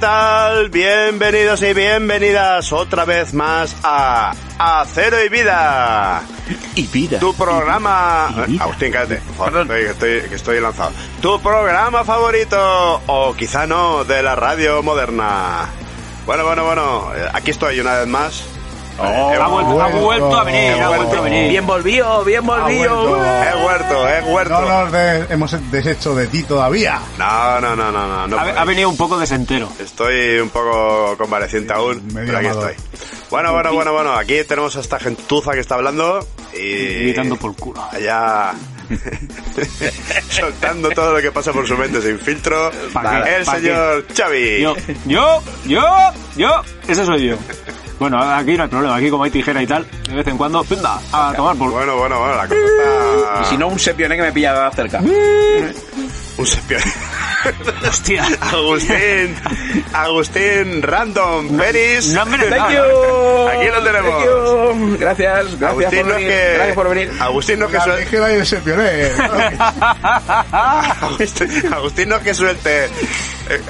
tal? Bienvenidos y bienvenidas otra vez más a Acero y Vida. Y vida. Tu programa... Ah, Agustín, cállate. Por favor, que estoy, que estoy lanzado. Tu programa favorito, o quizá no, de la radio moderna. Bueno, bueno, bueno. eh, Aquí estoy una vez más. Eh, Oh, ha, vuelto, ha vuelto a venir, He ha vuelto a vuelto. venir. Bien volvió, bien volvió. He huerto, he huerto. No nos de- hemos deshecho de ti todavía. No, no, no, no, no. no Ha, ha venido un poco desentero. Estoy un poco convaleciente aún, medio pero aquí amado. estoy. Bueno, bueno, bueno, bueno, aquí tenemos a esta gentuza que está hablando Eh, y... Gritando por culo. Allá... Soltando todo lo que pasa por su mente sin filtro. Pa' qué, El pa' qué. señor Xavi. eh. Yo, yo, yo, yo, ese soy yo. Bueno, aquí no hay problema, aquí como hay tijera y tal, de vez en cuando, ¡pimba! A tomar por. Bueno, bueno, bueno, la cosa Y está... si no, un sepioné que me pillaba cerca. Un sepión. ¡Hostia! Agustín. Agustín Random Peris. No han merendado. Thank you. Aquí lo tenemos. Thank you. Gracias, gracias Agustín por no es venir. que... Gracias por venir. Agustín no es que... La ¿eh? su- tijera y el sepioné. Agustín, Agustín no es Este, que suelte eh,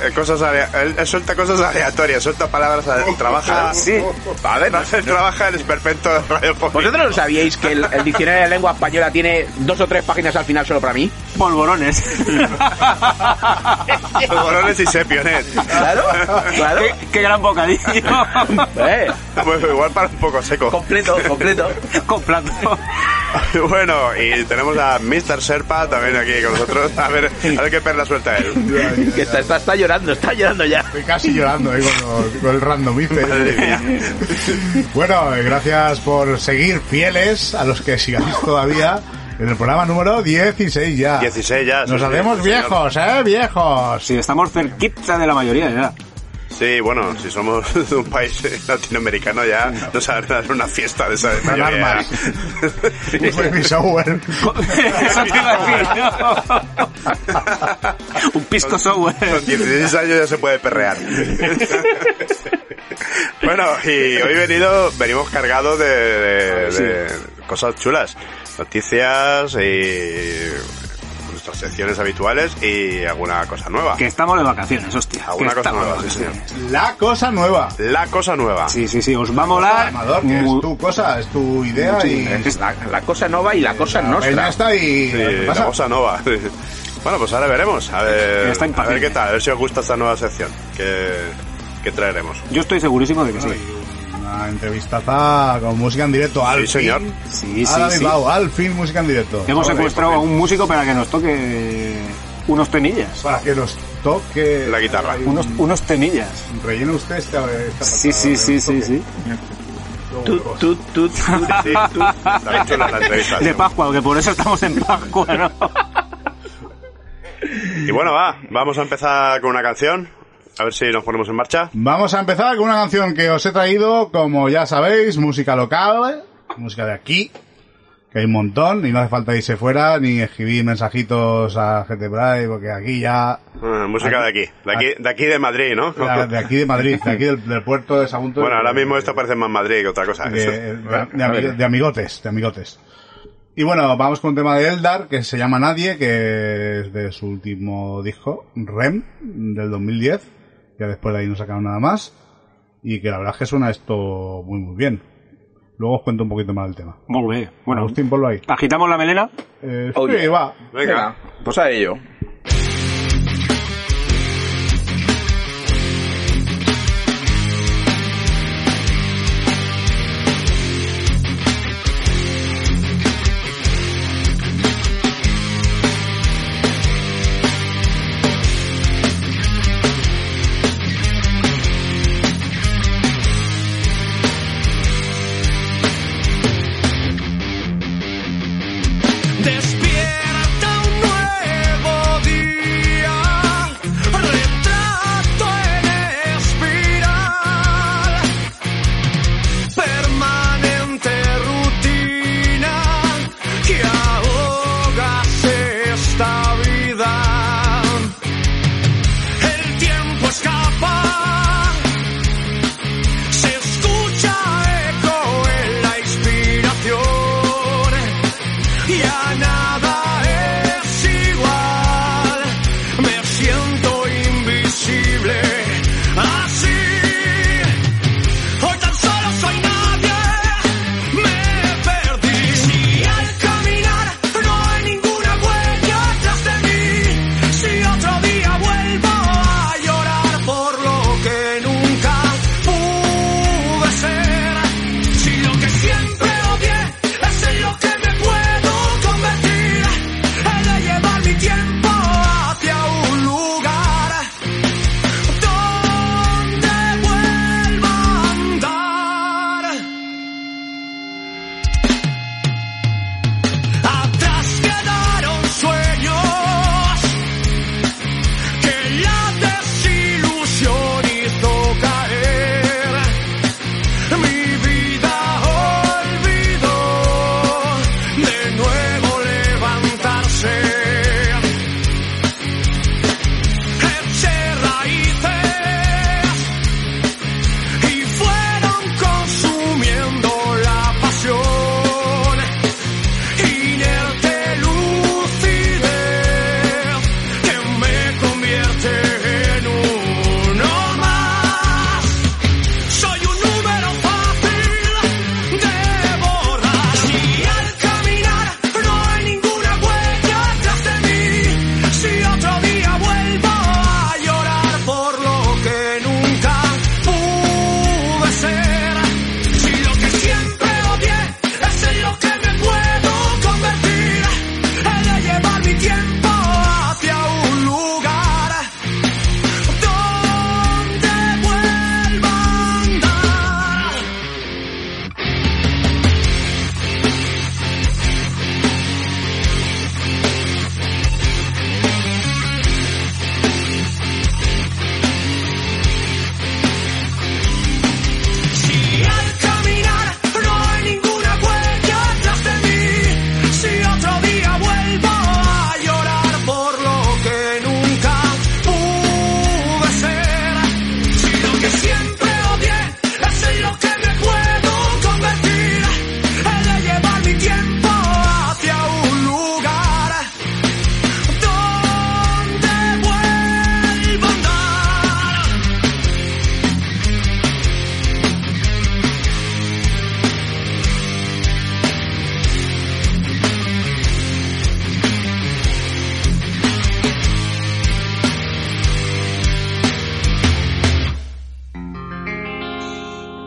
eh, cosas alea- él, él suelta cosas aleatorias, suelta palabras, ale- Ah, trabaja. Sí. A ver, hacer trabaja el experto de radio Pop. Pues ¿Vosotros no sabíais que el, el diccionario de la lengua española tiene dos o tres páginas al final solo para mí? Polvorones. Polvorones y sepionet. Claro, claro. qué, qué gran bocadillo. Eh, Bueno, Pues igual para un poco seco. completo, completo. Con plato. Bueno, y tenemos a Mr. Serpa también aquí con nosotros. A ver, a ver qué perla suelta él. Que está, está, está llorando, está llorando ya. Estoy casi llorando eh, con, lo- con el Madre randomice. mía. Bueno, eh, gracias por seguir fieles a los que sigáis todavía en el programa número 16 ya. 16 ya, sí, Nos sí, hacemos sí, señor. viejos, ¿eh? Viejos. Sí, estamos cerquita de la mayoría ya. Sí, bueno, si somos de un país latinoamericano ya nos harán una fiesta de esa de Con mayoría. armas. Fue mi software. Eso te iba a decir, ¿no? Un pisco software. Con 16 años ya se puede perrear. bueno, y hoy venido, venimos cargados de, de- de cosas chulas. Noticias y nuestras secciones habituales y alguna cosa nueva. Que estamos de vacaciones, hostia. Alguna Que cosa estamos de nueva, sí, vacaciones. La cosa nueva. La cosa nueva. Sí, sí, sí, os va a molar. Amador, que es mu- tu cosa, es tu idea y... Es La, la cosa no va y la cosa no Peña está y... Sí, ¿qué Eh, la pasa? cosa nueva. bueno, pues ahora veremos. A ver, Está a ver impaciente. qué tal, a ver si os gusta esta nueva sección que, que traeremos. Yo estoy segurísimo de que sí. Una entrevistaza con música en directo al Sí, señor. fin. Sí, sí, Ahora sí. Bilbao, al fin música en directo. Hemos Joder, secuestrado a joder. un músico para que nos toque unos tenillas. Para que nos toque La guitarra. Unos, unos tenillas. Rellene usted esta, esta Sí, sí, sí, sí, sí. Tut, tut, tut, tut. Sí, está chula la entrevista. De Pascua, que por eso estamos en Pascua, ¿no? Y bueno, va, vamos a empezar con una canción. A ver si nos ponemos en marcha. Vamos a empezar con una canción que os he traído, como ya sabéis, música local, música de aquí, que hay un montón, y no hace falta irse fuera, ni escribir mensajitos a gente por ahí, porque aquí ya... Ah, música de aquí, de aquí, de aquí de Madrid, ¿no? la- De aquí de Madrid, de aquí del, del puerto de Sagunto. Bueno, ahora mismo esto parece más Madrid que otra cosa. de, de- de ami- de amigotes, de amigotes. Y bueno, vamos con un tema de Eldar que se llama Nadie, que es de su último disco, Rem, del 2010. Ya después de ahí no sacaron nada más. Y que la verdad es que suena esto muy, muy bien. Luego os cuento un poquito más del tema. Muy bien. Bueno, Oh, Agustín, ponlo ahí. agitamos la melena. Eh, Oye. sí, va. Venga. pues a ello. Despierta un nuevo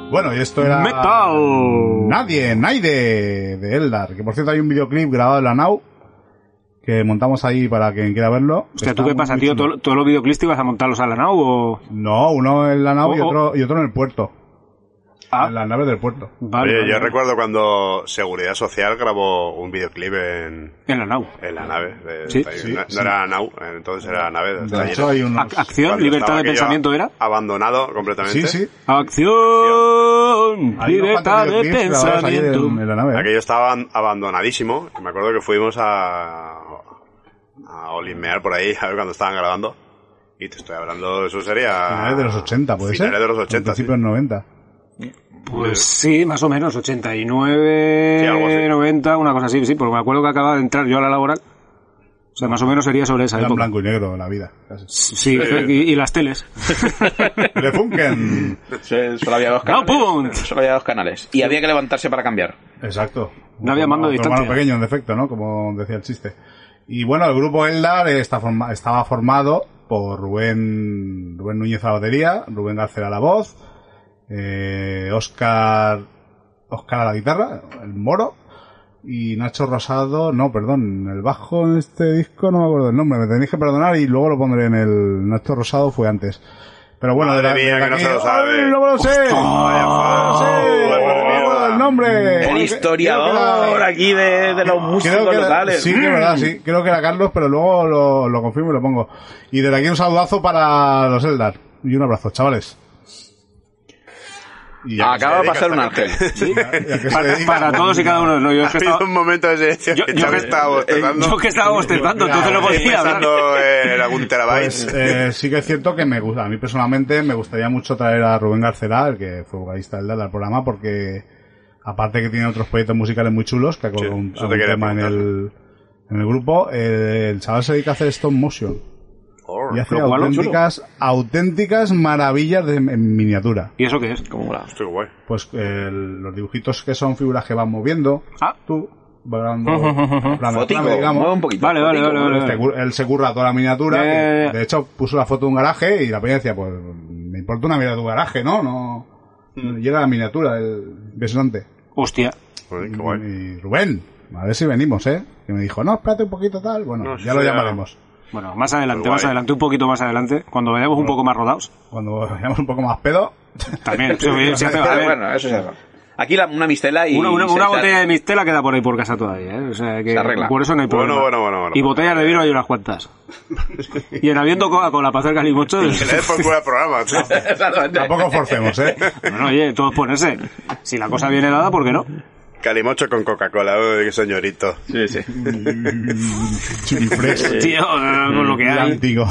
Bueno, y esto era... Metal. Nadie, Naide de Eldar. Que por cierto hay un videoclip grabado en la Now que montamos ahí para quien quiera verlo. Hostia, Está ¿tú qué muy pasa, tío? chulo. ¿Todo- ¿Todos los videoclips te ibas a montarlos a la nau o...? No, uno en la nave y, Oh, oh. otro, y otro en el puerto. Ah, En las naves del puerto. vale, Oye, vale, yo vale. recuerdo cuando Seguridad Social grabó un videoclip en, En la nau. en la nave. de- Sí, de- sí, no, no sí. era Nau, entonces era la nave. de De Talleres. hecho, hay unos... Ac- acción, Cuando libertad estaba de aquello pensamiento era. Abandonado Sí, completamente. sí. Acción, Hay unos libertad cuantos de videoclips grabados ahí en- pensamiento. en la nave. ¿eh? Aquello estaba an- abandonadísimo. y Me acuerdo que fuimos a, a Olimmear por ahí, a ver cuando estaban grabando. Y te estoy hablando, eso sería. Finales Eh, de los 80, ¿puede ser? Finales de los 80. sí. Principios 90. Pues sí, más o menos, 89, Sí, algo así. 90, una cosa así, sí, porque me acuerdo que acababa de entrar yo a la laboral. O sea, más o menos sería sobre esa Era en época. blanco y negro la vida. casi. Sí, y, y las teles. Telefunken. Solo solo había dos No, canales. pum. Solo había dos canales. Y había que levantarse para cambiar. Eh, Exacto. No había Como mando de tu hermano distancia. pequeño, en defecto, ¿no? Como decía el chiste. Y bueno, el grupo Eldar está forma- estaba formado por Rubén, Rubén Núñez a la batería, Rubén García a la voz, eh, Oscar, Oscar a la guitarra, el moro, y Nacho Rosado, no, perdón, el bajo en este disco no me acuerdo el nombre, me tenéis que perdonar y luego lo pondré en el Nacho Rosado fue antes. Pero bueno, de Madre la, de mía, la que no se lo ¡Ay, sabe! no me lo sé! Vaya Sí, no joder, me acuerdo del mierda. nombre. Oh, El Creo historiador que era- aquí de, de los creo músicos Mm. que era- locales. Sí, que es verdad, sí. Creo que era Carlos, pero luego lo, lo confirmo y lo pongo. Y desde aquí un saludazo para los Eldar. Y un abrazo, chavales. Y ya, Acaba de dedica pasar esta un ángel. ya que se Para, dedica- para todos y cada uno. No, yo es que Ha habido estaba, un momento de silencio. Yo- que yo Xavi que- eh, estaba bostezando. yo que estaba bostezando, entonces no Estoy podía hablar. pensando en algún terabyte. Pues, eh, sí que es cierto que me gusta. A mí personalmente me gustaría mucho traer a Rubén Garcerá, el que fue vocalista del Dada al programa, porque aparte que tiene otros proyectos musicales muy chulos, que ha colgado un, eso te algún quería tema en preguntar. el, en el grupo, eh, el chaval se dedica a hacer stop motion. Oh, Y hace Lo cual es chulo. auténticas, auténticas maravillas de- en miniatura. ¿Y eso qué es? Como la- estoy guay. Pues eh, los dibujitos que son figuras que van moviendo. Ah. Tú, vas grabando plano a Fotico, plano, digamos. mueve un poquito. Vale, vale, fotico, vale, mueve. vale. Este cur- él se curra toda la miniatura. Ya, ya, ya. que, de hecho, puso la foto de un garaje y la peña decía, pues, me importa una mierda tu garaje, ¿no? No. Mm. Y era la miniatura, el impresionante. Hostia. Joder, qué guay. Y Rubén, a ver si venimos, ¿eh? Que me dijo, no, espérate un poquito tal. Bueno, No, ya sí, lo ya. llamaremos. Bueno, más adelante, Muy más guay. adelante, un poquito más adelante, cuando vayamos un poco más rodados. Cuando vayamos un poco más pedo. También, sí, oye, si hace- a Pero ver, bueno, eso es eso. Aquí la- una mistela y. una, una- se- una se- botella de mistela queda por ahí por casa todavía, ¿eh? O sea que Se arregla. por eso no hay Bueno, problema. bueno, bueno, bueno. Y botellas de vino hay unas cuantas. y en habiendo Coca-Cola para hacer calimocho. Mm. Que le des por culo al programa. tío. Exactamente. Tampoco forcemos, ¿eh? Bueno, oye, todo es ponerse. Si la cosa viene dada, ¿por qué no? Calimocho con Coca-Cola. uy, qué señorito. Sí, sí. Mm, Churifresco. Tío, con lo que Mm, hay. Lántigo.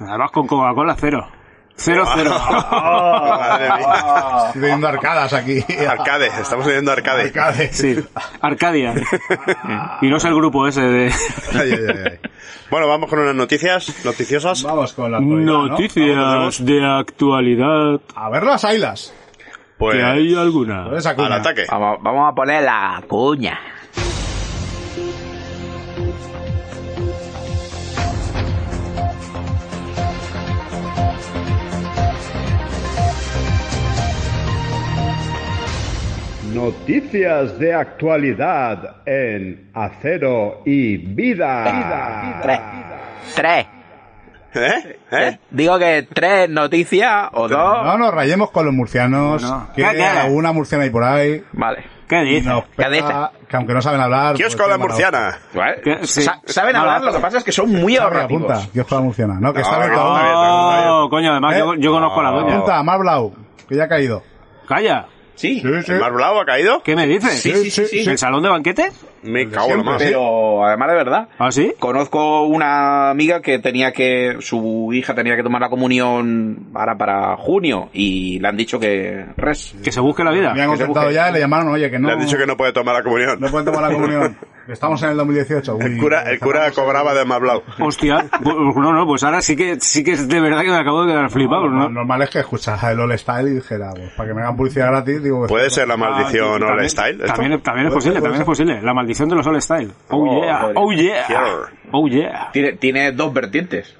Además con Coca-Cola cero. Cero, cero. Ah. Madre mía. Estoy teniendo arcadas aquí. Arcade. Estamos viendo arcade. Arcades. Sí. Arcadia. Ah. Y no es el grupo ese de... Ay, ay, ay, ay. Bueno, vamos con unas noticias noticiosas. Vamos con la actualidad, ¿no? Noticias de actualidad. A ver las ailas. Pues Que hay alguna. Esa al cuña. ataque. Vamos, vamos a poner la cuña. Noticias de actualidad en Acero y Vida. Tres. Tres. ¿Eh? ¿Eh? Digo que tres noticias o dos. No nos rayemos con los murcianos. Bueno. que Cállate. hay alguna murciana ahí por ahí. Vale. ¿Qué Y dices? nos pega, Cállate. que aunque no saben hablar. Kiosco pues, la tienen mala- murciana. Vale. ¿Qué? Sí. Sa- saben Mala hablar, lo que hostia. pasa es que son muy Abre, apunta. ahorrativos. Kiosco la murciana. No, que No, sabe que todo. no, Oh, coño, además ¿Eh? yo, yo conozco a la doña. Apunta, Mar Blau, que ya ha caído. Calla. Sí. ¿El Mar Blau ha caído? ¿Qué me dices? Sí, sí, sí, sí. ¿El salón de banquetes? Me cago en la más. Pero además de verdad. ¿Ah, sí? Conozco una amiga que tenía que, su hija tenía que tomar la comunión ahora para junio y le han dicho que res. Que se busque la vida. Me han que se contactado busque. ya y le llamaron, oye, que no. Le han dicho que no puede tomar la comunión. No pueden tomar la comunión. Estamos en el 2018. Uy, El cura, el cura cobraba de Mar Blau. Hostia, pues, no, no, pues ahora sí que sí que es de verdad que me acabo de quedar flipado, Lo ¿no? normal es que escuchas el All Style y dijera, pues, para que me hagan publicidad gratis, digo. pues, que- ¿Puede ser la maldición o el También- style? esto? También, también es posible, también es posible. La maldición de los All Style. Oh, Oh, yeah, joder. oh yeah, Sure. oh yeah. Tiene, tiene dos vertientes.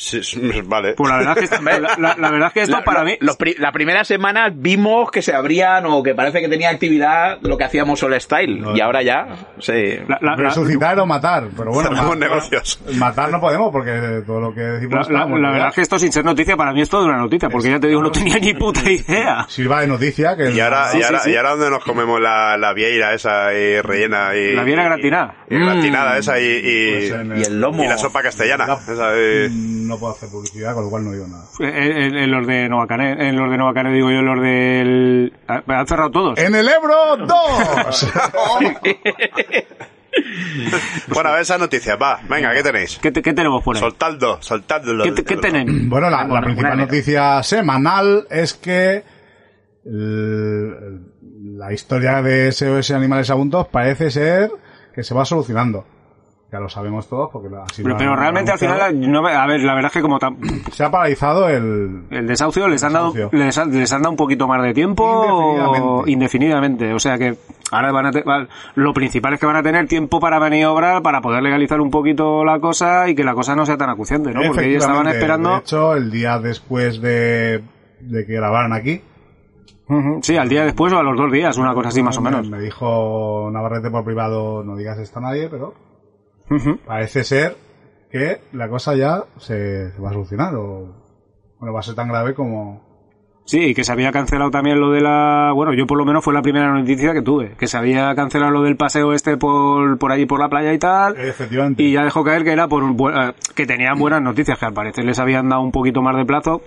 Sí, sí, vale. Pues la verdad es que, esta- la, la- la verdad es que esto La- para lo- mí... los pri- la primera semana vimos que se abrían o que parece que tenía actividad lo que hacíamos All Style. No, y ahora ya, sí. la- la- la- Resucitar o matar, pero bueno. Cerramos ma- negocios. Matar no podemos porque todo lo que La, decimos. la- estamos, la ¿verdad? verdad es que esto sin ser noticia para mí es toda una noticia, porque ya te digo, no tenía ni puta idea. Sirva de noticia que. Y ahora, Sí, y, sí, ahora, sí. y ahora donde nos comemos la, la vieira esa y rellena y... La viera gratinada. y gratinada esa y... y- pues, en y el lomo. y la sopa castellana. la- esa de- No puedo hacer publicidad, con lo cual no digo nada. En, en- en los de Novacané, en los de Novacané digo yo, en los del... ah, Han cerrado todos. En el Ebro 2. Bueno, a ver esas noticias, va. Venga, ¿qué tenéis? ¿Qué, te- qué tenemos por ahí? Soltadlo, soltadlo. ¿Qué, te- qué tenemos? Bueno, la, la una- principal una- noticia semanal es que el- la historia de SOS Animales Abundos parece ser que se va solucionando. Ya lo sabemos todos porque la- así lo Pero, han pero realmente al anunciado. final, no me- a ver, la verdad es que como tam- se ha paralizado el el desahucio les han dado Desahucio. les, han- les han dado un poquito más de tiempo Indefinidamente. indefinidamente, o sea que ahora van a te- van- lo principal es que van a tener tiempo para maniobrar para poder legalizar un poquito la cosa y que la cosa no sea tan acuciante, ¿no? Porque ellos estaban Efectivamente, De esperando hecho, el día después de, de que grabaran aquí, Ujú, sí, al día después o a los dos días, una cosa así más o me- menos. me dijo Navarrete por privado, no digas esto a nadie, pero Ujú. parece ser que la cosa ya se, se va a solucionar o bueno, va a ser tan grave como Sí, y que se había cancelado también lo de la. Bueno, yo por lo menos fue la primera noticia que tuve. Que se había cancelado lo del paseo este por, por allí, por la playa y tal. Eh, efectivamente. Y ya dejó caer que era por un buen- eh, que tenían buenas noticias, que al parecer les habían dado un poquito más de plazo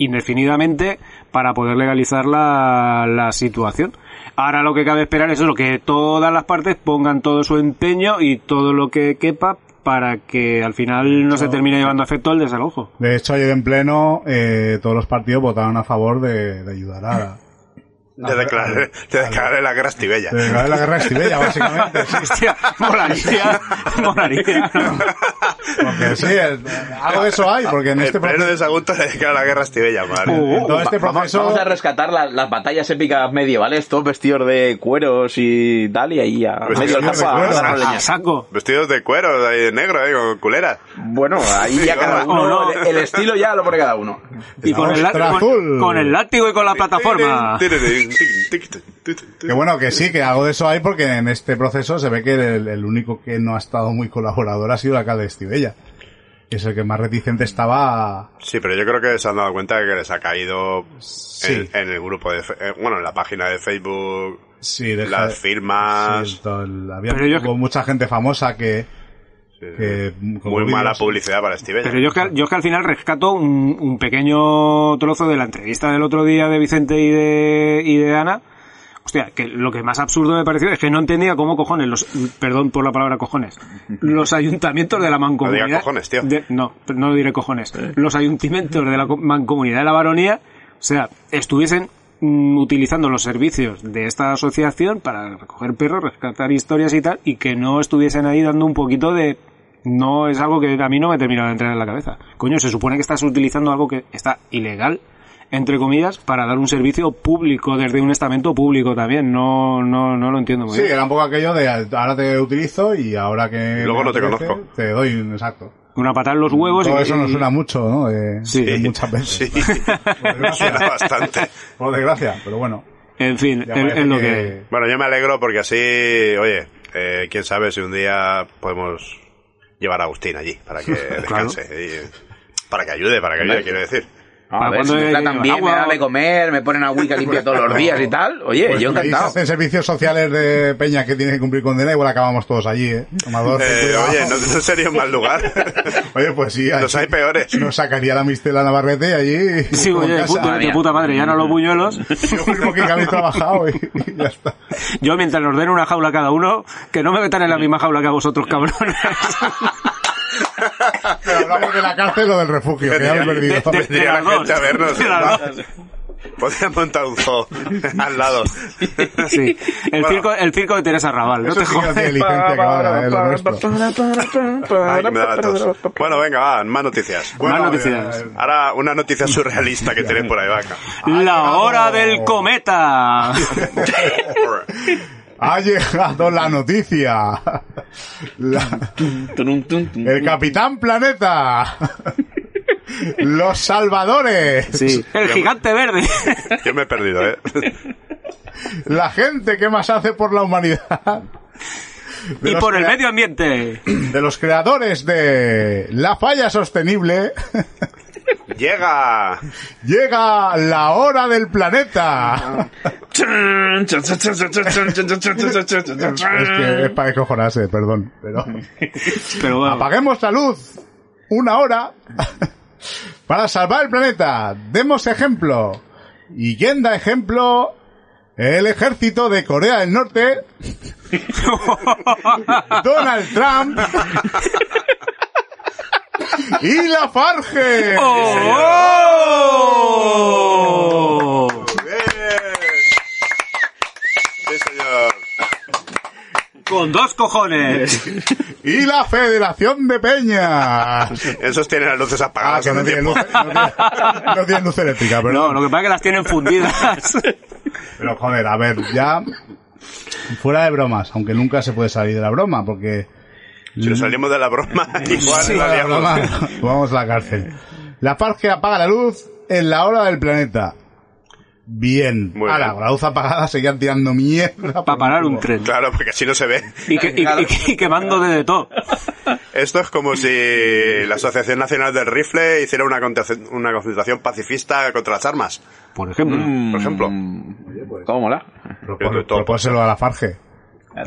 indefinidamente para poder legalizar la, la situación. Ahora lo que cabe esperar es eso, que todas las partes pongan todo su empeño y todo lo que quepa para que al final no se termine llevando a efecto el desalojo. De hecho, ayer en pleno eh, todos los partidos votaron a favor de, de ayudar a... Te declararé, te declararé la guerra estibella. de declarar la guerra estivella, básicamente. sí. Hostia, molaría, molaría. Porque sí, el- algo de eso hay, porque en El este, pleno proceso- de Sagunto le declara la guerra estibella, madre. Uh. en todo este Va- vamos, proceso... vamos a rescatar la- las batallas épicas medievales, todos vestidos de cueros y tal, y ahí a Vestidos medio de campo a cueros. darnos A leña. saco. Vestidos de cuero, ahí de negro, eh, con culeras. Bueno, ahí ya Sí, cada no, uno, no. el, el estilo ya lo pone cada uno. Y con el, Ostra lá- azul. con, con el látigo y con la plataforma. Que bueno, que sí, que algo de eso hay porque en este proceso se ve que el, el único que no ha estado muy colaborador ha sido el alcalde de Estivella. Y es el que más reticente estaba a... Sí, pero yo creo que se han dado cuenta de que les ha caído Sí. en, en el grupo de... fe- eh, Bueno, en la página de Facebook, Sí, deja- las firmas... sí, todo el- había Pero yo- hubo mucha gente famosa que... sí, que- como Muy vídeos- mala publicidad para Estibella. Pero yo es que, yo es que al final rescato un, un pequeño trozo de la entrevista del otro día de Vicente y de, y de Ana. Hostia, que lo que más absurdo me pareció es que no entendía cómo cojones, los, perdón por la palabra cojones, los ayuntamientos de la mancomunidad. No digas cojones, tío. de- no, no diré cojones. Los ayuntamientos de la co- mancomunidad de la baronía, o sea, estuviesen mm, utilizando los servicios de esta asociación para recoger perros, rescatar historias y tal, y que no estuviesen ahí dando un poquito de no es algo que a mí no me termina de entrar en la cabeza. Coño, se supone que estás utilizando algo que está ilegal, entre comillas, para dar un servicio público desde un estamento público también. No, no, no lo entiendo muy Sí, eh, bien. era un poco aquello de ahora te utilizo y ahora que... Luego me no te apetece, conozco. Te doy un exacto. Una patada en los huevos Todo Pues y- eso nos suena mucho, ¿no? Eh, Sí. Muchas veces. Sí, Por desgracia. suena bastante. Por desgracia, pero bueno. En fin, ya es parece es lo que... Bueno, yo me alegro porque así, oye, eh, quién sabe si un día podemos llevar a Agustín allí para que descanse. y- para que ayude, para que ayude, quiero decir. Ah, A Para ver, cuando si me hay tratan bien, agua me dan o- de comer, me ponen agüita limpia todos los días y tal. Oye, Pues yo ahí se encantado. hacen servicios sociales de Peña que tiene que cumplir condena, igual acabamos todos allí, ¿eh? Tomador. Eh, cuidado. oye, no, no sería un mal lugar. Oye, pues sí, ahí Los hay peores. nos sacaría la mistela Navarrete y allí. Sí, como oye, de en casa. puta, de mía. puta madre, ya no los buñuelos. Yo firmo que habéis trabajado y, y ya está. Yo mientras nos den una jaula cada uno, que no me metan en la misma jaula que a vosotros, cabrones. Pero hablamos de la cárcel o del refugio, que ya me he perdido. De- de- Vendría las la gente dos. a vernos. De las dos. Podría montar un zoo al lado. Sí. El, circo, el circo de Teresa Raval, no Eso te sí que no jodas. tiene licencia que valga, ¿eh? Lo nuestro. Ay, que me da la tos. Bueno, venga, va, más noticias. Más noticias. eh, Ahora, una noticia surrealista que tenéis por ahí, vaca. La hora llegado. del cometa. Ha llegado la noticia. La- Tum, tum, tum. Eh, el Capitán Planeta. Los Salvadores. Sí. El gigante verde. Yo me he perdido, ¿eh? La gente que más hace por la humanidad. De y los por el crea- medio ambiente. De los creadores de La Falla Sostenible, Llega. llega la hora del planeta. es que es para descojonarse, perdón. Pero... Pero vamos. Apaguemos la luz. Una hora. para salvar el planeta. Demos ejemplo. ¿Y quién da ejemplo? El ejército de Corea del Norte. Donald Trump. y la Farge. ¡Oh! Bien. ¡Eh! Sí, señor. Con dos cojones. Y la Federación de Peñas. Esos tienen las luces Ah, apagadas. que no hace tiene tiempo. luz, no tiene- no tiene luz eléctrica, pero No, lo que pasa es que las tienen fundidas. Pero joder, a ver, ya fuera de bromas, aunque nunca se puede salir de la broma, porque Si nos salimos de la broma, igual Sí, la la liamos. broma, vamos a la cárcel. La que apaga la luz en la hora del planeta. Bien. Muy Ahora, bien. con la luz apagada seguían tirando mierda. Para parar un tren. Claro, porque así no se ve. Y, que, y- y- y quemando de todo. Esto es como si la Asociación Nacional del Rifle hiciera una, conte- una concentración pacifista contra las armas. Por ejemplo. Mm. Por ejemplo. pues. ¿Cómo mola? Pero Propó- todo- Propóselo a la Farge.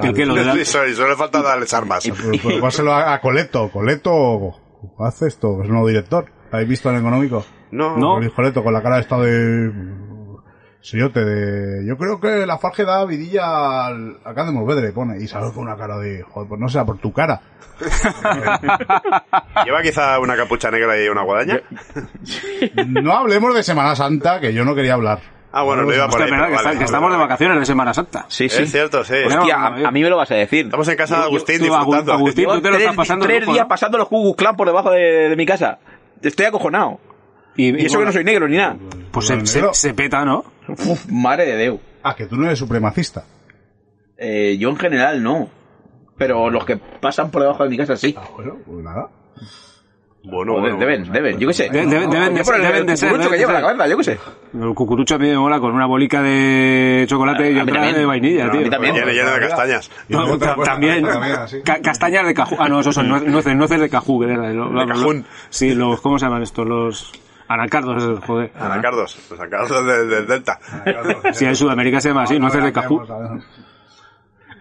El que lo de la- Sí, Solo solo le falta darles armas. Propóselo a, a Coleto. Coleto hace esto, es un nuevo director. ¿Habéis visto en Económico? No, No. Luis Coleto con la cara esta de Sillote de yo creo que la farge da vidilla al... acá de Morvedre pone y sale con una cara de joder pues no sea por tu cara lleva quizá una capucha negra y una guadaña. no hablemos de Semana Santa que yo no quería hablar Ah, bueno, no iba por Hostia, ahí. verdad, pero que, está- vale, que estamos de vale. vacaciones de Semana Santa. Sí, sí. Es cierto, sí. Bueno, Hostia, vamos a ver. a, a mí me lo vas a decir. Estamos en casa de Agustín Tú, Agu- disfrutando. Agustín, Llevo tú te lo tres, estás pasando. tres lujo, días ¿no? pasando los Ku Klux Klan por debajo de, de mi casa. Estoy acojonado. Y eso que no soy negro ni nada. Pues se, se- Negro. se peta, ¿no? Uf, madre de Dios. ah que tú no eres supremacista Eh, yo en general no. Pero los que pasan por debajo de mi casa sí. ah bueno pues nada Bueno, O de- bueno, deben, bueno. deben, yo qué sé. De- de- deben de Yo por el- ser, deben el de ser, deben de cucurucho que lleva ser. la cabeza, yo qué sé. El cucurucho a mí me mola con una bolica de chocolate y A mí otra también. de vainilla, No, a tío. mí también. Llena, llena de castañas. No, Y otra ta- cosa, también. también, así. Ca- castañas de cajú. Ah, no, esos son nue- nueces, nueces de cajú. que era lo- lo- lo- cajún. Sí, los, ¿cómo se anacardos estos? Los anacardos, esos, joder. Anacardos, los anacardos del, del Delta. Ah, Sí, en Sudamérica se llama así, nueces de cajú.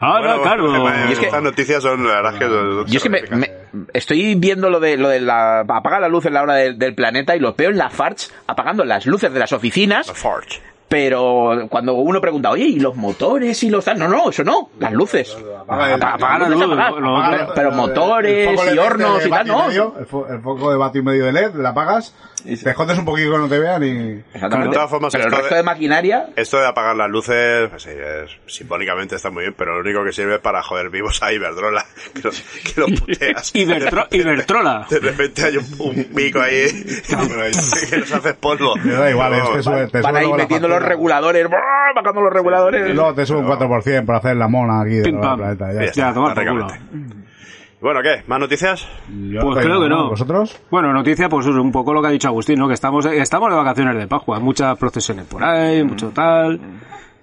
Ah, Bueno, Anacardos. bueno, Y es que- Estas noticias son, la verdad es que... son- Yo es que me, me- estoy viendo lo de lo de la apaga la luz en la hora del- del planeta y lo veo en la Farch apagando las luces de las oficinas, La Forge. pero cuando uno pregunta, oye, ¿y los motores y los tal? No, no, eso no, las luces. Apaga el- Apa- apaga la las luces, luz, apagar. lo- lo- Pero- pero motores y hornos y tal, no. el, fo- el foco de vato y medio de LED la apagas te escondes un poquito que no te vean y Exactamente. De todas formas, pero el esto de- resto de maquinaria Esto de apagar las luces, pues sí, es- simbólicamente está muy bien, pero lo único que sirve es para joder vivos a Iberdrola, que los, que los puteas. Ibertro- Ibertrola. De repente hay un, un pico ahí que los haces polvo. me da igual es que sube, te van sube ahí luego la metiendo los factura. reguladores, ¡buah! apagando los reguladores. Luego te sube un 4% por hacer la mona aquí de Pim, la pam. planeta. Ya Sí, está. Ya, a tomar por culo. prácticamente. Bueno, ¿qué? ¿Más noticias? Yo Pues estoy creo que normal. no. ¿Vosotros? Bueno, noticia, pues es un poco lo que ha dicho Agustín, ¿no? Que estamos, estamos de vacaciones de Pascua, muchas procesiones por ahí, mucho tal.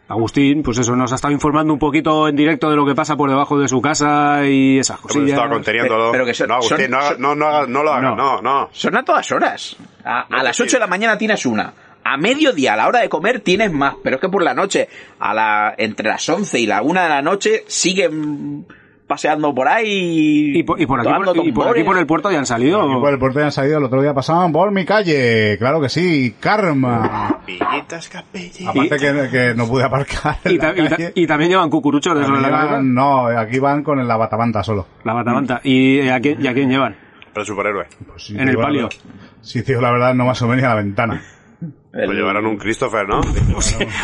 Agustín, pues eso, nos ha estado informando un poquito en directo de lo que pasa por debajo de su casa y esas Hemos cosillas. estado conteniéndolo. Pero- pero que son- no, Agustín, son- no, haga- son- no, no, haga- no lo hagas, no, No. no. Son a todas horas. A, a No, las sí. 8 de la mañana tienes una. A mediodía, a la hora de comer, tienes más. Pero es que por la noche, a la, entre las 11 y la 1 de la noche, siguen paseando por ahí. Y por, y por aquí, tocando por, y por aquí tambores. por el puerto ya han Aquí salido. por el puerto ya han salido, el otro día pasaban por mi calle. Claro que sí, karma. Villitas, capillitas. Aparte que, que no pude aparcar. en Y, la ta- y ta- calle. y también llevan cucuruchos de esos de Aquí la cabeza. van- no, aquí van con la batabanta solo. La batamanta. ¿Y eh, a quién, y a quién llevan? Pero superhéroe. Pues si En te el digo la palio. verdad- Si te digo la verdad, no más o menos ni a la ventana. Pues llevaron un Christopher, ¿no?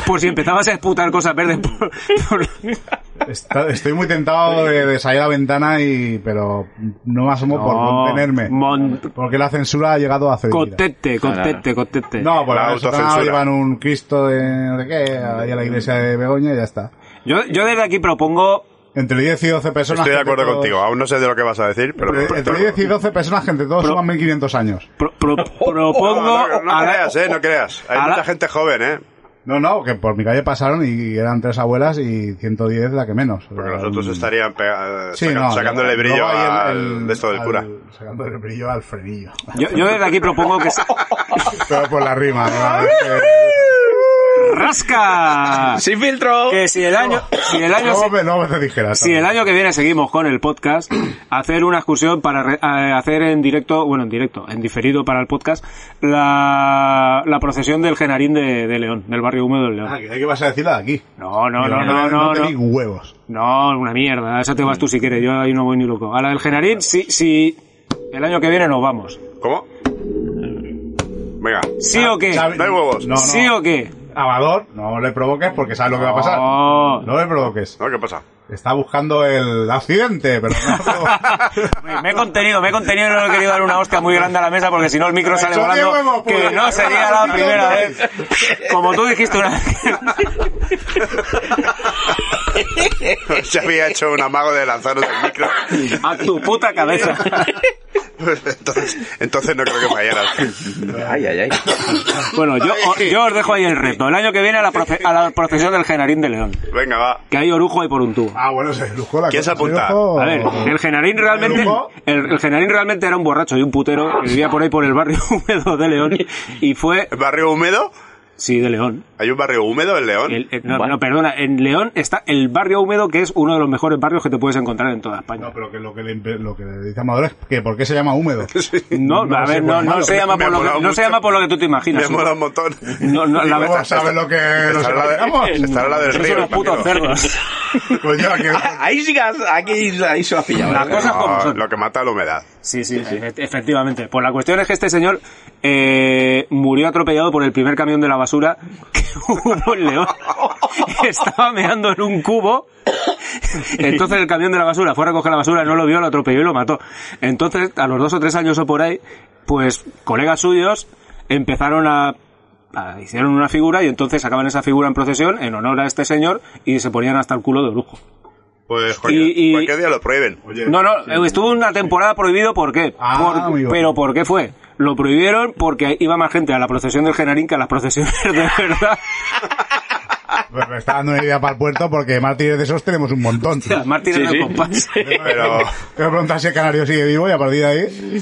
Por si empezabas a esputar cosas verdes por, por- Está- estoy muy tentado de, de salir a la ventana y, pero no me asomo por No, contenerme. mon- Porque la censura ha llegado a hacer. Contete, contete, contete. No, por La la autocensura. autocensura. llevan un Cristo de, no sé qué ahí a la iglesia de Begoña y ya está. Yo, yo desde aquí propongo Entre 10 y 12 personas. Estoy de acuerdo gente, contigo. todos- Aún no sé de lo que vas a decir, pero. Entre, entre 10 y 12 personas, gente, todos suman 1500 años. Pro- pro- No, propongo. no, no a la- creas, eh, no creas. Hay a la- mucha gente joven, eh. No, no, que por mi calle pasaron y eran tres abuelas y 110 la que menos. Porque Era los otros un- estarían pega- Mm. Sí, saca- no, sacándole luego- brillo luego hay al, el- el- de esto del al- cura. Sacándole brillo al frenillo. Yo, yo desde aquí propongo que. se- Pero por la rima. ¿no? ¡Rasca! ¡Sin filtro! Que si el año. Si el año. No se- me, no me te dijeras. Si el año que viene seguimos con el podcast, hacer una excursión para re- a- hacer en directo, bueno, en directo, en diferido para el podcast, la, la procesión del Genarín de, de León, del barrio húmedo de Ah, León. que que vas a decirla de aquí. No, no, no, Yo no, no, te no. di huevos. No, una mierda. A Esa te vas tú si quieres. Yo ahí no voy ni loco. A la del Genarín, sí, sí. El año que viene nos vamos. ¿Cómo? Venga. ¿Sí o qué? Xavi- No hay huevos. No, no. ¿Sí o qué? Amador, no le provoques porque sabes lo que va a pasar. No. No le provoques. No, ¿Qué pasa? Está buscando el accidente, pero no lo provoques. Me he contenido, me he contenido y no le he querido dar una hostia muy grande a la mesa porque si no el micro sale Eso volando. de huevo, que pues. no sería la Eso primera de vez. Como tú dijiste una vez. Se había hecho un amago de lanzarnos el micro. A tu puta cabeza. Entonces, entonces no creo que fallaras. Ay, ay, ay. Bueno, yo, yo os dejo ahí el reto. El año que viene a la, proce- a la procesión del Genarín de León. Venga, va. Que hay orujo ahí por un tubo. ah, bueno, se lujo la ¿Quién se cosa, apunta? lujo. A ver, el Genarín realmente, el, el Genarín realmente era un borracho y un putero que vivía por ahí por el barrio húmedo de León y fue, ¿El barrio húmedo? sí, de León. ¿Hay un barrio húmedo en León? El- el- no, no, perdona, en León está el barrio húmedo que es uno de los mejores barrios que te puedes encontrar en toda España. No, pero que lo que le, imp- lo que le dice Amador es que ¿por qué se llama húmedo? No, a ver, sé, no, pues, no malo. se llama me por lo ha que, no molado se mucho. llama por lo que tú te Me imaginas. mola un montón. No, no, la ¿Cómo verdad. sabes lo que nos Estará la encontramos? de- estará la del Son río. unos putos imagino. cerdos. Pues yo aquí... Ahí sí que has- aquí, ahí se lo ha pillado. La cosa- Cosas como No, son. lo que mata la humedad. Sí, sí, efe- efectivamente. Pues la cuestión es que este señor eh, murió atropellado por el primer camión de la basura que hubo en León. Estaba meando en un cubo. Entonces el camión de la basura fue a recoger la basura, no lo vio, lo atropelló y lo mató. Entonces, a los dos o tres años o por ahí, pues colegas suyos empezaron a a- hicieron una figura y entonces sacaban esa figura en procesión en honor a este señor y se ponían hasta el culo de lujo. Pues coño, Y- y- cualquier día lo prohíben. Oye, No, no, eh, estuvo una temporada prohibido, ¿por qué? Ah, Por- amigo. pero ¿por qué fue? Lo prohibieron porque iba más gente a la procesión del Genarín que a las procesiones de verdad. pues me está dando una idea para el puerto porque mártires de esos tenemos un montón. Las mártires Sí, del sí. compás. Pero, Te voy a preguntar si el canario sigue vivo y a partir de ahí...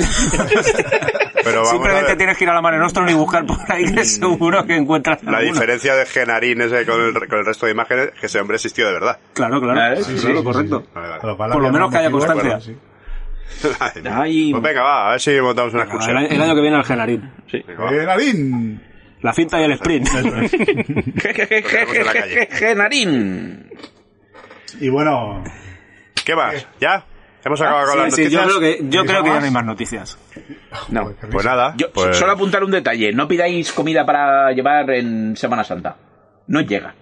pero vamos a Simplemente ver. tienes que ir a la Mare Nostrum y buscar por ahí que seguro que encuentras La alguno. diferencia de Genarín ese con el, con el resto de imágenes que ese hombre existió de verdad. Claro, claro. Eh, Sí, claro, correcto. Vale, vale. Con cual Por lo había menos que haya motivo, constancia. bueno, sí. Ay, Ay. pues venga, va, a ver si montamos una Pues El, excursión. año- el año que viene al Genarín. Venga, va. Eh, Narín. La cinta y el sprint. vemos en la calle. Genarín. Y bueno, ¿Qué más? ¿Ya? ¿Hemos acabado con las Sí, sí, yo noticias? creo que, yo ¿Noticias creo que ya más? no hay más noticias. No. Pues nada. Yo pues- solo apuntar un detalle. No pidáis comida para llevar en Semana Santa. No llega.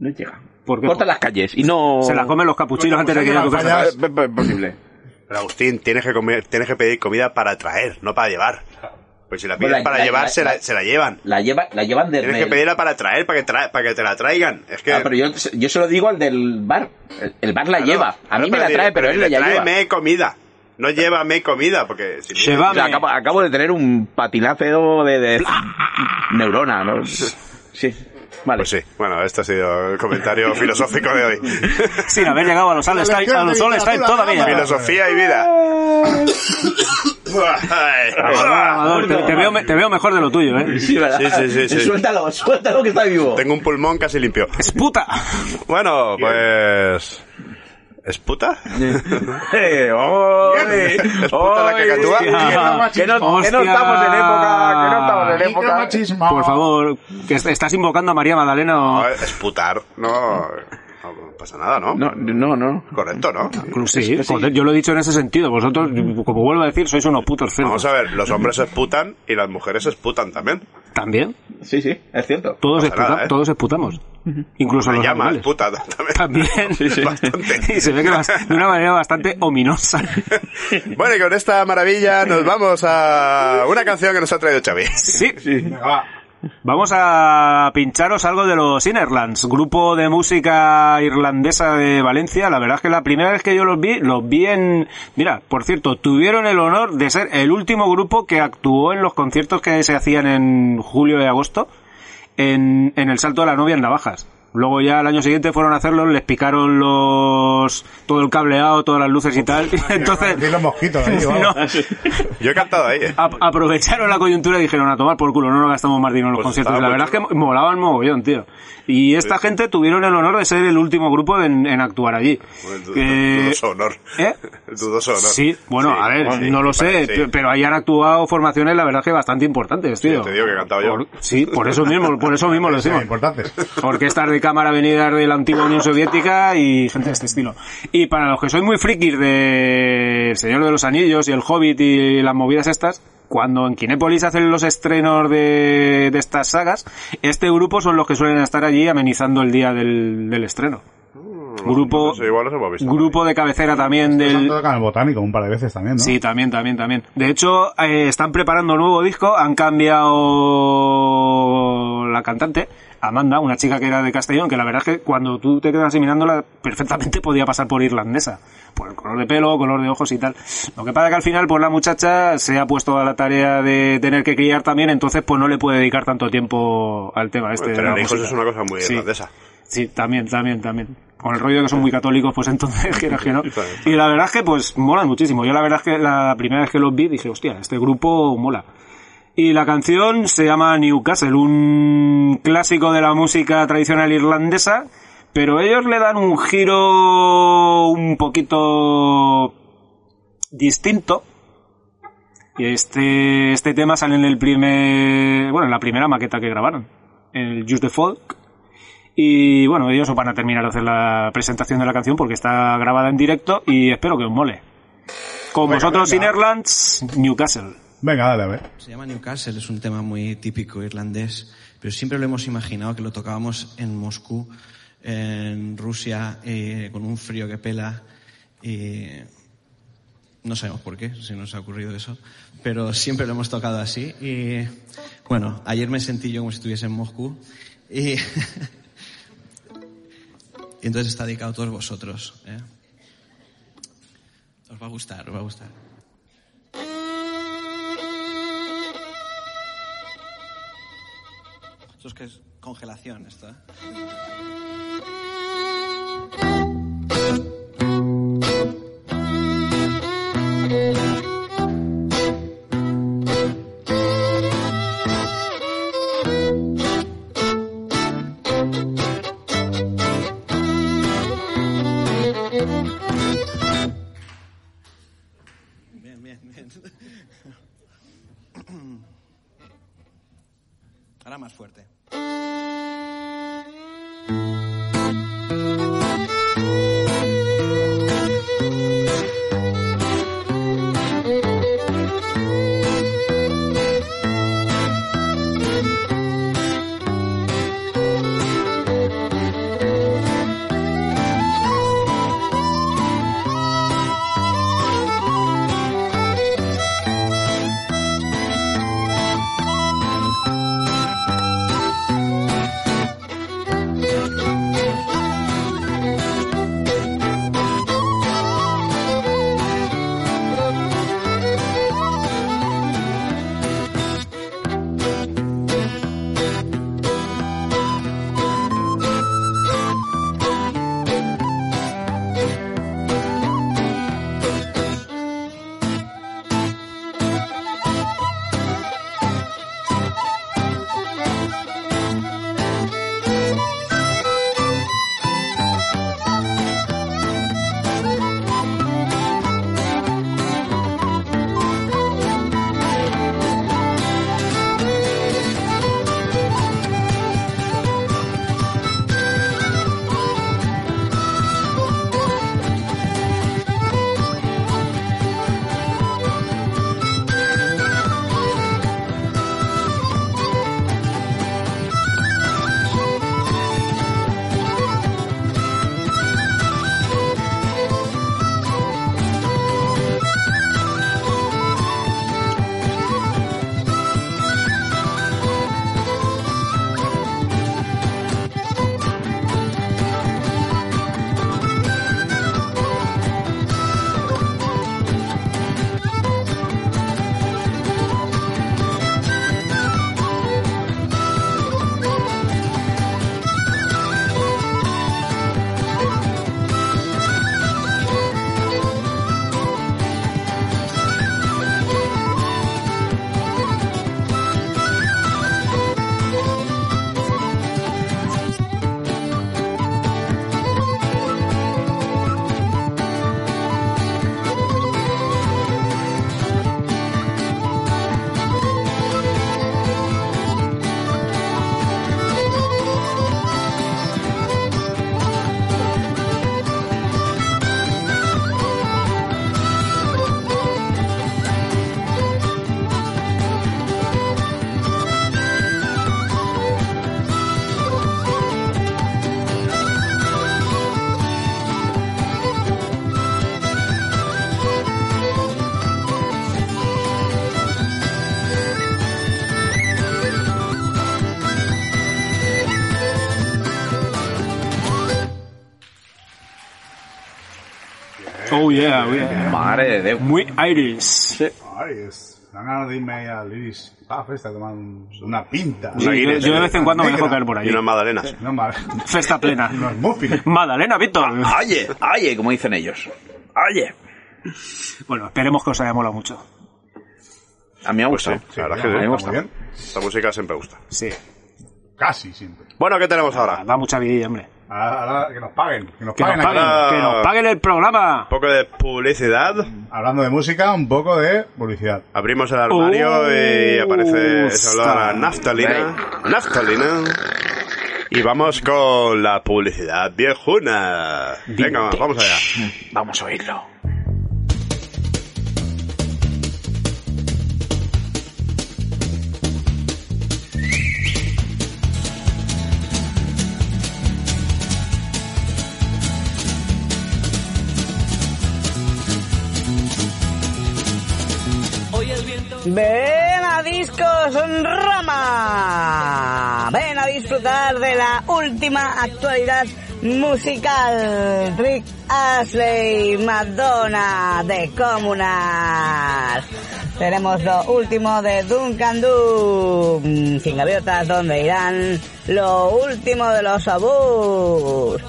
No llega. ¿Por qué? Cortan las calles y no... Se la comen los capuchinos antes de que llegue tu casa. Vaya, Es posible. Pero Agustín, tienes que, comer- tienes que pedir comida para traer, no para llevar. Pues si la pides Bueno, la- para la- llevar, la- se, la, la- se la llevan. La, lleva, la llevan desde... Tienes que el- pedirla para traer, para que, tra- para que te la traigan. Es que... Ah, pero yo, yo se lo digo al del bar. El, el bar la Claro, lleva. A claro, mí me la di- trae, pero él la dile, lleva. Tráeme comida. No llévame comida, porque... Si O sea, acabo, Llévame. acabo de tener un patináceo de, de neurona, ¿no? Sí. Vale. Pues sí, bueno, este ha sido el comentario filosófico de hoy. Sin haber llegado a los All Style, a los All Style todavía. Filosofía y vida. Ay, Amador, te, te veo, me- te veo mejor de lo tuyo, ¿eh? Sí, ¿verdad? Sí, sí, sí, sí. Suéltalo, suéltalo que está vivo. Tengo un pulmón casi limpio. ¡Es puta! Bueno, pues... ¿Es puta? Eh, ¡Ole! ¿Es puta la ¡Ole! cacatúa? Que no, que no estamos en época, que no estamos en Micro época. machismo. Ah. Por favor, que est- estás invocando a María Magdalena o... No, es putar. No, no pasa nada, ¿no? No, no, no. Correcto, ¿no? Sí, que sí. joder, yo lo he dicho en ese sentido. Vosotros, como vuelvo a decir, sois unos putos cerdos. Vamos a ver, los hombres se esputan y las mujeres se esputan también. También. Sí, sí, es cierto. Todos, No pasa esputa- nada, ¿eh? todos esputamos. Incluso La los llama animales. esputa también. También. Bastante. y se ve que bas- de una manera bastante ominosa. Bueno, y con esta maravilla nos vamos a una canción que nos ha traído Xavi. Sí. Venga, va. Vamos a pincharos algo de los Innerlands, grupo de música irlandesa de Valencia. La verdad es que la primera vez que yo los vi, los vi en... Mira, por cierto, tuvieron el honor de ser el último grupo que actuó en los conciertos que se hacían en julio y agosto en, en el Salto de la Novia en Navajas. Luego ya al año siguiente fueron a hacerlo, les picaron los todo el cableado, todas las luces y tal. Aquí Entonces, los mosquitos, ahí, vamos. no, Yo he cantado ahí. eh. a- aprovecharon la coyuntura y dijeron a tomar por culo, no nos gastamos más dinero en los Pues conciertos. La estaba verdad es muy que mo- molaban mogollón, tío. Y esta gente tuvieron el honor de ser el último grupo en, en actuar allí. Du- Que- Dudoso honor. ¿Eh? Dudoso honor. Sí, bueno, Sí, a ver, sí, no lo vale, sé, sí. pe- pero ahí han actuado formaciones, la verdad es que bastante importantes, tío. te digo que he cantado yo. Por- sí, por eso mismo, por eso mismo lo Sí, decimos. importantes. Orquestas de cámara venidas de la antigua Unión Soviética y gente de este estilo. Y para los que sois muy frikis de El Señor de los Anillos y El Hobbit y las movidas estas, cuando en Kinépolis hacen los estrenos de, de estas sagas, este grupo son los que suelen estar allí amenizando el día del, del estreno. Grupo, Entonces, igual los hemos visto. grupo de cabecera también Nos han del... tocado en el botánico un par de veces también, ¿no? Sí, también, también, también. De hecho, eh, están preparando un nuevo disco, han cambiado la cantante, Amanda, una chica que era de Castellón, que la verdad es que cuando tú te quedas mirándola, perfectamente podía pasar por irlandesa, por el color de pelo, color de ojos y tal. Lo que pasa que al final, pues la muchacha se ha puesto a la tarea de tener que criar también, entonces pues no le puede dedicar tanto tiempo al tema este. de la Bueno, Pues, tener hijos música. es una cosa muy Sí. irlandesa. Sí, también, también, también. Con el rollo de que son muy católicos, pues entonces, quieras que no. Y la verdad es que, pues, molan muchísimo. Yo la verdad es que la primera vez que los vi dije, hostia, este grupo mola. Y la canción se llama Newcastle, un clásico de la música tradicional irlandesa, pero ellos le dan un giro un poquito distinto. Y este, este tema sale en el primer, bueno, en la primera maqueta que grabaron, el Just the Folk. Y bueno, ellos os van a terminar de hacer la presentación de la canción porque está grabada en directo y espero que os mole. Con vosotros, Innerlands, Newcastle. Venga, dale, a ver. Se llama Newcastle, es un tema muy típico irlandés, pero siempre lo hemos imaginado que lo tocábamos en Moscú, en Rusia, eh, con un frío que pela. y no sabemos por qué, si nos ha ocurrido eso, pero siempre lo hemos tocado así. Y bueno, ayer me sentí yo como si estuviese en Moscú. Y, y entonces está dedicado a todos vosotros. ¿eh? Os va a gustar, os va a gustar. Esto es que es congelación, esto. ¿eh? Bien, bien, bien. Ahora más fuerte. Oh, yeah, oh, yeah. Madre de Dios. Muy Irish. Ay, es. Dan ganas de irme ahí al Iris Pub, esta, a tomar un- una pinta. Sí, yo, yo de vez en cuando me dejo caer por Y ahí. unas magdalenas. No mal. Festa plena. Unos muffins. Madalena, Víctor. Oye, oye, como dicen ellos. Oye. Bueno, esperemos que os haya molado mucho. A mí me ha Pues sí, gustado. la verdad ya, es que sí. está gusta. muy bien. Esta música siempre gusta. Sí. Casi siempre. Bueno, ¿qué tenemos ahora? Da mucha vida, hombre. Ahora, ahora que nos paguen. Que nos Que nos paguen, aquí. paguen, aquí. que nos paguen el programa. Un poco de publicidad. Hablando de música, un poco de publicidad. Abrimos el armario Oh, y aparece ese olor a está. naftalina. Naftalina. Y vamos con la publicidad viejuna. Venga, vamos allá. Vamos a oírlo. Ven a Discos Roma. Ven a disfrutar de la última actualidad musical. Rick Ashley, Madonna, de Comunas. Tenemos lo último de Duncan Doom. Sin gaviotas, donde irán lo último de los abús.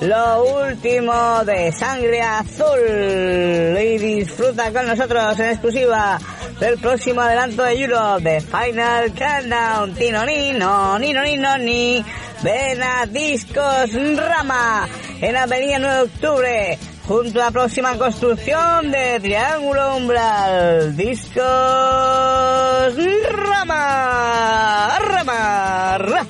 Lo último de Sangre Azul. Y disfruta con nosotros en exclusiva del próximo adelanto de Europe de Final Countdown. Tino Nino, Nino Nino Ni. Ven a Discos Rama en Avenida 9 de Octubre. Junto a la próxima construcción de Triángulo Umbral. Discos Rama. Rama. Rama.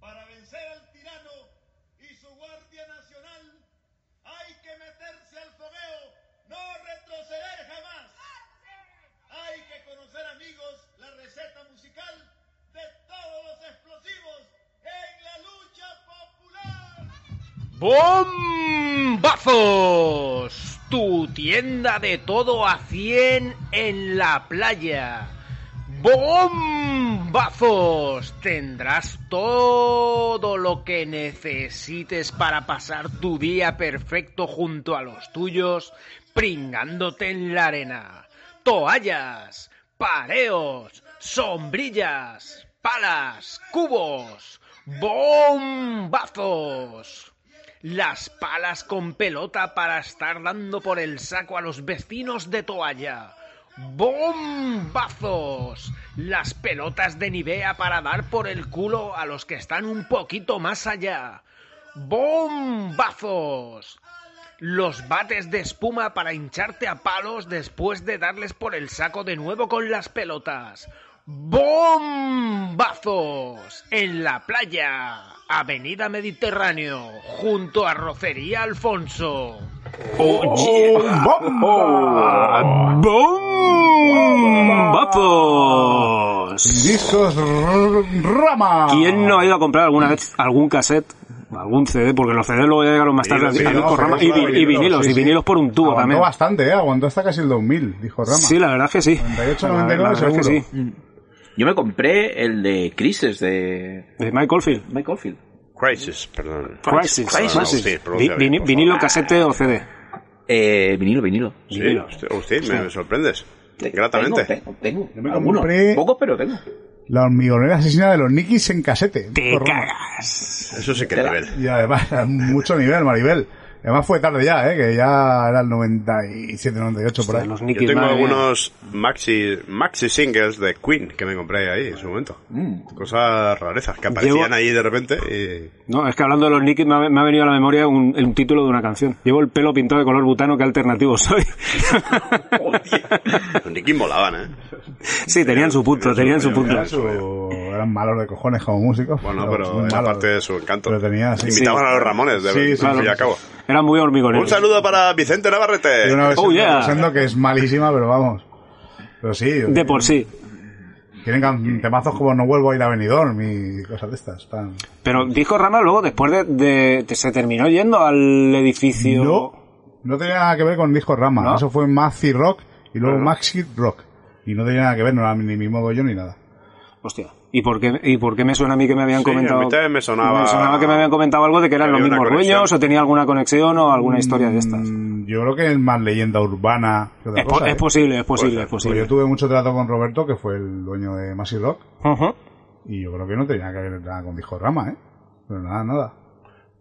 Para vencer al tirano y su Guardia Nacional, hay que meterse al fogueo, no retroceder jamás. Hay que conocer, amigos, la receta musical de todos los explosivos en la lucha popular. ¡Bombazos! Tu tienda de todo a 100 en la playa. ¡Bombazos! Tendrás todo lo que necesites para pasar tu día perfecto junto a los tuyos, pringándote en la arena. Toallas, pareos, sombrillas, palas, cubos, bombazos. Las palas con pelota para estar dando por el saco a los vecinos de toalla. ¡Bombazos! Las pelotas de Nivea para dar por el culo a los que están un poquito más allá. ¡Bombazos! Los bates de espuma para hincharte a palos después de darles por el saco de nuevo con las pelotas. ¡Bombazos! En la playa, Avenida Mediterráneo, junto a Rocería Alfonso. ¡Bombazos! Discos r- Rama. ¿Quién no ha ido a comprar Mm. alguna vez algún cassette? o Algún CD, porque los CD luego ya llegaron más tarde Sí, al no, disco Rama. pero Y, eso vi- era y vinilos, sí, y sí. vinilos por un tubo aguantó también. bastante, ¿eh? Aguantó hasta casi el 2000, dijo Rama. Sí, la verdad es que sí. 98, La verdad 99 es que sí. Yo me compré el de Crisis de De Michael Field. Mike Oldfield. Crisis, perdón. Crisis. Perdón, Crisis. sí, perdón, Vi- David, vini- por vinilo, favor. casete o CD. Eh, vinilo, vinilo. Sí, Vinilo. usted, usted me sorprendes. Gratamente. Tengo, tengo. Yo me algunos. compré- Pocos, pero tengo. La hormigonera asesina de los Nikis en casete. Te Discos Rama. cagas. Eso sí que es nivel. Y además, a mucho nivel, Maribel. Además fue tarde ya, ¿eh? Que ya era el 97, 98 por ahí. Los Yo Nikis, tengo madre mía. algunos maxi, maxi singles de Queen que me compré ahí en su momento. Mm. Cosas rarezas que aparecían Llevo- ahí de repente y... No, es que hablando de los Nikis me ha, me ha venido a la memoria un, un título de una canción. Llevo el pelo pintado de color butano, qué alternativo soy. Los Nicky molaban, ¿eh? sí, tenían su punto, tenían su punto. Eran su- Eran malos de cojones como músicos. Bueno, muy pero era malos. parte de su encanto. Pero tenía, sí. Imitaban a los Ramones, de Sí, sí, sí, fin y claro. a cabo. Eran muy Un hormigoneros. saludo para Vicente Y Navarrete. una vez Oh, yeah. que es malísima, pero vamos. Pero sí, De por sí. tienen can- temazos como No vuelvo a ir a Benidorm y cosas de estas. tan- Pero dijo Rama luego, después de, de- de- se terminó yendo al edificio. No, No tenía nada que ver con Disco Rama. ¿No? Eso fue Maxi Rock y luego Claro. Maxi Rock. Y no tenía nada que ver, no era ni mi modo yo ni nada. Hostia. ¿Y por, qué, ¿Y por qué me suena a mí que me habían Sí, comentado? a mí también me sonaba- que me habían comentado algo de que eran que los había una mismos conexión. dueños o tenía alguna conexión o alguna historia de estas. Mm, Yo creo que es más leyenda urbana que otra Es, po- cosa. es ¿eh? posible, es posible, es Pues posible. yo tuve mucho trato con Roberto, que fue el dueño de Maxi Rock, Ujú. y yo creo que no tenía que ver nada con Disco Rama, ¿eh? Pero nada, nada.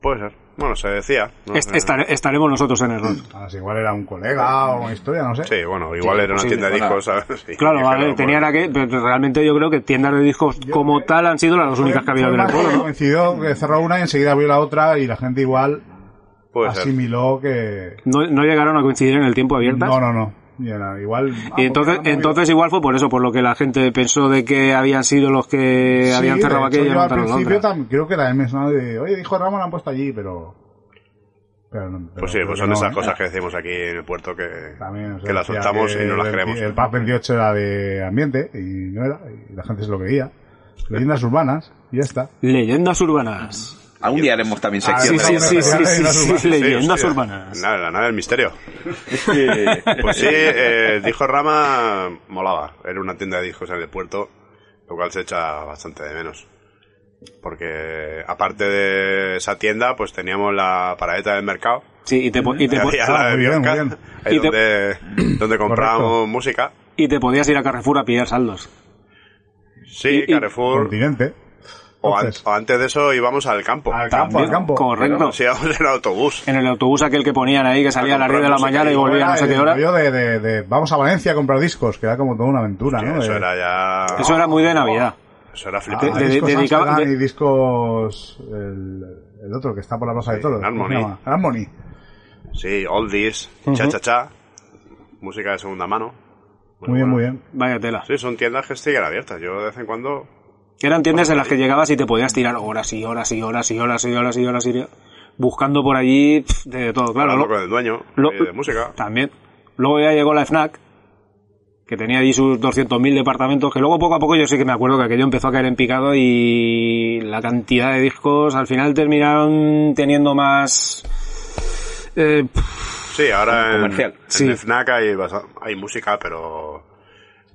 Puede ser. Bueno, se decía. no eh, Est- sé. estare- estaremos nosotros en error. Ah, si igual era un colega o una historia, no sé. Sí, bueno, igual Sí, era una posible, tienda de bueno. discos, ¿sabes? Sí, Claro, es a que ver, no, tenían bueno. aquel, pero realmente yo creo que tiendas de discos como tal han sido las Fue- únicas que ha habido fue en el eh, más pueblo, que ¿no? Coincidió que cerró una y enseguida abrió la otra y la gente igual Puede ser. asimiló que... ¿no? no llegaron a coincidir en el tiempo abiertas. No, no, no. Y era igual... Y entonces, entonces igual fue por eso, por lo que la gente pensó de que habían sido los que Sí, eh, habían de cerrado hecho, aquello y yo al montaron la principio otra. tam- creo que la he sonado de... Oye, dijo Ramos, la han puesto allí, pero... pero no- pero Pues sí, creo pues que son no, esas ¿eh? cosas que decimos aquí en el puerto que, También, o sea, que las decía soltamos que y no las el- creemos. El PAP 28 era de ambiente y no era, y la gente se lo creía. Leyendas urbanas, y ya está. Leyendas urbanas. Algún día haremos también Ah, sección Sí, sí, de sí, sí, leyendas sí, leyendas sí, urbanas. sí, Sí, leyendas hostia. urbanas. Nada, la nada del misterio. Pues sí, eh, dijo Rama, molaba. Era una tienda de discos en el puerto, lo cual se echa bastante de menos. Porque aparte de esa tienda, pues teníamos la paradeta del mercado. Sí, y te, po- y te que po- había ah, la de muy bien, Biosca, muy bien. ahí Y te- donde, donde comprábamos Correcto. música. y te podías ir a Carrefour a pillar saldos. Sí, Y- y- Carrefour. Continente. o, an- Entonces, o antes de eso íbamos al campo. al campo, al campo. Correcto. Nos íbamos en autobús. En el autobús aquel que ponían ahí, que salía a las comprar 10 de la música mañana y y luego volvía a no sé qué hora. Yo de, de- de vamos a Valencia a comprar discos, que era como toda una aventura, Que ¿no? eso De- era ya. Eso era muy de Navidad. eso era eh. ah, flipante. de- de- discos dedicaba- Amsterdam de- y discos el, el otro que está por la plaza de toros. ¿cómo Harmony. se llama? Harmony. Sí, oldies, cha cha cha, música de segunda mano. Muy, bien, muy bien. Vaya tela. Sí, son tiendas que siguen abiertas. Yo de vez en cuando. Eran tiendas en las que llegabas y te podías tirar horas y horas y horas y horas y horas y horas y horas buscando por allí pf, de todo, claro. hablando lo- con el dueño lo- eh, de música. También. Luego ya llegó la FNAC, que tenía allí sus 200.000 departamentos, que luego poco a poco yo sí que me acuerdo que aquello empezó a caer en picado y la cantidad de discos al final terminaron teniendo más... eh, pf, Sí, ahora en, Comercial. en Sí. el Fnac hay, basa- hay música, pero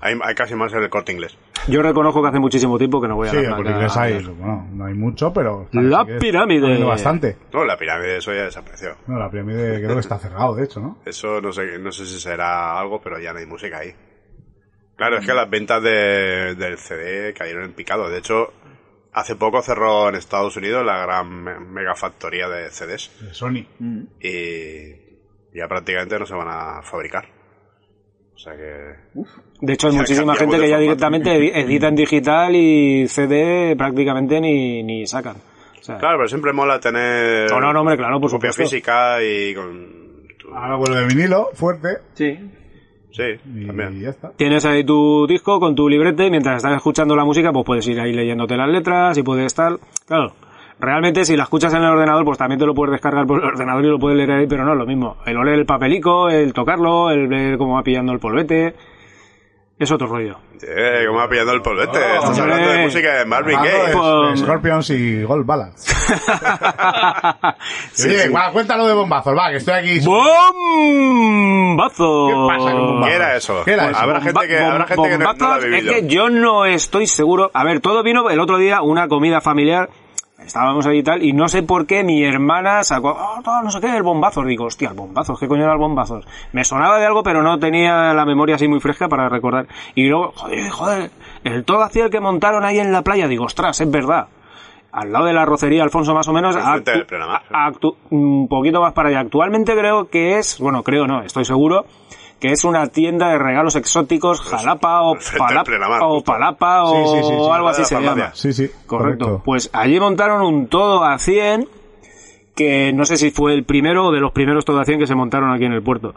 hay, hay casi más en el corte inglés. yo reconozco que hace muchísimo tiempo que no voy a Sí, la porque FNAC. inglés hay, bueno, no hay mucho, pero... La sí que- pirámide. Bastante. No, la pirámide, eso ya desapareció. No, la pirámide creo que está cerrado, de hecho, ¿no? Eso no sé, no sé si será algo, pero ya no hay música ahí. Claro, Mm. es que las ventas de, del CD cayeron en picado. De hecho, hace poco cerró en Estados Unidos la gran me- megafactoría de CDs. De Sony. y ya prácticamente no se van a fabricar. O sea que... De hecho, hay Ya muchísima cambiamos gente de que ya formato. directamente edi- edita en digital y CD prácticamente ni, ni sacan. O sea, Claro, pero siempre mola tener No, no, no, hombre, claro, por copia supuesto. física y con... tu- Ahora vuelve el vinilo, fuerte, Sí, y también. ya está. Tienes ahí tu disco con tu librete, mientras estás escuchando la música, pues puedes ir ahí leyéndote las letras y puedes estar... Claro, realmente si la escuchas en el ordenador, pues también te lo puedes descargar por el ordenador y lo puedes leer ahí, pero no es lo mismo. El oler el papelico, el tocarlo, el ver cómo va pillando el polvete, es otro rollo. Eh, ¿Cómo va pillando el polvete? Estás Oh, hombre. eh. hablando de música de Marvin Gaye. Hablando de- de Pum. Scorpions y Gold Ballads. Oye, va, cuéntalo de bombazos, va, que estoy aquí. ¡Bombazo! ¿Qué pasa con bombazos? ¿Qué era eso? ¿Qué era eso? Habrá gente que, Bomba- habrá gente que no, no lo ha bombazos, vivido. Es que yo no estoy seguro. A ver, todo vino el otro día, una comida familiar. Estábamos ahí y tal, y no sé por qué mi hermana sacó, "Ah, tal, no sé qué, el bombazo. Digo, hostia, el bombazo, ¿qué coño era el bombazo? Me sonaba de algo, pero no tenía la memoria así muy fresca para recordar. Y luego, joder, joder, el todo hacia el que montaron ahí en la playa. Digo, ostras, es verdad. Al lado de la rocería, Alfonso, más o menos, Enfrente actu- del Pleamar. actu- un poquito más para allá. Actualmente creo que es, bueno, creo no, estoy seguro, que es una tienda de regalos Pues, exóticos, Jalapa o, perfecto, Palap- en plena mar, o justo. Palapa o Sí, sí, sí, sí, algo así la se farmacia. llama. Sí, sí. Correcto. Pues allí montaron un todo a 100, que no sé si fue el primero o de los primeros todo a 100 que se montaron aquí en el puerto.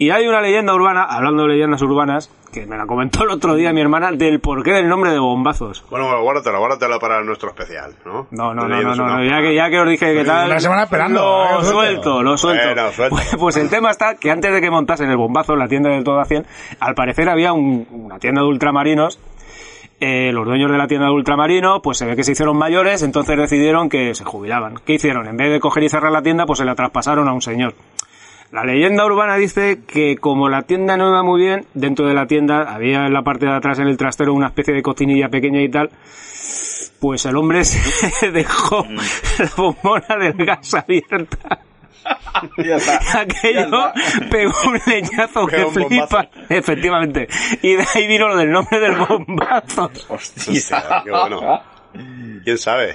Y hay una leyenda urbana, hablando de leyendas urbanas, que me la comentó el otro día mi hermana, del porqué del nombre de bombazos. Bueno, bueno, guárdatelo, guárdatelo para nuestro especial, ¿no? No, no, Te no, leí no, de Pues su no, no, nombre. ya que, ya que os dije que tal. Una semana esperando, ¿eh? a Lo ver, suelto, lo suelto. Bueno, suelta. Pues, pues el tema está que antes de que montasen el bombazo en la tienda del todo a 100, al parecer había un- una tienda de ultramarinos. eh, los dueños de la tienda de ultramarinos, pues se ve que se hicieron mayores, entonces decidieron que se jubilaban. ¿Qué hicieron? En vez de coger y cerrar la tienda, pues se la traspasaron a un señor. La leyenda urbana dice que como la tienda no iba muy bien, dentro de la tienda había en la parte de atrás en el trastero una especie de cocinilla pequeña y tal, pues el hombre se dejó la bombona del gas abierta. Ya está. Aquello pegó un leñazo que Pegó un bombazo. flipa. Efectivamente. Y de ahí vino lo del nombre del bombazo. Hostia, ah, qué bueno. ¿Quién sabe?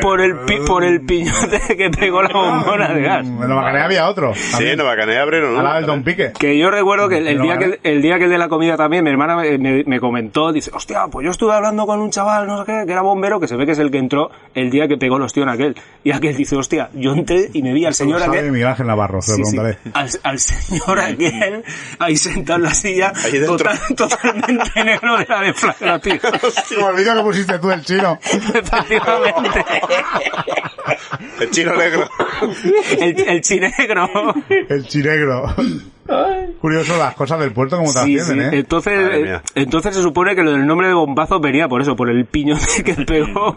Por el, pi- por el piñote que pegó la bombona de gas. En la Macarena había otro. Sí, también. no va a canear, pero no. Hablaba del Don Pique. Que yo recuerdo que el, el Pero día, que vale. el, el día que el de la comida también, mi hermana me, me- me comentó, dice, hostia, pues yo estuve hablando con un chaval, no sé qué, que era bombero, que se ve que es el que entró el día que pegó el ostión aquel. Y aquel dice, hostia, yo entré y me vi al señor Sabe aquel. Miguel Ángel Navarro, se Sí, lo sí, preguntaré. al, al señor aquel ahí sentado en la silla Ahí dentro. total- totalmente negro de la deflagración Me olvido que pusiste tú el chino. efectivamente El chino negro. el, el chinegro El chinegro. Curioso las cosas del puerto como te Sí, atienden, sí. ¿eh? Madre Entonces, mía. entonces se supone que lo del nombre de bombazo venía por eso, por el piñote que pegó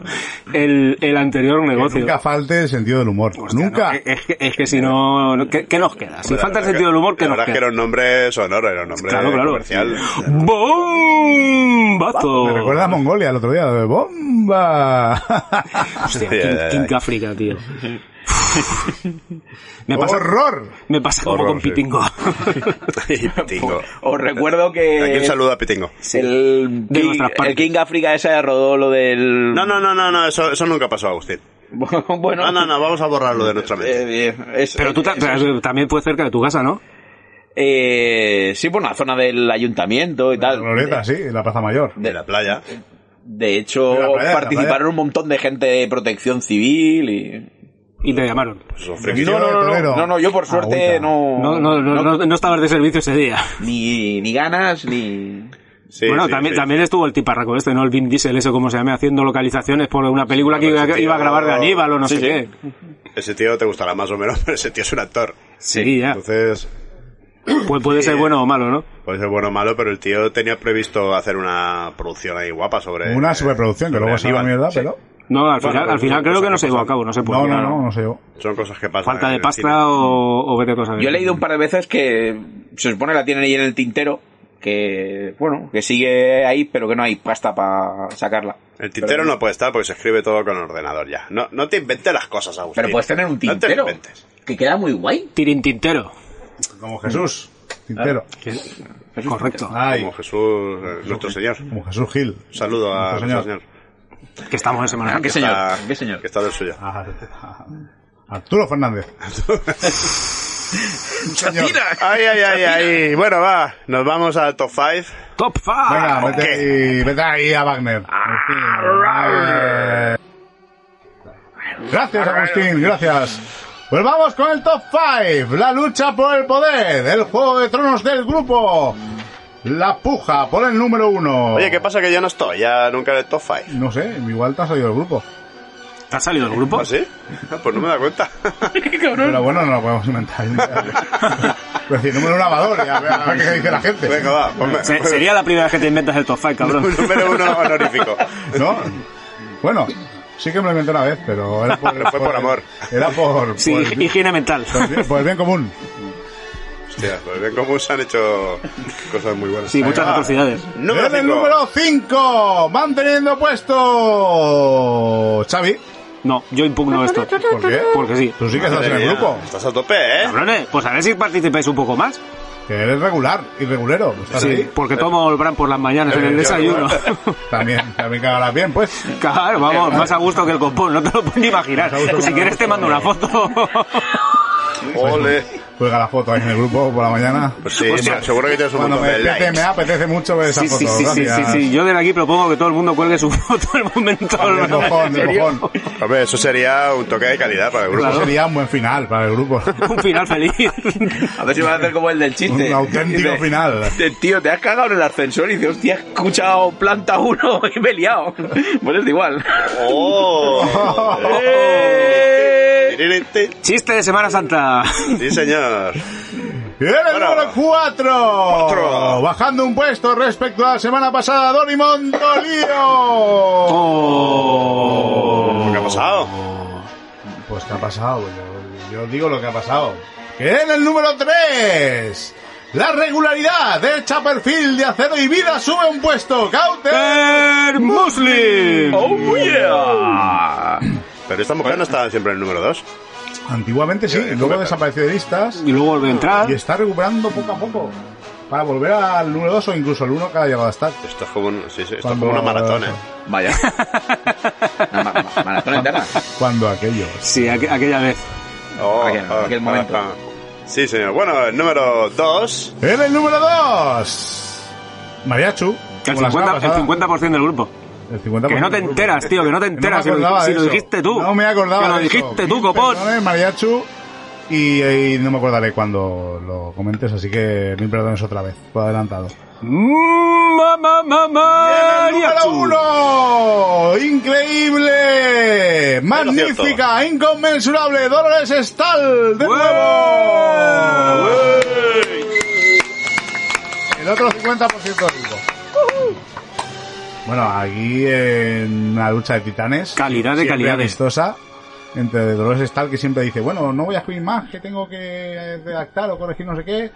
el, el anterior Que negocio. nunca falte el sentido del humor. Hostia, nunca. no, eh, es, que, es que si no, no- ¿qué, qué nos queda? Si falta el sentido del humor, ¿qué La nos verdad es que queda? los nombres sonoros, los nombres Claro, claro. comercial. ¡Bombazo! Me recuerda a Mongolia el otro día. de ¡Bomba! Hostia, Sí, King, ay, ay, King ay. África, tío. me pasa, ¡Horror! me pasa como Horror, con sí. Pitingo. Y Pitingo. Os recuerdo que. Aquí un saludo a Pitingo. mm. El, De King, nuestras partes. el King África ese rodó lo del. No, no, no, no, no, eso, eso nunca pasó, Agustín. bueno. No, no, no, vamos a borrarlo de nuestra mente. eh, eh, es- Pero tú ta- es- pero también puedes cerca de tu casa, ¿no? eh, sí, por la zona del ayuntamiento y tal. Loreta, sí, en la Plaza Mayor. De la playa. eh, De hecho, De la playa, de la participaron playa. un montón de gente de protección civil y... Y te llamaron. Son Yo frikis. de no, no, torero. no, no, yo por suerte Ah, Agüita. no, No, no, no, no, no estabas de servicio ese día. Ni, ni ganas, ni... Sí, bueno, sí, también, sí. también estuvo el tiparraco este, ¿no? El Vin Diesel, eso como se llama, haciendo localizaciones por una película que pero iba, ese tío- iba a grabar de Aníbal o no Sí, sé sí. qué. Ese tío te gustará más o menos, pero ese tío es un actor. Sí, ya. Entonces, Pu- puede ser bueno o malo, ¿no? puede ser bueno o malo, pero el tío tenía previsto hacer una producción ahí guapa Eh, sobre. Una superproducción que sobre luego se la Aníbal. mierda, Sí. pero. No, al Bueno, final, pero al final son creo cosas que no que se llevó a pasan. cabo, no sé por No, qué. no, no, no sé yo. Son cosas que pasan. Falta en de el cine. pasta o, o vete tú a saber. Yo he leído un par de veces que se supone la tienen ahí en el tintero, que, bueno, que sigue ahí, pero que no hay pasta para sacarla. El tintero no puede estar porque se escribe todo con ordenador ya. No, no te inventes las cosas, Agustín. Pero puedes tener un No te tintero, lo inventes. que queda muy guay. Tirin tintero. Como Jesús. Tintero. Correcto. Ay, Como Jesús, eh, nuestro Señor. como Jesús Gil. Un saludo a Nuestro nuestro Señor. Señor. Que estamos en Semana Santa. señor, Está- qué señor. Que está del suyo. A- a- Arturo Fernández. Un señor. Ay, ay, ay, ay. Bueno, va. Nos vamos al top 5. Top 5. Ah, Venga, vete ahí, vete ahí a Wagner. Gracias, Agustín, gracias. Pues vamos con el top 5. La lucha por el poder. El juego de tronos del grupo. La puja por el número 1. Oye, ¿qué pasa que yo no estoy? Ya nunca en el top 5. Oh. No sé, igual te ha salido el grupo. ¿Te has salido del grupo? ¿Ah, sí? Ah, Pues no me da cuenta. Pero bueno, no lo podemos inventar. Pero si número un lavador, ya, a ver qué dice la gente. Venga, va. ponme- Se- sería la primera vez que te inventas el top 5, cabrón. Número uno honorífico. ¿No? Bueno, sí que me lo inventé una vez, pero era por, Pero fue por amor. Era por, Sí, por, hig- higiene mental. por bien- por el bien común. Hostia, pues ven cómo se han hecho cosas muy buenas. Sí, muchas Venga, va. atrocidades. Número en el cinco. número 5, manteniendo puesto Xavi. No, yo impugno esto. ¿Por qué? Porque sí. Tú sí que estás Madre en el mía, grupo, Estás a tope, ¿eh? Cabrones, pues a ver si participáis un poco más. que eres regular y regulero. Pues Estás Sí, ahí. porque tomo el bran por las mañanas Eh, en el desayuno. También, también cagarás bien, pues. Claro, vamos, más a gusto que el compón, no te lo puedes ni imaginar. eh. Más a gusto que Si el quieres te mando una foto. Ole. Cuelga la foto ahí en el grupo por la mañana. Pues sí, mira, seguro que tienes un Cuando montón me de apetece, me likes. apetece mucho ver esa Sí, sí, foto. sí, sí, sí, gracias. sí. Yo desde aquí propongo que todo el mundo cuelgue su foto al momento. Del mojón, del mojón. Hombre, eso sería un toque de calidad para el grupo. Eso sería un buen final para el grupo. Un final feliz. A ver si van a hacer como el del chiste. Un auténtico Dice, final. "Te- Tío, te has cagado en el ascensor y dices, hostia, he escuchado planta 1 y me he liado. Bueno, es de igual. ¡Oh! Tiririti. Chiste de Semana Santa. Sí, señor. Y en el Bueno. número 4. Cuatro. Bajando un puesto respecto a la semana pasada, Doni Montolío. ¿Qué ha pasado? Oh. Pues qué ha pasado. Yo, yo digo lo que ha pasado. que en el número 3. La regularidad de Chapperfield de Acero y Vida sube un puesto. Cauter Muslim. ¡Oh, yeah! Pero esta mujer no estaba siempre en el número 2. Antiguamente sí, Yo- yo luego me- desapareció de listas Y luego volvió a entrar. y está recuperando poco a poco para volver al número 2 o incluso al 1 que ha llegado a estar. Esto es como, un- sí, sí, esto es Cuando- como una maratón, ¿eh? Vaya. Una ma- ma- maratón eterna. Cuando aquello. Sí, aqu- aquella vez. Oh, Aquel- ah, aquel ah, momento. ah. Sí, señor. Bueno, el número 2. En el número 2. Mariachu. Que El como 50%, la semana el pasada. 50% del grupo. El 50%. Que no te enteras, tío, que no te enteras. pues, No me si lo, acordaba si de lo eso. dijiste tú. No me acordaba. Que lo de eso. dijiste tú, Mil copón. perdones, Mariachu. Y, y no me acordaré cuando lo comentes, así que mil perdones otra vez, por adelantado. Mamá, mamá, ¡El número uno! ¡Increíble! ¡Magnífica! ¡Inconmensurable! ¡Dolores Stahl! ¡De ¡Ué! nuevo! El otro 50% del grupo. Uh-huh. Bueno, aquí en una lucha de titanes. Calidad de siempre calidades. Amistosa. Entre Dolores Stahl, que siempre dice, bueno, no voy a escribir más, que tengo que redactar o corregir no sé qué.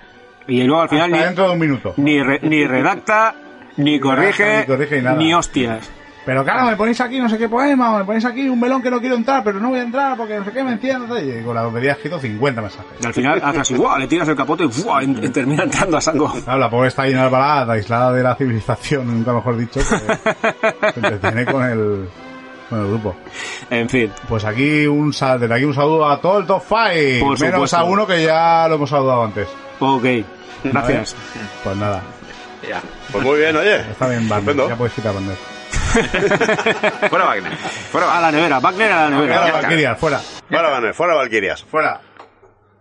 Y luego al Hasta final dentro de un minuto. ni, ni, re- ni redacta, ni corrige, ni corrige ni nada. ni hostias. Pero claro, me ponéis aquí no sé qué poema, o me ponéis aquí un melón que no quiero entrar, pero no voy a entrar porque no sé qué me entiendo. Y con la tontería he escrito 50 mensajes. Y al final haces así, ¡guau! le tiras el capote y ¡guau! en- en- termina entrando a saco. Claro, la pobre está ahí en Albalada, aislada de la civilización, nunca mejor dicho, que se entretiene con el, con el grupo. En fin. Pues aquí un, sal- desde aquí un saludo a todo el top 5, Por menos supuesto. a uno que ya lo hemos saludado antes. Ok. Gracias. Pues nada, Ya. Pues muy bien, oye. está bien, Wagner, Estupendo. ya puedes quitar Wagner. Fuera Wagner. Fuera A Wagner. la nevera. Wagner a la nevera. Fuera, Valkyrias, fuera, Fuera, Manuel, fuera, Valkyrias. fuera.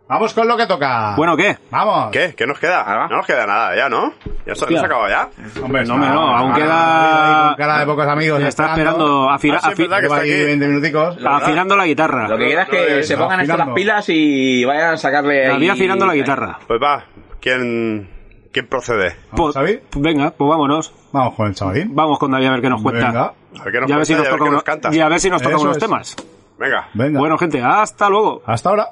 Vamos con lo que toca. Bueno, ¿qué? Vamos. ¿Qué? ¿Qué nos queda? No nos queda nada ya, ¿no? ¿Ya se, ¿no se ha acabado ya? Hombre, No, hombre, no, está- aún está- queda- ahí Con cara de pocos amigos. Está esperando Pues- afira- Ah, sí, afi- verdad que Lleva está ahí aquí. 20 minuticos. La verdad. afinando la Lo guitarra. que queda es que no, se no, pongan esto las afilando. pilas y vayan a sacarle. La vi ahí- afinando la guitarra. Pues va. ¿Quién, quién procede? Pues- Vamos, Xavi. venga, pues vámonos. Vamos con el chavalín. Vamos con David a ver qué nos Pues cuenta. Venga. A ver qué nos y a cuenta ver si y a nos ver toca qué unos- nos canta. y a ver si nos toca Eso unos es. temas. Venga. Venga. Bueno, gente, hasta luego. Hasta ahora.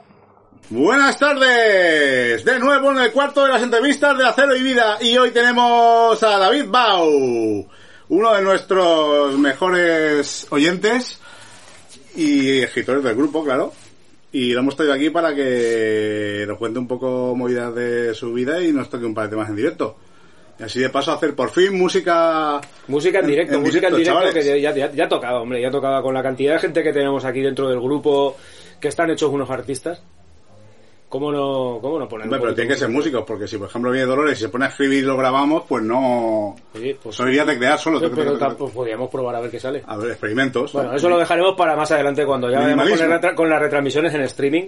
Buenas tardes. De nuevo en el cuarto de las entrevistas de Acero y Vida. Y hoy tenemos a David Bau, uno de nuestros mejores oyentes y escritores del grupo, claro. Y lo hemos traído aquí para que nos cuente un poco movidas de su vida y nos toque un par de temas en directo. Y así de paso hacer por fin música... Música en directo, en música en directo, directo, que chavales. ya, ya, ya tocaba, hombre, ya tocaba con la cantidad de gente que tenemos aquí dentro del grupo, que están hechos unos artistas. ¿Cómo no, cómo no poner un Hombre, pero poquito tienen que ser de músicos, porque si por ejemplo viene Dolores y se pone a escribir y lo grabamos, pues no... música? Sí, pues- Eso iría a teclear solo. pero tampoco podríamos probar a ver qué sale. A ver, experimentos. Bueno, eso lo dejaremos para más adelante cuando ya vayamos con, el Minimalismo. retra- con las retransmisiones en streaming.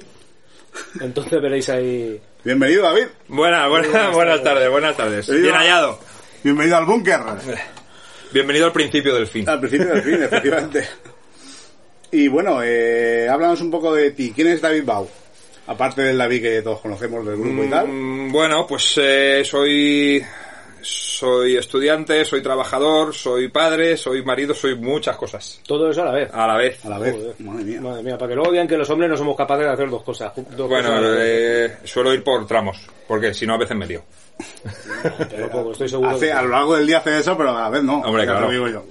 Entonces veréis ahí. Bienvenido, David. Buenas, buenas, buenas tardes, buenas tardes. Bienvenido. Bien hallado. Bienvenido al búnker. Bienvenido al principio del fin. Al principio del fin, efectivamente. Y bueno, eh, háblanos un poco de ti. ¿Quién es David Bau? Aparte del David que todos conocemos del grupo y tal. Mm, Bueno, pues eh, soy soy estudiante, soy trabajador, soy padre, soy marido, soy muchas cosas Todo eso a la vez. a la vez. A la vez. Joder. Madre mía. Madre mía, para que luego vean que los hombres no somos capaces de hacer dos cosas. ju- dos cosas a Bueno, la vez. eh, suelo ir por tramos, porque si no a veces me lío. Pero poco, estoy seguro. Hace, que- a lo largo del día hace eso, pero a la vez no. Hombre, Ya te claro. lo digo yo.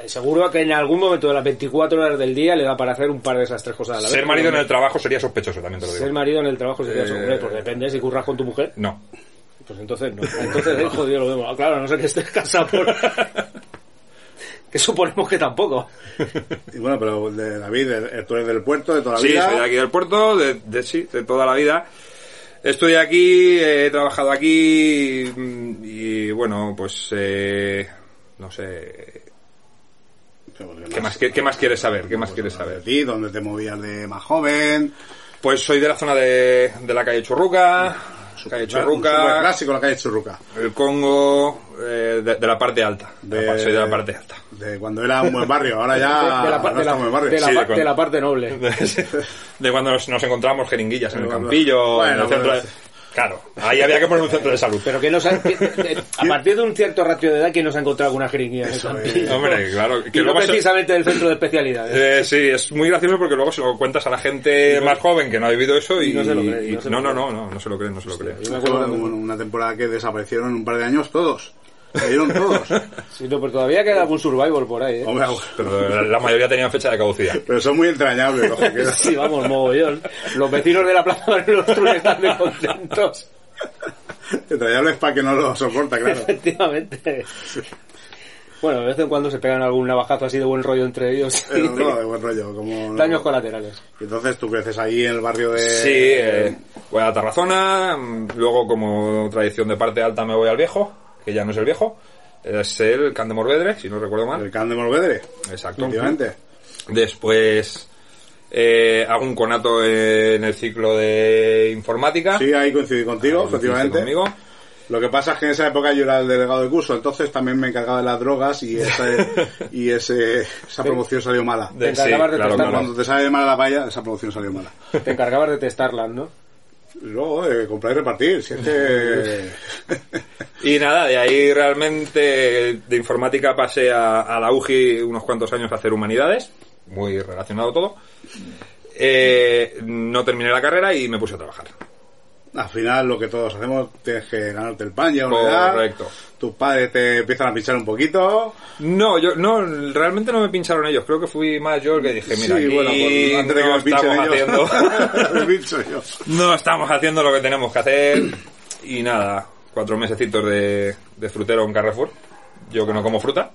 eh, Seguro que en algún momento de las 24 horas del día le da para hacer un par de esas tres cosas a la vez. Ser marido en el trabajo sería sospechoso, también te lo Ser digo. marido en el trabajo sería eso, Eh, hombre, pues depende si curras con tu mujer. No. Pues entonces no. Entonces, eh, jodido, lo vemos. Ah, Claro, a no sé que estés casado por... que suponemos que tampoco. Y bueno, pero de David, eh, tú eres del puerto de toda la Sí, vida. soy de aquí del puerto, de, de- sí, de toda la vida. Estoy aquí, he trabajado aquí mm, y bueno, pues eh, no sé. ¿Qué más, qué, qué más quieres saber? ¿Qué más quieres Pues De saber? ti, donde te movías de más joven. Pues soy de la zona de, de la calle Churruca, calle Un Churruca, clásico, la calle Churruca. el Congo, eh, de, de la parte alta. De la par- soy de la parte alta. De cuando era un buen barrio, ahora ya de, la, par- no de, la, está muy barrio. de la par- Sí, de cuando- de la parte noble. De cuando nos, nos encontramos jeringuillas en el Bueno, campillo, en bueno, el centro de- pues, Claro, ahí había que poner un centro de salud. Pero que nos han, que- eh, a partir de un cierto ratio de edad, que nos ha encontrado alguna jeringuilla? en el campillo? Hombre, claro. Y Que no luego se- precisamente del centro de especialidades. Eh, sí, es muy gracioso porque luego se lo cuentas a la gente más joven que no ha vivido eso y, y no se lo cree, y y- no se lo no, no, cree. no, no, no se lo cree, no se lo cree. me acuerdo Fue también. un- una temporada que desaparecieron un par de años todos. Se dieron todos. Sí, no, pero todavía queda algún survival por ahí, ¿eh? Hombre, Pero la, la mayoría tenían fecha de caducidad. pero son muy entrañables los que quedan. Sí, vamos, mogollón. Los vecinos de la plaza de los truques están de contentos. Entrañables para que no lo soporta, claro. Efectivamente. Bueno, de vez en cuando se pegan algún navajazo así de buen rollo entre ellos. Pero no, de buen rollo. Como Daños colaterales. Entonces tú creces ahí en el barrio de... Sí, eh, voy a la Tarrazona, mm, luego como tradición de parte alta me voy al viejo, que ya no es el viejo, es el Can de Morvedre, si no recuerdo mal. El Can de Morvedre. Exacto. Efectivamente. Después eh, hago un conato en el ciclo de informática. Sí, ahí coincidí contigo, efectivamente. Conmigo. Lo que pasa es que en esa época yo era el delegado de curso, entonces también me encargaba de las drogas y, ese, y ese, esa promoción salió mala. De- Te encargabas de claro, testar claro. Cuando te sale mal la valla, esa promoción salió mala. Te encargabas de testarlas, ¿no? Luego, eh, comprar y repartir, si es que... Y nada, de ahí realmente de informática pasé a, a la UGI unos cuantos años a hacer humanidades, muy relacionado todo. Eh, no terminé la carrera y me puse a trabajar. Al final, lo que todos hacemos, tienes que ganarte el pan ya a una edad. Correcto. Tus padres te empiezan a pinchar un poquito. No, yo no, realmente no me pincharon ellos. Creo que fui más yo el que dije, mira, sí, aquí bueno, pues, antes de que no me pinchen estamos ellos. me haciendo, pincho yo. no estamos haciendo lo que tenemos que hacer. Y nada, cuatro mesecitos de, de frutero en Carrefour. Yo que no como fruta,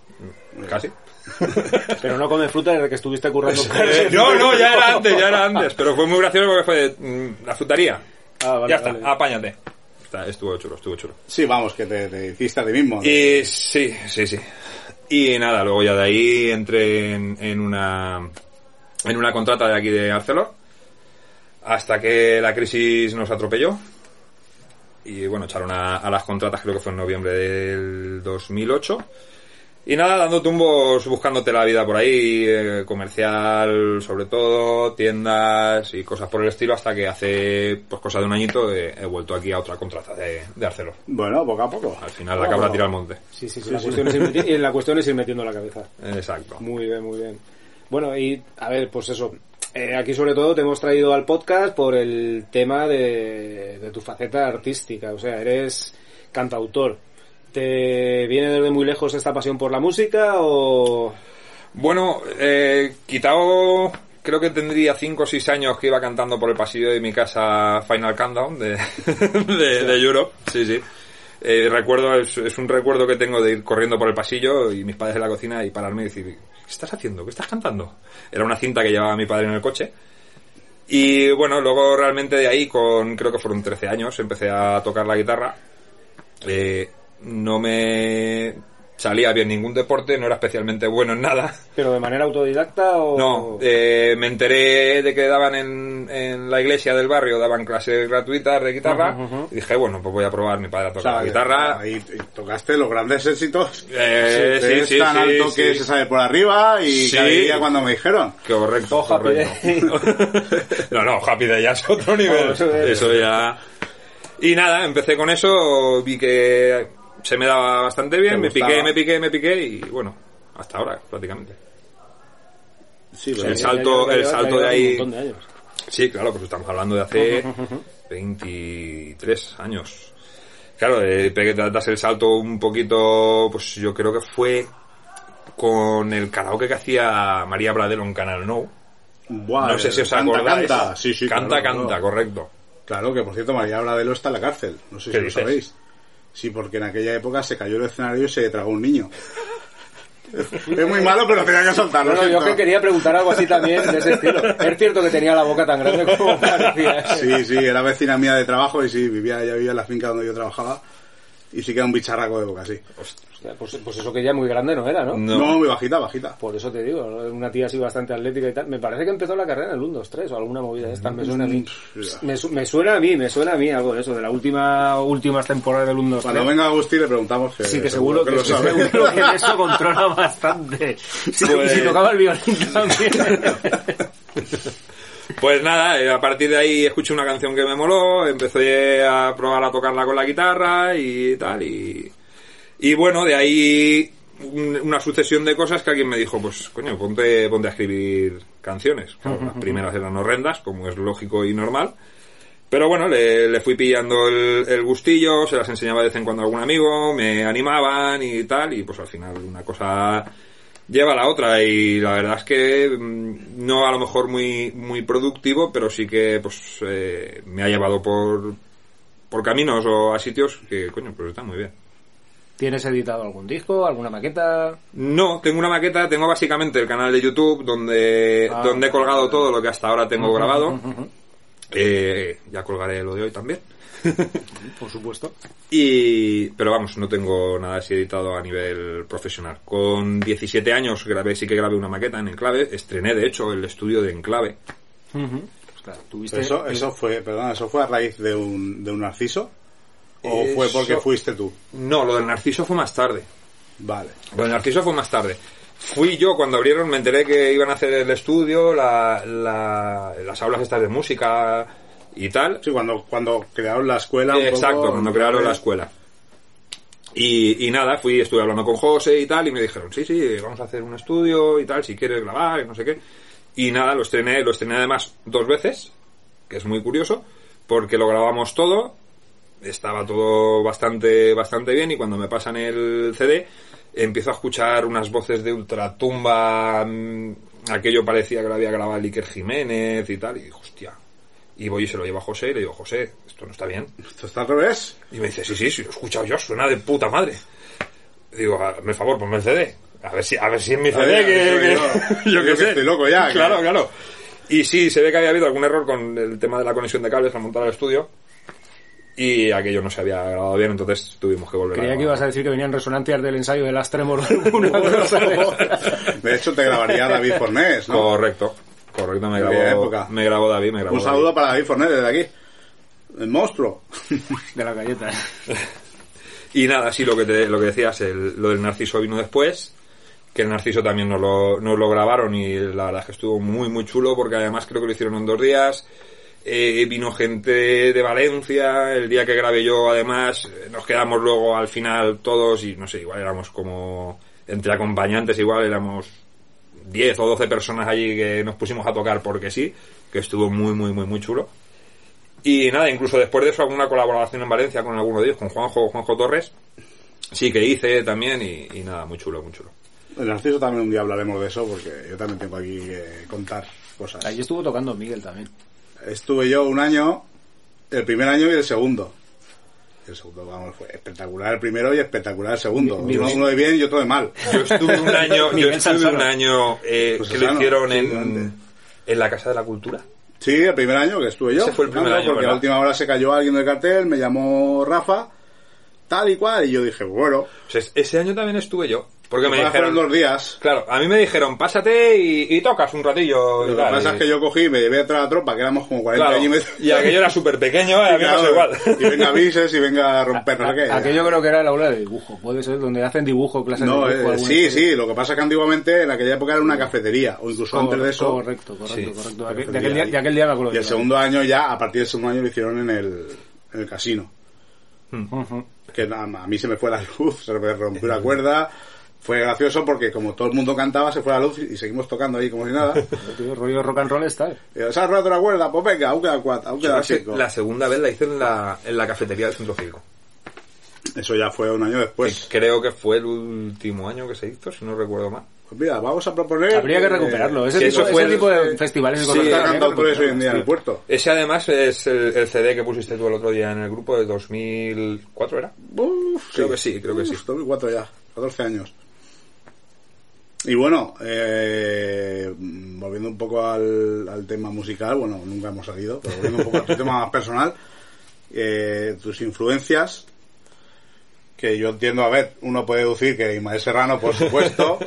casi. Pero no comes fruta desde que estuviste currando. Eh, no, no, ya era antes, ya era antes. Pero fue muy gracioso porque fue mm, la frutaría. Ah, vale, ya está, vale. apáñate. Está, estuvo chulo, estuvo chulo. Sí, vamos, que te, te hiciste a ti mismo. Y Eh, sí, sí, sí. Y nada, luego ya de ahí entré en, en una en una contrata de aquí de Arcelor hasta que la crisis nos atropelló y bueno, echaron a, a las contratas creo que fue en noviembre del 2008 y nada, dando tumbos, buscándote la vida por ahí, eh, comercial sobre todo, tiendas y cosas por el estilo hasta que hace pues cosa de un añito eh, he, vuelto aquí a otra contrata de, de Arcelor. Bueno, poco a poco. Al final la cabra tira al monte. Sí, sí, sí. La cuestión, es ir meti- y la cuestión es ir metiendo la cabeza. Exacto. Muy bien, muy bien. Bueno, y a ver, pues eso. Eh, aquí sobre todo te hemos traído al podcast por el tema de, de tu faceta artística. O sea, eres cantautor. ¿Te viene desde muy lejos esta pasión por la música o...? Bueno, eh, quitado, creo que tendría 5 o 6 años que iba cantando por el pasillo de mi casa Final Countdown de, de, de Europe. Sí, sí. Eh, recuerdo, es, es un recuerdo que tengo de ir corriendo por el pasillo y mis padres en la cocina y pararme y decir, ¿qué estás haciendo? ¿Qué estás cantando? Era una cinta que llevaba mi padre en el coche. Y bueno, luego realmente de ahí, con creo que fueron 13 años, empecé a tocar la guitarra. Eh, no me salía bien ningún deporte, no era especialmente bueno en nada. ¿Pero de manera autodidacta o...? No, eh, me enteré de que daban en, en la iglesia del barrio, daban clases gratuitas de guitarra. Y dije, bueno, pues voy a probar. Mi padre toca O sea, la guitarra. Ahí ahí tocaste los grandes éxitos. Eh, sí, Es sí, tan sí, alto sí. que se sale por arriba y Sí. cada día cuando me dijeron. Correcto, Ojo, correcto. no, no, Happy Day ya es otro nivel. No, eso es- Eso ya... Y nada, empecé con eso, vi que se me daba bastante bien, Te me gustaba. piqué, me piqué, me piqué y bueno, hasta ahora prácticamente. Sí, El Ya- ya salto- lleva- el ya salto lleva de ahí- Un montón de años. Sí, claro, pues estamos hablando de hace 23 años. Claro, eh, pegué- das el salto un poquito, pues yo creo que fue con el karaoke que hacía María Bradelo en Canal No. Buah, no sé si os canta, acordáis. Canta, sí, sí, canta, claro, canta, claro. correcto. Claro que, por cierto, María Bradelo está en la cárcel. No sé ¿Qué si lo dices? sabéis. Sí, porque en aquella época se cayó el escenario y se tragó un niño. es muy malo, pero tenía que soltarlo. No, no, yo que quería preguntar algo así también de ese estilo. Es cierto que tenía la boca tan grande como parecía. Sí, sí, era vecina mía de trabajo y sí, vivía, ella vivía en la finca donde yo trabajaba. Y sí que era un bicharraco de boca, sí. Hostia, Pues, pues eso que ya muy grande no era, ¿no? No. No, muy bajita, bajita. Por eso te digo, una tía así bastante atlética y tal. Me parece que empezó la carrera en el 1, 2, 3 o alguna movida de estas. Me suena a mí. Me, su- me suena a mí, me suena a mí algo de eso, de la última últimas temporadas del 1, 2, 3. Cuando venga Agustín le preguntamos que... Sí, que seguro que, lo sabe. seguro que de eso controla bastante. Si, si tocaba el violín también. Pues nada, eh, a partir de ahí escuché una canción que me moló, empecé a probar a tocarla con la guitarra y tal, y, y bueno, de ahí un- una sucesión de cosas que alguien me dijo, pues coño, ponte, ponte a escribir canciones. Claro, las primeras eran horrendas, como es lógico y normal. Pero bueno, le, le fui pillando el, el gustillo, se las enseñaba de vez en cuando a algún amigo, me animaban y tal, y pues al final una cosa lleva a la otra y la verdad es que mm, no a lo mejor muy muy productivo, pero sí que pues eh, me ha llevado por por caminos o a sitios que coño, pues está muy bien. ¿Tienes editado algún disco, alguna maqueta? No, tengo una maqueta, tengo básicamente el canal de YouTube donde, Ah. donde he colgado todo lo que hasta ahora tengo grabado. Ujú, ujú. Eh, ya colgaré lo de hoy también. Por supuesto. Y, pero vamos, no tengo nada así editado a nivel profesional. Con 17 años grabé, sí que grabé una maqueta en Enclave. Estrené, de hecho, el estudio de Enclave. Ujú. Pues claro, tuviste... Eso, eso fue, perdona, eso fue a raíz de un, de un narciso o fue porque Eso- fuiste tú. No, lo del Narciso fue más tarde. Vale. Lo del Narciso fue más tarde. Fui yo cuando abrieron, me enteré que iban a hacer el estudio, la, la- las aulas estas de música y tal. Sí, cuando cuando crearon la escuela. un poco- Exacto, cuando crearon la escuela. Y, y nada, fui, estuve hablando con José y tal, y me dijeron, sí, sí, vamos a hacer un estudio y tal, si quieres grabar, y no sé qué. Y nada, lo estrené, lo estrené además dos veces, que es muy curioso, porque lo grabamos todo, estaba todo bastante, bastante bien, y cuando me pasan el CD, empiezo a escuchar unas voces de ultratumba, mm, aquello parecía que lo había grabado Iker Jiménez y tal, y dije, hostia. Y voy y se lo llevo a José y le digo, José, esto no está bien. Esto está al revés. Y me dice, sí, sí, sí, lo he escuchado yo, suena de puta madre. Digo, "Ah, hazme el favor, ponme el CD. A ver si, a ver si es mi A CD, ver, que, a ver, que- yo- yo yo qué que sé. estoy loco ya, que- Claro, claro. Y sí, se ve que había habido algún error con el tema de la conexión de cables al montar el estudio. Y aquello no se había grabado bien, entonces tuvimos que volver Creía que ibas a decir que venían resonancias del ensayo de las Tremor o alguna cosa. De hecho, te grabaría David Fornés, ¿no? Correcto, correcto, me Aquella grabó, época. me grabó David, me grabó Un David. saludo para David Fornés desde aquí. El monstruo. de la galleta. Y nada, sí, lo que, te- lo que decías, el- lo del Narciso vino después, que el Narciso también nos lo, nos lo grabaron y la verdad es que estuvo muy, muy chulo porque además creo que lo hicieron en dos días. Eh, vino gente de Valencia, el día que grabé yo además, eh, nos quedamos luego al final todos y no sé, igual éramos como entre acompañantes, igual éramos 10 o 12 personas allí que nos pusimos a tocar porque sí, que estuvo muy, muy, muy, muy chulo. Y nada, incluso después de eso, alguna colaboración en Valencia con alguno de ellos, con Juanjo, Juanjo Torres, sí que hice también y, y nada, muy chulo, muy chulo. El narciso también un día hablaremos de eso porque yo también tengo aquí que contar cosas. Ahí estuvo tocando Miguel también. Estuve yo un año, el primer año y el segundo. El segundo, vamos, fue espectacular el primero y espectacular el segundo. Mi- mi- uno, uno de bien y otro de mal. Yo estuve un año, yo Miguel estuve Sansano. un año eh, Pues que lo Sansano, hicieron sí, grande. en, en la Casa de la Cultura. Sí, el primer año que estuve yo. Ese fue el primer Claro, año, Porque a ¿verdad? la última hora se cayó alguien del cartel, me llamó Rafa, tal y cual, y yo dije, bueno, O sea, es- ese año también estuve yo, porque me me fueron dos dijeron... días. Claro, a mí me dijeron, pásate y, y tocas un ratillo. y Lo que tal, pasa y- es que yo cogí y me llevé atrás a la tropa, que éramos como 40 Claro, milímetros. y aquello era ¿eh? súper pequeño, a mí me pasó Claro, igual. Y venga bises y venga a romper, no sé qué. Aquello creo que era el aula de dibujo. Puede ser donde hacen dibujo, clases de No, eh, dibujo. alguna sí, historia. sí, lo que pasa es que antiguamente en aquella época era una cafetería, o incluso antes de eso. Correcto, correcto, Sí. correcto. De aquel, de aquel día, de aquel día me acuerdo. Y yo. el segundo año ya, a partir del segundo año lo hicieron en el, en el casino. Ujú. Que a, a mí se me fue la luz, se me rompió la cuerda. Fue gracioso porque como todo el mundo cantaba, se fue la luz y y seguimos tocando ahí como si nada. Tío, rollo rock and roll está. eh. Y, Se ha roto la cuerda, pues venga, aún quedan cuatro, aún Yo quedan la se- cinco. la segunda vez la hice en la, en la cafetería del Centro Cívico. Eso ya fue un año después. Que Pues creo que fue el último año que se hizo, si no recuerdo mal. Pues mira, vamos a proponer... Habría que eh, recuperarlo. Ese, que tipo, eso fue ese el- tipo de festivales y Sí, ¿Cómo cosas habría está que cantando autores hoy en día en el recuperarlas, tío. puerto? Ese además es el, el CD que pusiste tú el otro día en el grupo de 2004, ¿era? Uf, Creo que sí, creo que sí. Uf, 2004 ya, 14 años. Y bueno, eh, volviendo un poco al, al tema musical, bueno, nunca hemos salido, pero volviendo un poco a tu tema más personal, eh, tus influencias, que yo entiendo, a ver, uno puede deducir que Ismael Serrano, por supuesto,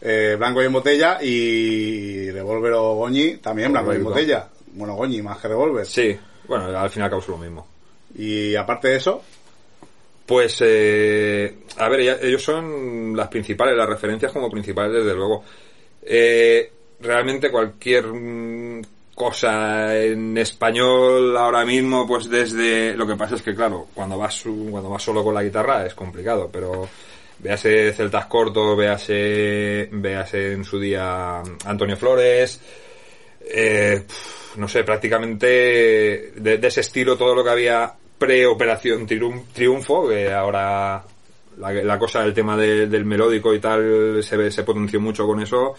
eh, Blanco y en Botella, y Revolver o Goñi, también Blanco y en Correcto. Botella. Bueno, Goñi más que Revolver. Sí, bueno, al final causó lo mismo. Y aparte de eso, Pues, eh, a ver, ella- ellos son las principales, las referencias como principales, desde luego. Eh, realmente cualquier mm, cosa en español ahora mismo, pues desde... Lo que pasa es que, claro, cuando vas, cuando vas solo con la guitarra es complicado, pero véase Celtas Corto, véase, véase en su día Antonio Flores, eh, pf, no sé, prácticamente de, de ese estilo todo lo que había pre-operación Triun- Triunfo, que ahora la, la cosa del tema de- del melódico y tal se, ve- se potenció mucho con eso.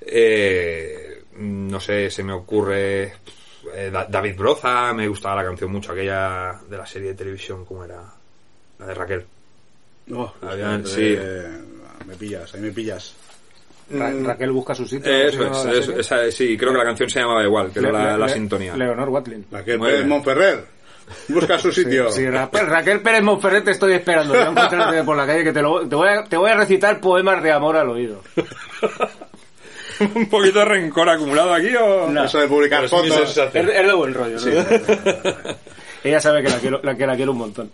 Eh, no sé, se me ocurre pf, eh, Da- David Broza, me gustaba la canción mucho, aquella de la serie de televisión, ¿cómo era? La de Raquel. Oh, Habían- eh, Ah, sí. me pillas, ahí me pillas. Ra- Mm. Raquel busca su sitio. Eh, ¿no? eso es, ¿Se llama la eso- serie? esa- sí, creo que la canción se llamaba igual, que Le- era la, le- la le- sintonía. Leonor Watlin. Raquel Muy Pérez bien. Monferrer. Busca su sitio. Sí, Raquel, Raquel Pérez Monferrer te estoy esperando. Voy a encontrarte por la calle que te, lo, te, voy a, te voy a recitar poemas de amor al oído. ¿Un poquito de rencor acumulado aquí o...? Eso de publicar Pues mi fotos. sensación. Es, es de buen rollo. ¿no? Ella sabe que la quiero, la, que la quiero un montón.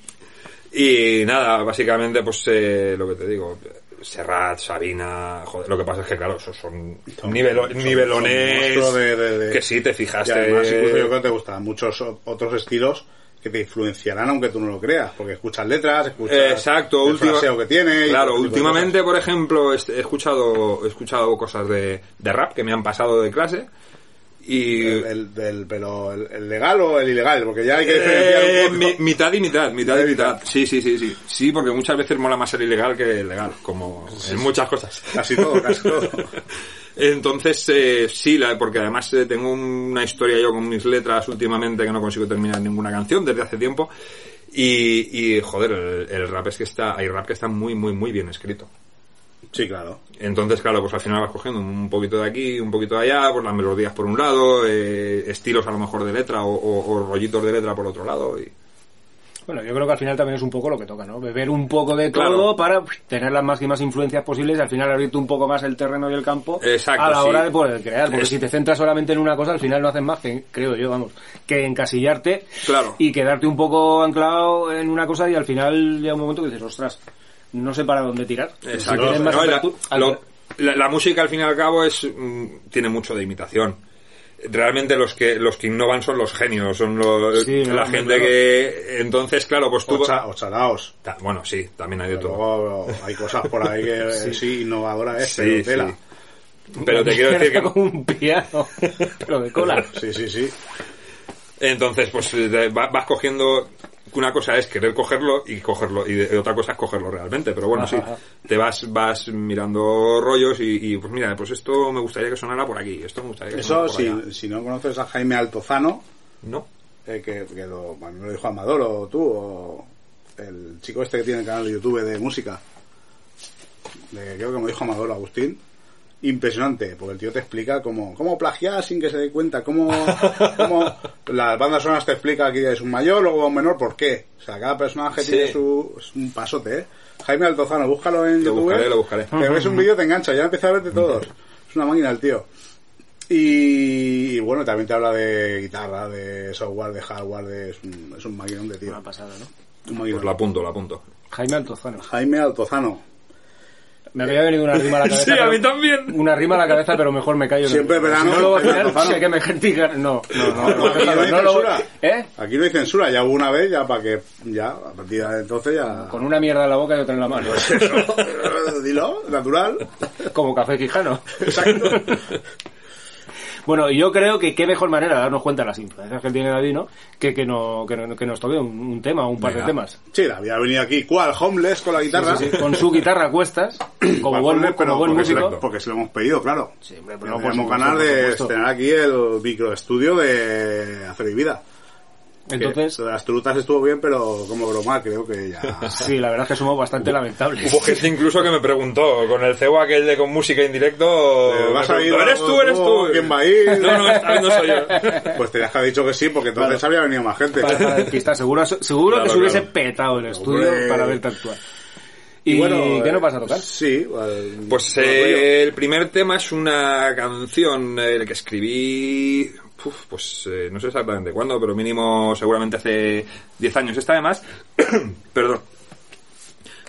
Y nada, básicamente, pues eh, lo que te digo, Serrat, Sabina, joder, lo que pasa es que, claro, esos son, nivelo- son- nivelones son monstruos de- de- de- que sí te Y fijaste. además, incluso yo creo que te gustan muchos o- otros estilos que te influenciarán aunque tú no lo creas, porque escuchas letras, escuchas Eh, Exacto, el última- fraseo que tiene. y Claro, todo ese tipo de últimamente, cosas. por ejemplo, est- he escuchado, he escuchado cosas de, de rap que me han pasado de clase y El, el- del- pero el, el legal o el ilegal, porque ya hay que diferenciar Eh, un mi- poco. mitad y mitad, mitad y Mitad y mitad. Sí, sí, sí, sí. Sí, porque muchas veces mola más el ilegal que el legal, como en muchas cosas. Casi todo, casi todo. Entonces, eh, sí, la- porque además eh, tengo una historia yo con mis letras últimamente que no consigo terminar ninguna canción desde hace tiempo. Y, y joder, el, el rap es que está, hay rap que está muy, muy, muy bien escrito. Sí, claro. Entonces, claro, pues al final vas cogiendo un poquito de aquí, un poquito de allá, pues las melodías por un lado, eh, estilos a lo mejor de letra o, o- o rollitos de letra por otro lado. Y, Bueno, yo creo que al final también es un poco lo que toca, ¿no? Beber un poco de Claro. todo para uff, tener las máximas influencias posibles y al final abrirte un poco más el terreno y el campo Exacto, a la sí. hora de poder crear. Porque Es- si te centras solamente en una cosa, al final no haces más que, creo yo, vamos, que encasillarte Claro. y quedarte un poco anclado en una cosa y al final llega un momento que dices, ostras, no sé para dónde tirar. Si Exacto. tienes más Eh, No, la, apertu- lo- la- la música al fin y al cabo es mm, tiene mucho de imitación. Realmente los que los que innovan son los genios, son los- Sí, la no, gente claro. que entonces claro pues tú O, cha- o chalaos. Ta- bueno sí también hay de Pero todo. luego hay cosas por ahí que sí, innovadora es, Sí, pero sí. tela. Pero te quiero decir que con un piano, pero de cola. Sí, sí, sí. entonces pues eh, va- vas cogiendo una cosa es querer cogerlo y cogerlo y de- otra cosa es cogerlo realmente pero bueno sí te vas vas mirando rollos y, y, pues mira pues esto me gustaría que sonara por aquí esto me gustaría que sonara Eso, por allá. si, si no conoces a Jaime Altozano, no eh, que, que lo, a mí me lo dijo Amador o tú, o el chico este que tiene el canal de YouTube de música, de- creo que me dijo Amador Agustín, impresionante, porque el tío te explica cómo, cómo plagiar sin que se dé cuenta, cómo, cómo las bandas sonoras te explica que es un mayor, luego va un menor, por qué. O sea, cada personaje Sí. tiene su es un pasote, ¿eh? Jaime Altozano, búscalo en Lo YouTube. buscaré, lo buscaré. Te ves un vídeo, te engancha, ya empieza a verte todos. Es una máquina el tío. Y, y bueno, también te habla de guitarra, de software, de hardware, de, es, un, es un maquinón de tío. Una pasada, ¿no? Un maquinón. pues lo apunto lo apunto Jaime Altozano. Jaime Altozano. Me había venido una rima a la cabeza. Sí, a pero- mí también. Una rima a la cabeza, pero mejor me callo. Siempre Si verano, No lo voy a Jaime hacer, Altozano. si hay que me gentica- No, no, no. no, Aquí no hay no lo- censura. ¿Eh? Aquí no hay censura, ya hubo una vez, ya para que, ya, a partir de entonces ya... Con una mierda en la boca y otra en la mano. Dilo, natural. Como café quijano. Exacto. Bueno, yo creo que qué mejor manera de darnos cuenta de las influencias que tiene David, ¿no? Que, que, no, que, no- que nos toque un, un tema o un par de temas. Sí, la había venido aquí, ¿cuál? Homeless con la guitarra. Sí, sí, Con su guitarra a cuestas, como Cual buen, Homeless, como pero buen porque se músico. lo- porque se lo hemos pedido, claro. Sí, hombre, pero Pero por podemos supuesto, ganar por de supuesto. estrenar aquí el microestudio de Hacer y Vida. Entonces, Que lo de las trutas estuvo bien, pero como broma creo que ya... sí, la verdad es que somos bastante lamentables. Hubo gente incluso que me preguntó, con el cebo aquel de con música en directo, Eh, me ¿vas a ir preguntó, a- ¿eres tú, eres tú? ¿Quién va a ir? No, no, esta vez no soy yo. Pues tenías que haber dicho que sí, porque entonces habría venido más gente. para, para despistar. Seguro, seguro Claro, que se hubiese claro. petado el estudio Hombre. para verte actuar. ¿Y, eh, qué nos vas eh, a tocar? Sí, bueno, Pues no lo eh, el primer tema es una canción eh, que escribí, uf, pues eh, no sé exactamente cuándo, pero mínimo seguramente hace 10 años. Esta además, perdón,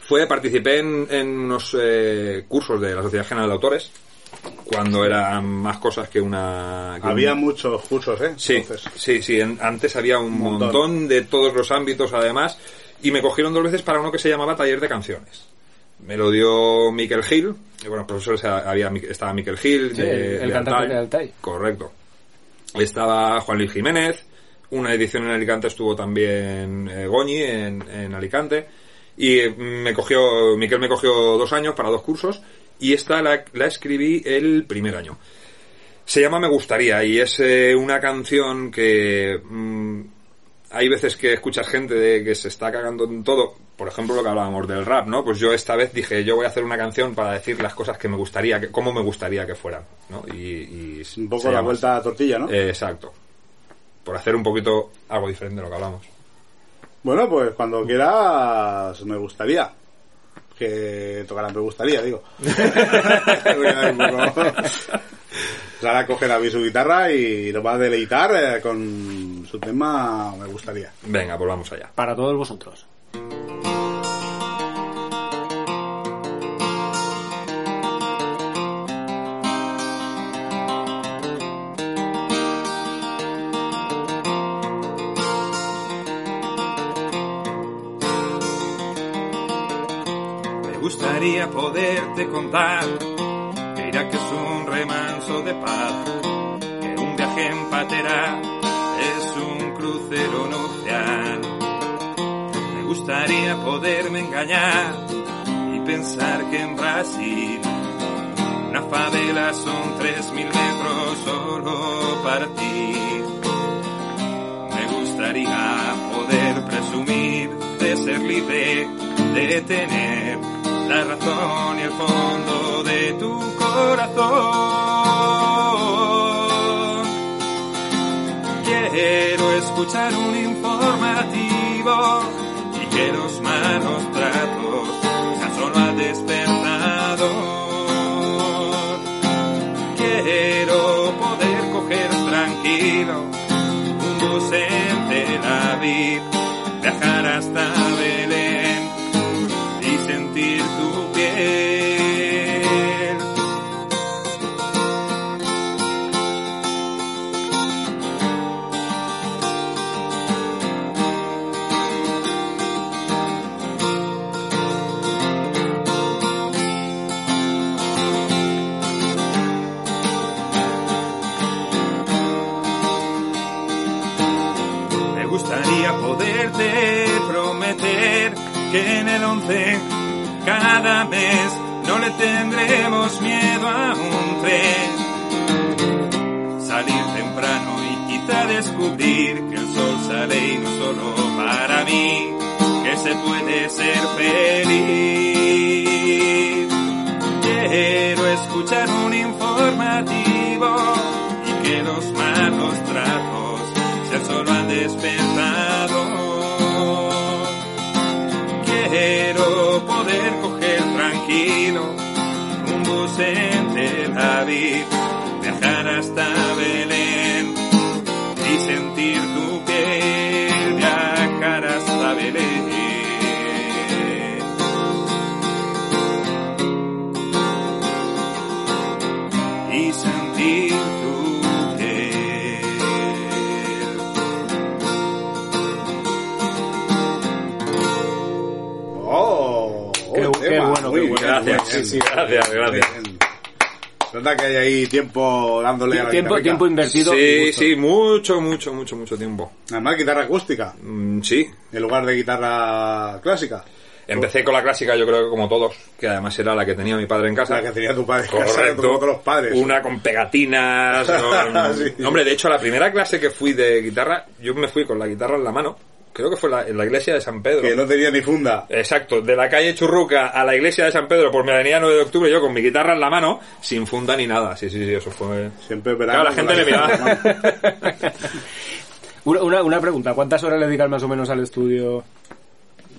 fue, participé en, en unos eh, cursos de la Sociedad General de Autores cuando eran más cosas que una... que Había un- muchos cursos, ¿eh? Sí, Entonces, sí, sí. en- antes había un montón. Montón. de todos los ámbitos, además. Y me cogieron dos veces para uno que se llamaba Taller de Canciones. Me lo dio Miquel Gil. Y bueno, profesores a- había, Mi- estaba Miquel Gil. Sí, de- el- el de cantante de Altai. Correcto. Estaba Juan Luis Jiménez. Una edición en Alicante estuvo también eh, Goñi en, en Alicante. Y eh, me cogió, Miquel me cogió dos años para dos cursos. Y esta la- la escribí el primer año. Se llama Me gustaría y es eh, una canción que mm, hay veces que escuchas gente de que se está cagando en todo. Por ejemplo, lo que hablábamos del rap, ¿no? Pues yo esta vez dije, yo voy a hacer una canción para decir las cosas que me gustaría, que, cómo me gustaría que fueran, ¿no? Y, y un se poco la llama vuelta a la tortilla, ¿no? así. Eh, exacto. Por hacer un poquito algo diferente de lo que hablamos. Bueno, pues cuando quieras, me gustaría. Que tocaran me gustaría, digo. Pues Voy a ver un poco. Sara cogerá bien su guitarra y nos va a deleitar eh, con su tema Me gustaría. Venga, pues vamos allá. Para todos vosotros. Me gustaría poderte contar que Irak es un remanso de paz, que un viaje en patera es un crucero nupcial. Me gustaría poderme engañar y pensar que en Brasil una favela son tres mil metros solo para ti. Me gustaría poder presumir de ser libre, de tener la razón y el fondo de tu corazón. Quiero escuchar un informativo y que los malos tratos ya solo ha despertado. Quiero poder coger tranquilo un bus en Tel Aviv, viajar hasta Belén y sentir tu piel. Me gustaría poderte prometer que en el once cada mes no le tendremos miedo a un tren. Salir temprano y quizá descubrir que el sol sale y no solo para mí, que se puede ser feliz. Quiero escuchar un informativo y que los malos tratos ya solo han despertado. Quiero poder coger tranquilo un bus en Tel Aviv, viajar hasta Belén y sentir tu piel, viajar hasta Belén. y sentir tu piel. ¡Oh! Qué oh, bu- qué tema, bueno, muy qué bueno. Gracias, bien, muy bien. sí, sí, gracias, gracias. Bien. Nota que hay ahí tiempo dándole a la Tiempo, guitarra. tiempo invertido. Sí, sí, mucho, mucho, mucho, mucho tiempo. Además, guitarra acústica, Mm, sí, en lugar de guitarra clásica. Empecé con la clásica, yo creo que como todos, que además era la que tenía mi padre en casa. La que tenía tu padre en casa, que tuvo todos los padres. Una con pegatinas. con- Sí. No, Hombre, de hecho, la primera clase que fui de guitarra, yo me fui con la guitarra en la mano. Creo que fue la- en la iglesia de San Pedro. Que no tenía ni funda. Exacto, de la calle Churruca a la iglesia de San Pedro por mi avenida 9 de octubre, yo con mi guitarra en la mano, sin funda ni nada. Sí, sí, sí, eso fue. Siempre verano Claro, la con gente me guitarra en la miraba. mano. Una, una, una pregunta, ¿cuántas horas le dedicas más o menos al estudio?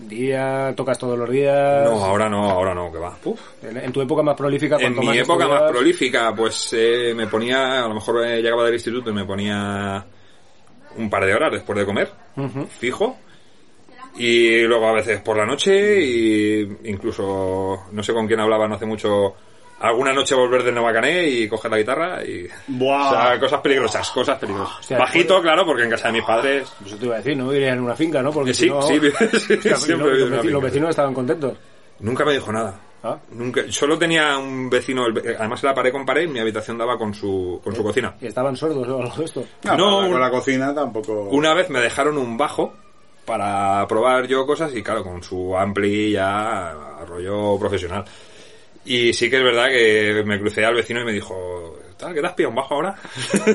¿Día? ¿Tocas todos los días? No, ahora no, ahora no, que va. Uf. En, en tu época más prolífica, En cuanto mi más época estudiabas, más prolífica, pues eh, me ponía, a lo mejor eh, llegaba del instituto y me ponía un par de horas después de comer, fijo. Y luego a veces por la noche, y incluso no sé con quién hablaban hace mucho alguna noche volver del Navacané y coger la guitarra y... Buah. pues O sea, cosas peligrosas, cosas peligrosas. Bajito, claro, porque en casa de mis padres... Eso te iba a decir, ¿no? Vivían en una finca, ¿no? Porque Eh, Sí, si no- sí, vi- sí, Hostia, los- siempre he vivido los, en una vecinos, los finca. vecinos estaban contentos. Nunca me dijo nada. Ah. Nunca, solo tenía un vecino, el ve- además la pared con pared y mi habitación daba con su, Eh. con su cocina. Y estaban sordos o algo de esto. No, No, un- con la cocina tampoco. Una vez me dejaron un bajo para probar yo cosas y claro, con su ampli ya a rollo profesional. Y sí que es verdad que me crucé al vecino y me dijo, tal, ¿qué te has pillado un bajo ahora?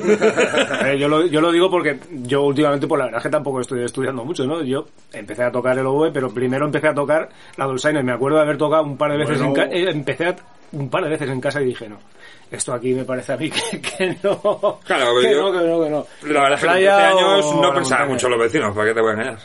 Eh, yo, lo, yo lo digo porque yo últimamente, por la verdad es que tampoco estoy estudiando mucho, ¿no? Yo empecé a tocar el oboe, pero primero empecé a tocar la dulzaina. y Me acuerdo de haber tocado un par de veces Bueno. en casa. empecé a- un par de veces en casa y dije, no, esto aquí me parece a mí que, que no. Claro, que yo- no, que no, que no. La verdad es que Playa hace años o no la pensaba montaña. mucho en los vecinos, ¿para qué te voy a engañar?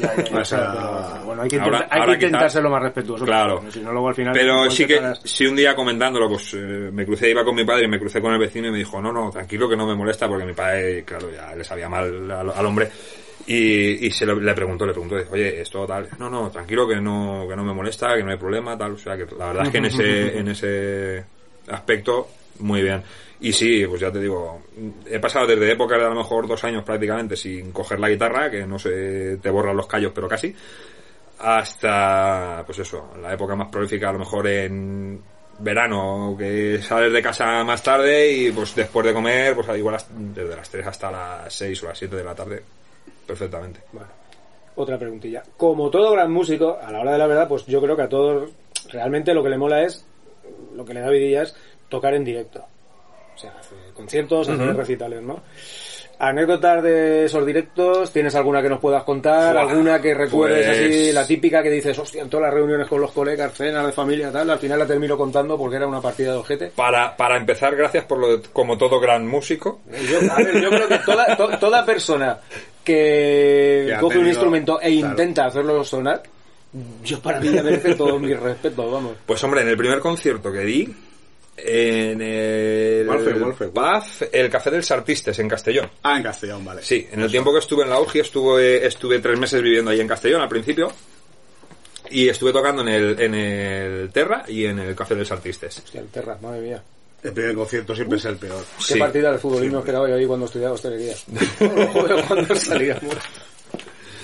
Ya, ya, ya, O sea, pero bueno, hay que, ahora- intentar, hay ahora que intentar quizás- ser lo más respetuoso. Claro. porque Si no, luego al final. Pero igual sí te que, paras. si un día comentándolo, pues eh, me crucé, iba con mi padre y me crucé con el vecino y me dijo, no, no, tranquilo que no me molesta, porque mi padre, claro, ya le sabía mal al, al hombre. Y, y se lo- le preguntó, le preguntó, dijo, oye, esto tal, no, no, tranquilo que no, que no me molesta, que no hay problema, tal, o sea, que la verdad es que en ese, en ese aspecto, muy bien. Y sí, pues ya te digo, he pasado desde épocas de a lo mejor dos años prácticamente sin coger la guitarra, que no se te borran los callos, pero casi hasta pues eso, la época más prolífica a lo mejor en verano, que sales de casa más tarde y pues después de comer, pues igual hasta- desde las 3 hasta las 6 o las 7 de la tarde, perfectamente. Otra preguntilla. Como todo gran músico, a la hora de la verdad, pues yo creo que a todos realmente lo que le mola es, lo que le da vidilla es tocar en directo. O sea, hacer conciertos, hacer Ujú. recitales, ¿no? Anécdotas de esos directos, ¿tienes alguna que nos puedas contar? Buah, ¿Alguna que recuerdes pues- así, la típica que dices, hostia, en todas las reuniones con los colegas, cenas de familia, tal, al final la termino contando porque era una partida de ojete? Para, para empezar, gracias por lo de, como todo gran músico. Yo, a ver, yo creo que toda, to- toda persona que, Que ha coge un tenido- instrumento e claro. intenta hacerlo sonar, yo para mí ya merece todo mi respeto, vamos. Pues hombre, en el primer concierto que di, en el Walfred, Walfred. Baf, el Café del Sartistes en Castellón. Ah, en castellón, vale. Sí, en el tiempo que estuve en la UGI estuve, estuve tres meses viviendo ahí en Castellón al principio y estuve tocando en el, en el Terra y en el Café de los Artistes. Hostia, el Terra, madre mía. El primer concierto siempre es el peor. Qué partida de fútbol hemos quedado yo ahí cuando estudiaba hostelería. Joder, cuando salíamos.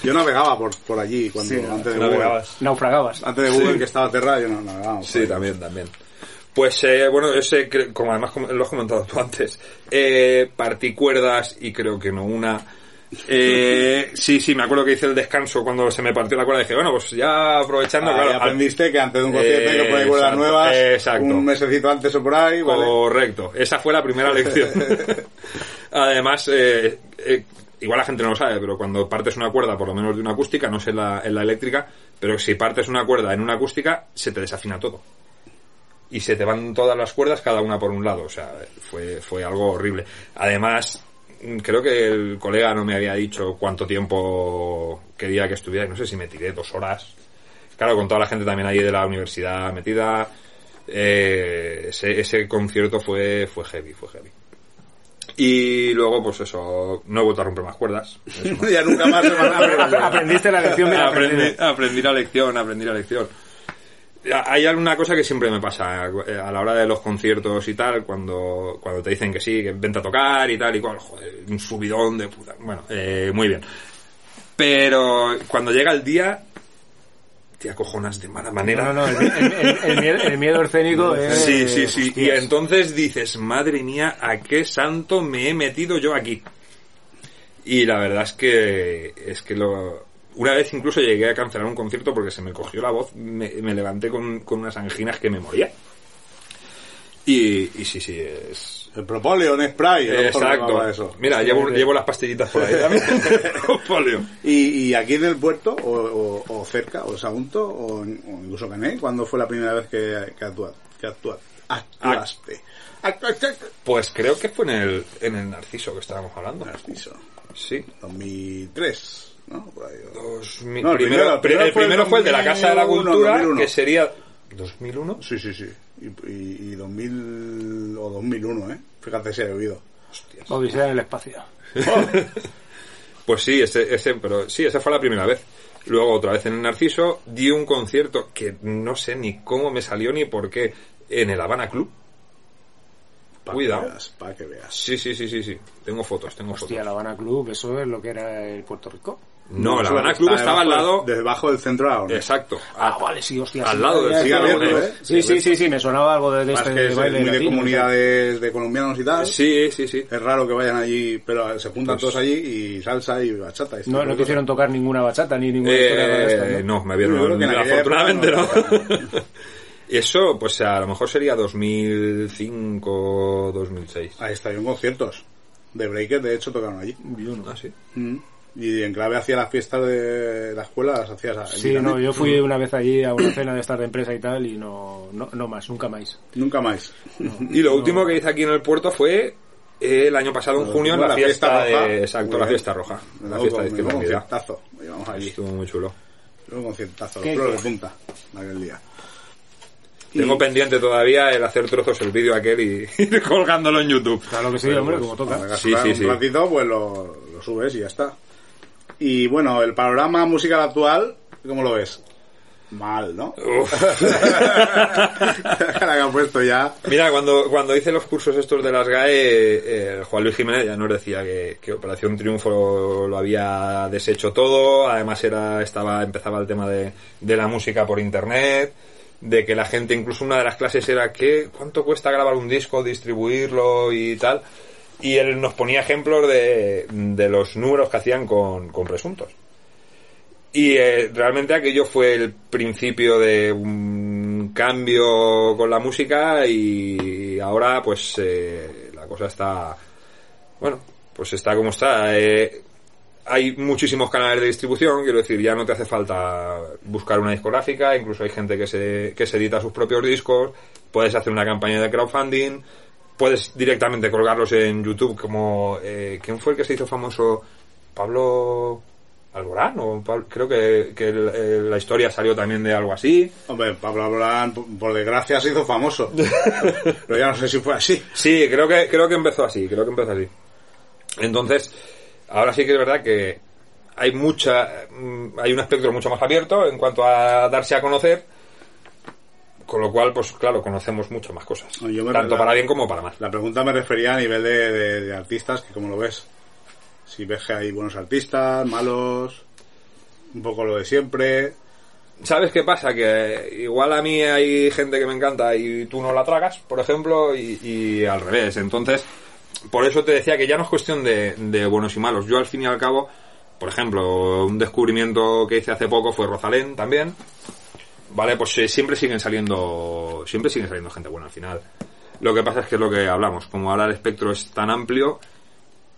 Yo navegaba por, por allí cuando Sí, antes de Google. navegabas. Naufragabas. Antes de Google Sí. que estaba Terra, yo no navegaba. Sí, también, también. Pues eh, bueno, ese, cre- como además com- lo has comentado tú antes, eh, partí cuerdas y creo que no una. Eh, sí, sí, me acuerdo que hice el descanso cuando se me partió la cuerda. Dije, bueno, pues ya aprovechando, Ah, claro, ya al- aprendiste que antes de un concierto hay que poner cuerdas Exacto, nuevas exacto. un mesecito antes o por ahí, ¿vale? Correcto, esa fue la primera lección. Además, eh, eh, igual la gente no lo sabe, pero cuando partes una cuerda, por lo menos de una acústica, no sé en la, en la eléctrica, pero si partes una cuerda en una acústica, se te desafina todo. Y se te van todas las cuerdas, cada una por un lado. O sea, fue, fue algo horrible. Además, mm, creo que el colega no me había dicho cuánto tiempo quería que estuviera. y No sé si me tiré dos horas. Claro, con toda la gente también ahí de la universidad metida. Eh, ese, ese concierto fue, fue heavy, fue heavy. Y luego, pues eso, no he vuelto a romper más cuerdas. Eso no. ya nunca más se van a ver. Aprendiste la lección de la aprendí, aprendida. aprendí la lección, aprendí la lección. Hay alguna cosa que siempre me pasa eh, a la hora de los conciertos y tal, cuando, cuando te dicen que sí, que vente a tocar y tal y cual, joder, un subidón de puta. Bueno, eh, muy bien. Pero cuando llega el día, te acojonas de mala manera. No, no, no, el, el- el- el miedo, el miedo escénico es... Sí, Pues, Eh, sí, sí. Y hostias. entonces dices, madre mía, ¿a qué santo me he metido yo aquí? Y la verdad es que es que lo una vez incluso llegué a cancelar un concierto porque se me cogió la voz, me, me levanté con, con unas anginas que me moría. Y, y sí, sí, es... El propóleo, un spray. a lo mejor Exacto. llamaba Eso. Mira, llevo, llevo las pastillitas por ahí también. Polio. ¿Y, y aquí en el puerto, o, o- o cerca, o Sagunto, o, en- o incluso Cané, ¿cuándo fue la primera vez que, que, actua- que actua- actuaste? Actua- actua- Pues creo que fue en el, en el Narciso que estábamos hablando. Narciso, Sí. 2003, ¿no? Por ahí, o- Dos mil- No, el primero, el primero, fue, el de la Casa de la 2001, Cultura, 2001. que sería... ¿2001? Sí, sí, sí. Y, y, y 2000 o 2001, ¿eh? Fíjate si ha llovido. Odisea en el espacio. Pues sí, ese, ese, pero sí, esa fue la primera vez. Luego otra vez en el Narciso di un concierto que no sé ni cómo me salió ni por qué. en el Habana Club. Pa' que Cuidado. veas, pa' que veas. Sí, sí, sí, sí, sí. Tengo fotos, tengo Hostia, fotos. La Habana Club, eso es lo que era el Puerto Rico. No, la Habana Club estaba al lado. Debajo del centro ahora. Exacto. Ah, vale, sí, hostia. Al sí, lado ya, del ya, Ciudadanos. ya, ya, ¿eh? Sí, sí, sí, sí, me sonaba algo de, de Más este que de es baile muy de latino, Comunidades de colombianos y tal. Sí, sí, sí. Es raro que vayan allí, pero se juntan Pues- todos allí y salsa y bachata. y No, no todo. quisieron tocar ninguna bachata ni ninguna historia de Eh, estas, no, me habían Yo creo que en aquella afortunadamente no. época Eso, pues a lo mejor sería 2005, 2006. Ahí estaban Ah, conciertos. De Breaker, de hecho, tocaron allí. Ah, sí. Mm. Y en clave hacía las fiestas de la escuela, las hacías allí Sí, también. no, Mm. yo fui una vez allí a una cena de estas de empresa y tal y no, no, no más, nunca más. Nunca más. Y lo último que hice aquí en el puerto fue eh, el año pasado, en Lo junio, en último, la, fiesta, roja. de- Exacto, Muy la bien. fiesta roja. La Luego fiesta de con- luego izquierda conciertazo. Íbamos allí. Estuvo muy chulo. Luego conciertazo, ¿Qué- los qué? flores de punta, aquel día. Tengo pendiente todavía el hacer trozos el vídeo aquel y ir colgándolo en YouTube. Claro que sí, Pero hombre, pues, como toca. Sí, sí, sí. Un ratito, pues lo, lo subes y ya está. Y bueno, el panorama musical actual, ¿cómo lo ves? Mal, ¿no? La que han puesto ya. Mira, cuando, cuando hice los cursos estos de las GAE, eh, Juan Luis Jiménez ya nos decía que, que Operación Triunfo lo, lo había deshecho todo, además era, estaba, empezaba el tema de, de la música por internet, de que la gente, incluso una de las clases era que cuánto cuesta grabar un disco, distribuirlo y tal, y él nos ponía ejemplos de, de los números que hacían con, con presuntos. Y eh, realmente aquello fue el principio de un cambio con la música y ahora pues eh, la cosa está, bueno, pues está como está. Eh, hay muchísimos canales de distribución, quiero decir, ya no te hace falta buscar una discográfica, incluso hay gente que se, que se edita sus propios discos, puedes hacer una campaña de crowdfunding, puedes directamente colgarlos en YouTube como... Eh, ¿Quién fue el que se hizo famoso? Pablo Alborán, o Pablo- creo que, que el- eh, la historia salió también de algo así. Hombre, Pablo Alborán, por- por desgracia, se hizo famoso. Pero ya no sé si fue así. Sí, creo que, creo que empezó así, creo que empezó así. Entonces, ahora sí que es verdad que hay mucha, mm, hay un espectro mucho más abierto en cuanto a darse a conocer, con lo cual, pues claro, conocemos mucho más cosas. No, yo me- Tanto la- para bien como para mal. La pregunta me refería a nivel de, de- de artistas, que cómo lo ves. Si ves que hay buenos artistas, malos, un poco lo de siempre. ¿Sabes qué pasa? Que igual a mí hay gente que me encanta y tú no la tragas, por ejemplo, y, y al revés. Entonces, por eso te decía que ya no es cuestión de, de buenos y malos. Yo al fin y al cabo, por ejemplo, un descubrimiento que hice hace poco fue Rosalén también. Vale, pues eh, siempre siguen saliendo, siempre siguen saliendo gente buena al final. Lo que pasa es que es lo que hablamos. Como ahora el espectro es tan amplio,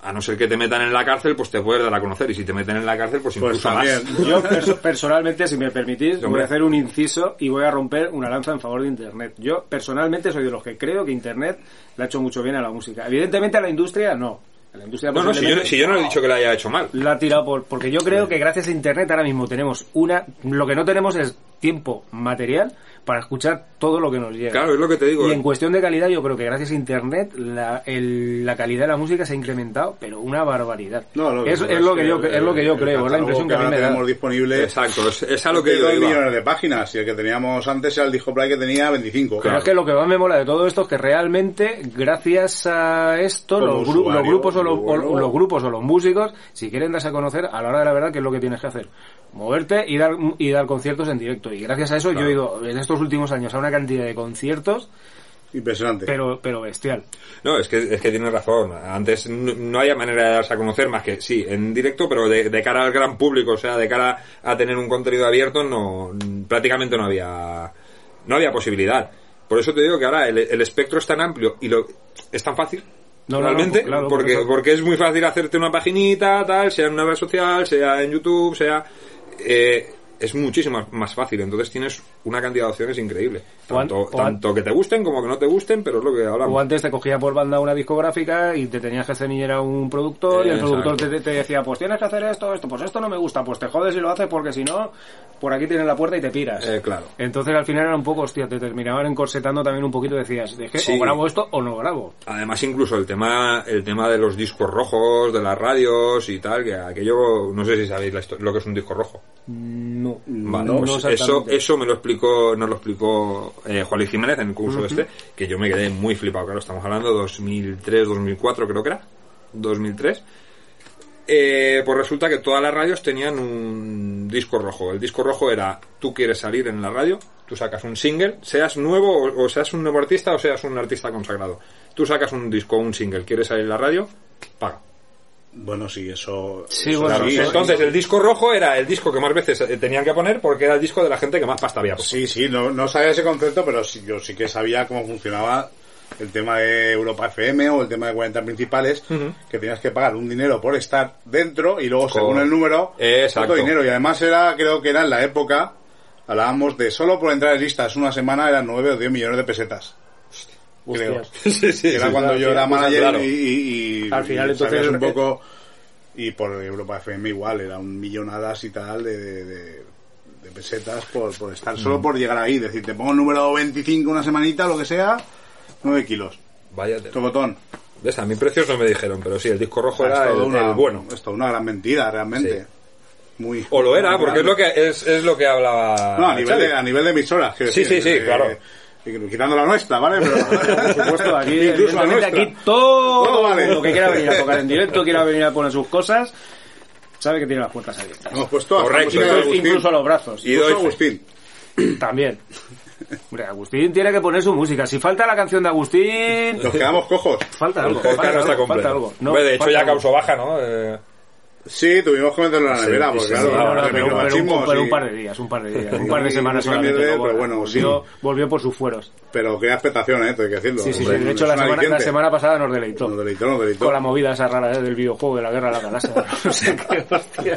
a no ser que te metan en la cárcel, pues te puedes dar a conocer. Y si te meten en la cárcel, pues Pues incluso más. también. Yo perso- personalmente, si me permitís, voy Hombre. a hacer un inciso y voy a romper una lanza en favor de Internet. Yo personalmente soy de los que creo que Internet le ha hecho mucho bien a la música. Evidentemente a la industria no. A la industria No, no, si yo, posiblemente- si yo no he dicho que la haya hecho mal. La ha tirado por. Porque yo creo que gracias a internet ahora mismo tenemos una. Lo que no tenemos es tiempo material para escuchar todo lo que nos llega. Claro, es lo que te digo. Y en cuestión de calidad, yo creo que gracias a internet la, el- la calidad de la música se ha incrementado, pero una barbaridad. No, lo es, pasa es lo que yo el- es lo que yo el creo, es la catálogo impresión que a mí ahora me da. tenemos disponible Exacto, es, es a lo que yo 22 iba. millones de páginas y el que teníamos antes era el disco play que tenía 25. Pero es que lo que más me mola de todo esto es que realmente, gracias a esto, Como los, gru- usuario, los grupos o los, o luego- los grupos o los músicos, si quieren darse a conocer, a la hora de la verdad, ¿qué es lo que tienes que hacer? Moverte y dar, y dar conciertos en directo. Y gracias a eso yo he ido en estos últimos años a una cantidad de conciertos, Impresionante. pero, pero bestial. No, es que, es que tienes razón. Antes no, no había manera de darse a conocer más que, sí, en directo, pero de, de cara al gran público, o sea, de cara a tener un contenido abierto, no, prácticamente no había, no había posibilidad. Por eso te digo que ahora el, el espectro es tan amplio y lo, es tan fácil. No, no, no, realmente, claro, por porque, eso. porque es muy fácil hacerte una paginita, tal, sea en una red social, sea en YouTube, sea, eh, es muchísimo más- más fácil. Entonces tienes una cantidad de opciones increíble. Juan, Tanto, Juan. tanto que te gusten como que no te gusten, pero es lo que hablamos. O antes te cogía por banda una discográfica y te tenías que ceñir a un productor y el Exacto. productor te, te decía, pues tienes que hacer esto, esto, pues esto no me gusta, pues te jodes y lo haces porque si no, por aquí tienes la puerta y te piras. Eh, claro. Entonces al final era un poco, hostia, te terminaban encorsetando también un poquito, decías, es que Sí. o grabo esto o no grabo. Además, incluso el tema, el tema de los discos rojos, de las radios y tal, que aquello, no sé si sabéis la histo- lo que es un disco rojo. Bueno, No. Vale, No, pues no eso, exactamente. eso me lo explicó, nos lo explicó eh, Juan Luis Jiménez en el curso Ujú. este, que yo me quedé muy flipado, claro, estamos hablando 2003, 2004 creo que era, 2003. Eh, pues resulta que todas las radios tenían un disco rojo. El disco rojo era tú quieres salir en la radio, tú sacas un single, seas nuevo o, o seas un nuevo artista o seas un artista consagrado. Tú sacas un disco, un single, quieres salir en la radio, paga. Bueno, sí, eso. Sí, bueno, sí, entonces el disco rojo era el disco que más veces eh, tenían que poner porque era el disco de la gente que más pasta había. Sí, sí, no, no sabía ese concepto, pero sí- yo sí que sabía cómo funcionaba el tema de Europa FM o el tema de 40 principales, que tenías que pagar un dinero por estar dentro y luego según Correcto. el número, Exacto. otro dinero. Y además era, creo que era en la época, hablábamos de solo por entrar en listas una semana eran 9 o 10 millones de pesetas. Creo. Que era sí. cuando Claro, yo sí, era pues, manager claro. y, y- y- Al final, y entonces, sabías un eh, poco y por Europa FM igual era un millonadas y tal de, de- de- de pesetas por, por estar solo Mm. por llegar ahí decir te pongo el número 25 una semanita lo que sea 9 kilos vaya tocotón ¿Ves? A mí precios no me dijeron, pero sí, el disco rojo Ah, Es era el, todo una- el bueno. es toda una gran mentira realmente muy O lo era, porque es lo que es, es lo que hablaba. no, a nivel Xavi. de, a nivel de emisoras quiero Sí, decir, sí, sí, eh, claro. quitando la nuestra vale pero Por supuesto, aquí, Incluso la evidentemente, nuestra. aquí todo, Todo vale. lo que quiera venir a tocar en directo, quiera venir a poner sus cosas, sabe que tiene las puertas abiertas. Hemos puesto hasta Correcto. música de incluso, pues Agustín. incluso los brazos. Y Incluso doy fe. También. Hombre, Agustín tiene que poner su música. Si falta la canción de Agustín... Nos quedamos cojos. Falta El algo. podcast falta no está algo, completo. falta algo. No, Hombre, de hecho, falta ya algo. causó baja, ¿no? Eh, sí tuvimos que meterlo en la Sí, nevera sí, porque sí, claro sí, no, no, los pero, pero un, micromachismos pero un y- par de días, un par de días, un Sí, par de sí, semanas no cambié solamente. de- pero pero bueno, bueno, sí. volvió, volvió por sus fueros. Pero crea expectación, ¿eh? Tengo que decirlo. Sí, sí, Hombre, sí. De hecho, es la un semana, la aliciente. semana pasada nos deleitó. Nos deleitó, nos deleitó. Con la movida esa rara ¿eh? del videojuego de la guerra de la galaxia. No sé qué, hostia.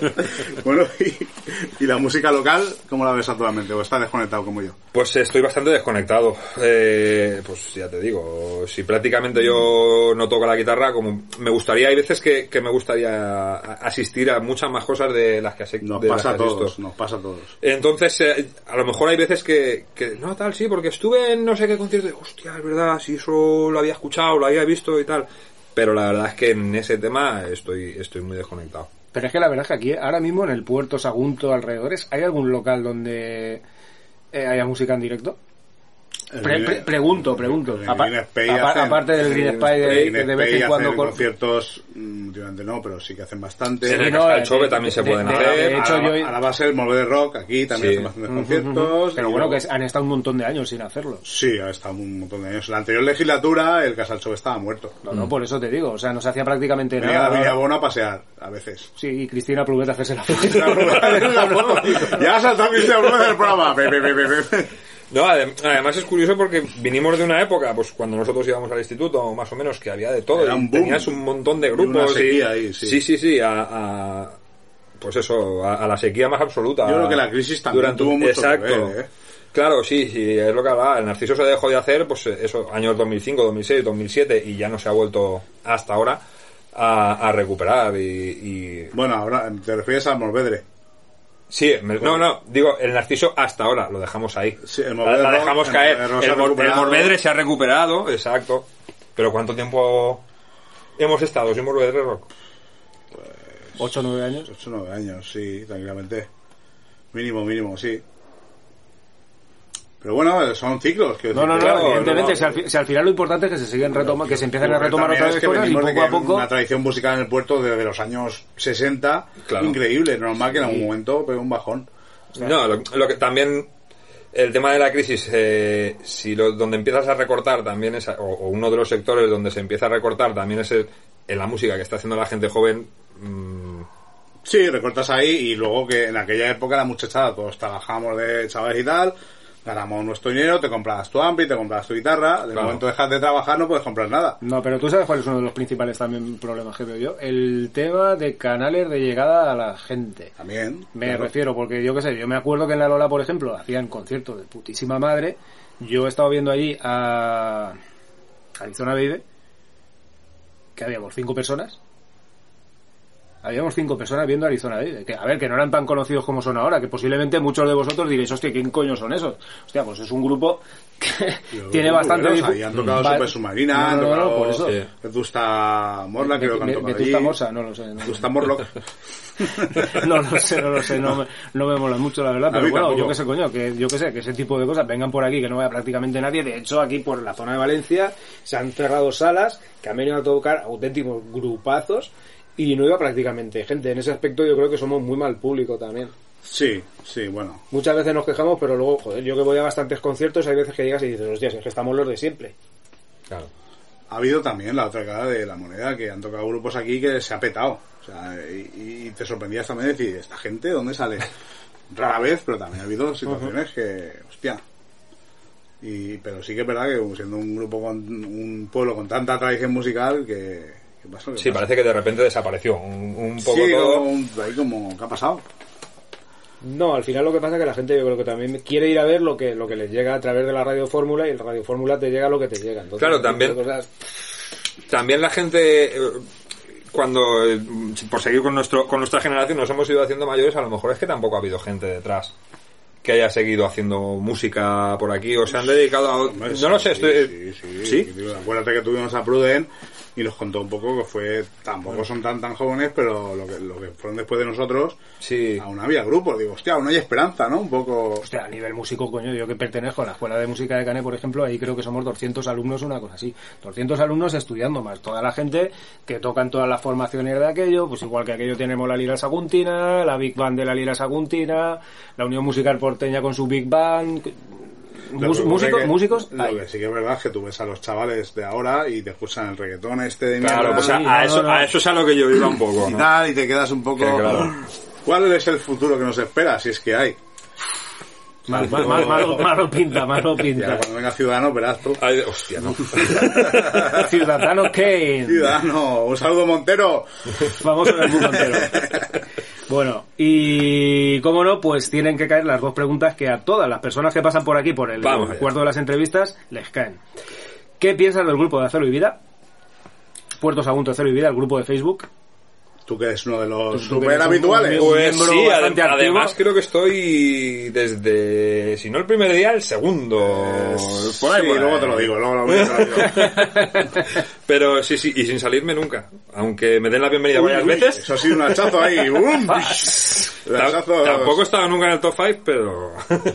Bueno, y, y la música local, ¿cómo la ves actualmente? ¿O está desconectado como yo? Pues estoy bastante desconectado. Eh, pues ya te digo, si prácticamente yo no toco la guitarra, como me gustaría, hay veces que, que me gustaría asistir a muchas más cosas de las que asisto. Nos pasa a todos, nos pasa a todos. Entonces, eh, a lo mejor hay veces que, que, no, tal, sí, porque estuve en no sé qué concierto, y, hostia, es verdad, si eso lo había escuchado, lo había visto y tal. Pero la verdad es que en ese tema estoy, estoy muy desconectado. Pero es que la verdad es que aquí, ahora mismo en el puerto, Sagunto, alrededores, ¿hay algún local donde eh, haya música en directo? Pre- pre- pregunto, pregunto. En el Apa- Green Space apa- hacen- aparte del Green Space, de- Green que de vez Space en cuando hacen con- conciertos, mm, últimamente no, pero sí que hacen bastante. En el Sí, no, Cascal eh, Chove también se de- pueden de- hacer. de hecho, Ahora- yo- Ahora va a ser el Molde de Rock, aquí también Sí. hacen bastantes Ujú, conciertos. Pero y bueno, luego- que han estado un montón de años sin hacerlo. Sí, ha estado un montón de años. En la anterior legislatura el Casal Chove estaba muerto. No, no, por eso te digo, o sea, no se hacía prácticamente Venía a nada. Villabono a pasear, a veces. Sí, y Cristina Pluguet a hacerse la foto. Ah, ya ha saltado Cristian Bruno del programa. Pe, pe, pe, pe, pe. No, adem- además es curioso porque vinimos de una época, pues cuando nosotros íbamos al instituto, más o menos, que había de todo. Era y un boom. tenías un montón de Y grupos. una sequía y- ahí, sí. sí, sí, sí, a, a- pues eso, a, a la sequía más absoluta. Yo creo que la crisis también Durante- tuvo mucho Exacto. que ver, ¿eh? Claro, sí, sí, es lo que hablaba. El Narciso se dejó de hacer, pues eso, años 2005, 2006, 2007, y ya no se ha vuelto hasta ahora a, a recuperar. Y, y- Bueno, ahora te refieres al Morvedre. Sí, me- no, no, digo, el Narciso hasta ahora, lo dejamos ahí. el la, Morvedre la Rock, dejamos el caer. El, Morvedre Rock se ha Mor- el recuperado. Morvedre se ha recuperado, exacto. Pero ¿cuánto tiempo hemos estado sin Morvedre Rock? ¿Ocho o nueve años? Ocho o nueve años, sí, tranquilamente. Mínimo, mínimo, sí. Pero bueno, son ciclos. quiero No, no, no, decirte. Claro, evidentemente, no, Si, al, fi- si al final lo importante es que se siguen retomando, que se empiezan a Pero retomar también otra vez es que cosas y venimos poco a de que hay poco... Una tradición musical en el puerto desde los años 60, Claro. increíble. Normal que en algún momento pegue un bajón. No, lo, lo que también el tema de la crisis, eh, si lo- donde empiezas a recortar también es, a- o, o uno de los sectores donde se empieza a recortar también es el- en la música que está haciendo la gente joven. mm, Sí, recortas ahí y luego que en aquella época la muchachada, todos trabajamos de chavales y tal, ganamos nuestro dinero, te comprabas tu ampli, te comprabas tu guitarra, de Claro. momento dejas de trabajar, no puedes comprar nada. No, pero tú sabes cuál es uno de los principales también problemas que veo yo. El tema de canales de llegada a la gente. También. Me claro. refiero, porque yo qué sé, yo me acuerdo que en La Lola, por ejemplo, hacían conciertos de putísima madre. Yo he estado viendo allí a Arizona Baby, que habíamos cinco personas. habíamos cinco personas viendo Arizona Baby, que a ver, que no eran tan conocidos como son ahora, que posiblemente muchos de vosotros diréis, hostia, ¿quién coño son esos? Hostia, pues es un grupo que tiene bastante... buenos, difu- ahí han tocado Va- Super Submarina, han No, no, no, tocado por eso. Vetusta Morla, creo que han Me- tocado Vetusta allí. Morsa, no lo sé. no. Vetusta Morlock. no lo sé, no lo sé, no me, no me mola mucho la verdad, A pero mí bueno, tampoco. yo qué sé, coño, que yo qué sé, que ese tipo de cosas vengan por aquí, que no vaya prácticamente nadie, de hecho aquí por la zona de Valencia se han cerrado salas que han venido a tocar auténticos grupazos y no iba prácticamente gente. En ese aspecto yo creo que somos muy mal público también. Sí, sí, bueno. Muchas veces nos quejamos, pero luego, joder, yo que voy a bastantes conciertos, hay veces que llegas y dices, hostias, es que estamos los de siempre. Ha habido también la otra cara de la moneda, que han tocado grupos aquí que se ha petado. O sea, y, y te sorprendías también de decir, ¿esta gente dónde sale? Rara vez, pero también ha habido situaciones que, hostia. Y, pero sí que es verdad que siendo un grupo con un pueblo con tanta tradición musical que... ¿Qué pasó? ¿Qué Sí, pasó? parece que de repente desapareció. Un, un poco Sí, todo. como un- ahí como, ¿qué ha pasado? No, al final lo que pasa es que la gente yo creo que también quiere ir a ver lo que, lo que les llega a través de la radio fórmula y el radio fórmula te llega lo que te llega. Entonces, Claro, este tipo de también- cosas- También la gente, eh, cuando, eh, por seguir con, nuestro, con nuestra generación, nos hemos ido haciendo mayores, a lo mejor es que tampoco ha habido gente detrás que haya seguido haciendo música por aquí o se han dedicado a... ot- No lo sé, estoy... eh, Sí, acuérdate que tuvimos a Pruden y nos contó un poco que fue tampoco son tan tan jóvenes pero lo que, lo que fueron después de nosotros aún había grupos digo hostia aún hay esperanza no un poco hostia a nivel músico coño yo que pertenezco a la escuela de música de Cane por ejemplo ahí creo que somos 200 alumnos una cosa así 200 alumnos estudiando más toda la gente que tocan todas las formaciones de aquello pues igual que aquello tenemos la lira saguntina la big band de la lira saguntina la unión musical porteña con su big band que- mús- músicos músicos lo que sí que es verdad es que tú ves a los chavales de ahora y te escuchan el reggaetón este de Claro, mierda pues a, y- Ah, a eso, a eso es a lo que yo iba un poco. y ¿no? tal y te quedas un poco Que claro. ¿cuál es el futuro que nos espera si es que hay? Mal- mal- mal- malo- malo pinta, malo pinta. Ya, cuando venga Ciudadanos verás tú hostia no Ciudadanos Kane. Ciudadano, un saludo Montero. Vamos con el mundo entero. Bueno, y cómo no, pues tienen que caer las dos preguntas que a todas las personas que pasan por aquí, por el Vamos allá. acuerdo de las entrevistas, les caen. ¿Qué piensas del grupo de Acero y Vida? Puerto Sagunto Acero y Vida, el grupo de Facebook. Tú que eres uno de los Tú que eres super un- habituales. un Pues miembro sí, bastante adem- activo. además creo que estoy desde, si no el primer día, el segundo. Pues, por ahí, sí, por ahí. luego te lo digo, luego lo- luego te lo digo. Pero sí, sí, y sin salirme nunca. Aunque me den la bienvenida Uy, varias uy, veces. Eso ha sido un hachazo ahí. ¡Bum! Ta- Lanzazos. Tampoco he estado nunca en el top 5, pero.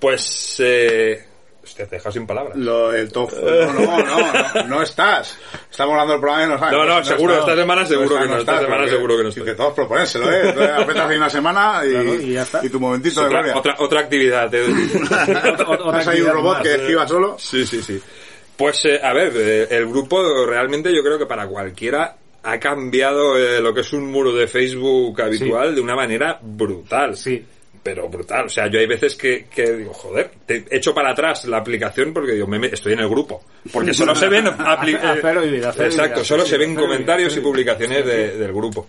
pues. Eh... Hostia, te he dejado sin palabras. Lo, el top. No, no, no, no, no estás. Estamos hablando del programa y no sabes. No, no, seguro, estás. esta semana seguro estás, que no, esta estás, semana porque seguro que no Intentamos proponérselo, ¿eh? Entonces, Apenas hay una semana y, y ya y tu momentito de otra, gloria. otra, otra actividad. eh. Estás ahí un robot que esquiva solo. Sí, sí, sí. Pues eh, a ver, eh, el grupo realmente yo creo que para cualquiera ha cambiado eh, lo que es un muro de Facebook habitual de una manera brutal. Sí. Pero brutal. O sea, yo hay veces que, que digo, joder, te echo para atrás la aplicación porque digo, me- me- estoy en el grupo. Porque solo se ven apli- eh, A- a cero y vida, a cero y vida, Exacto, solo sí, se a ven cero y vida, comentarios cero y y vida. publicaciones Sí, sí. de- del grupo.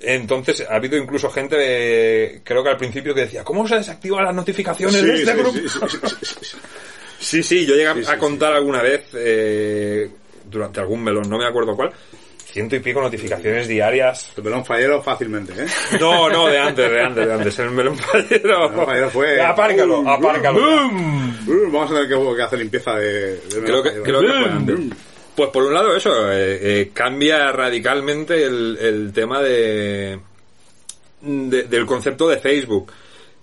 Entonces, ha habido incluso gente, eh, creo que al principio, que decía, ¿cómo se desactivan las notificaciones Sí, de este sí, grupo? sí, sí, sí, sí, sí. Sí, sí, yo llegué a- Sí, sí, a contar alguna vez, eh, durante algún melón, no me acuerdo cuál, ciento y pico notificaciones diarias. El melón fallero fácilmente, ¿eh? No, no, de antes, de antes, de antes, el melón fallero. El melón fallero fue- Apárcalo, apárcalo. Uh, Vamos a tener que, que hacer limpieza de. de Creo que, melón creo que fallero. fue antes. Pues por un lado eso, eh, eh, cambia radicalmente el, el tema de, de- del concepto de Facebook.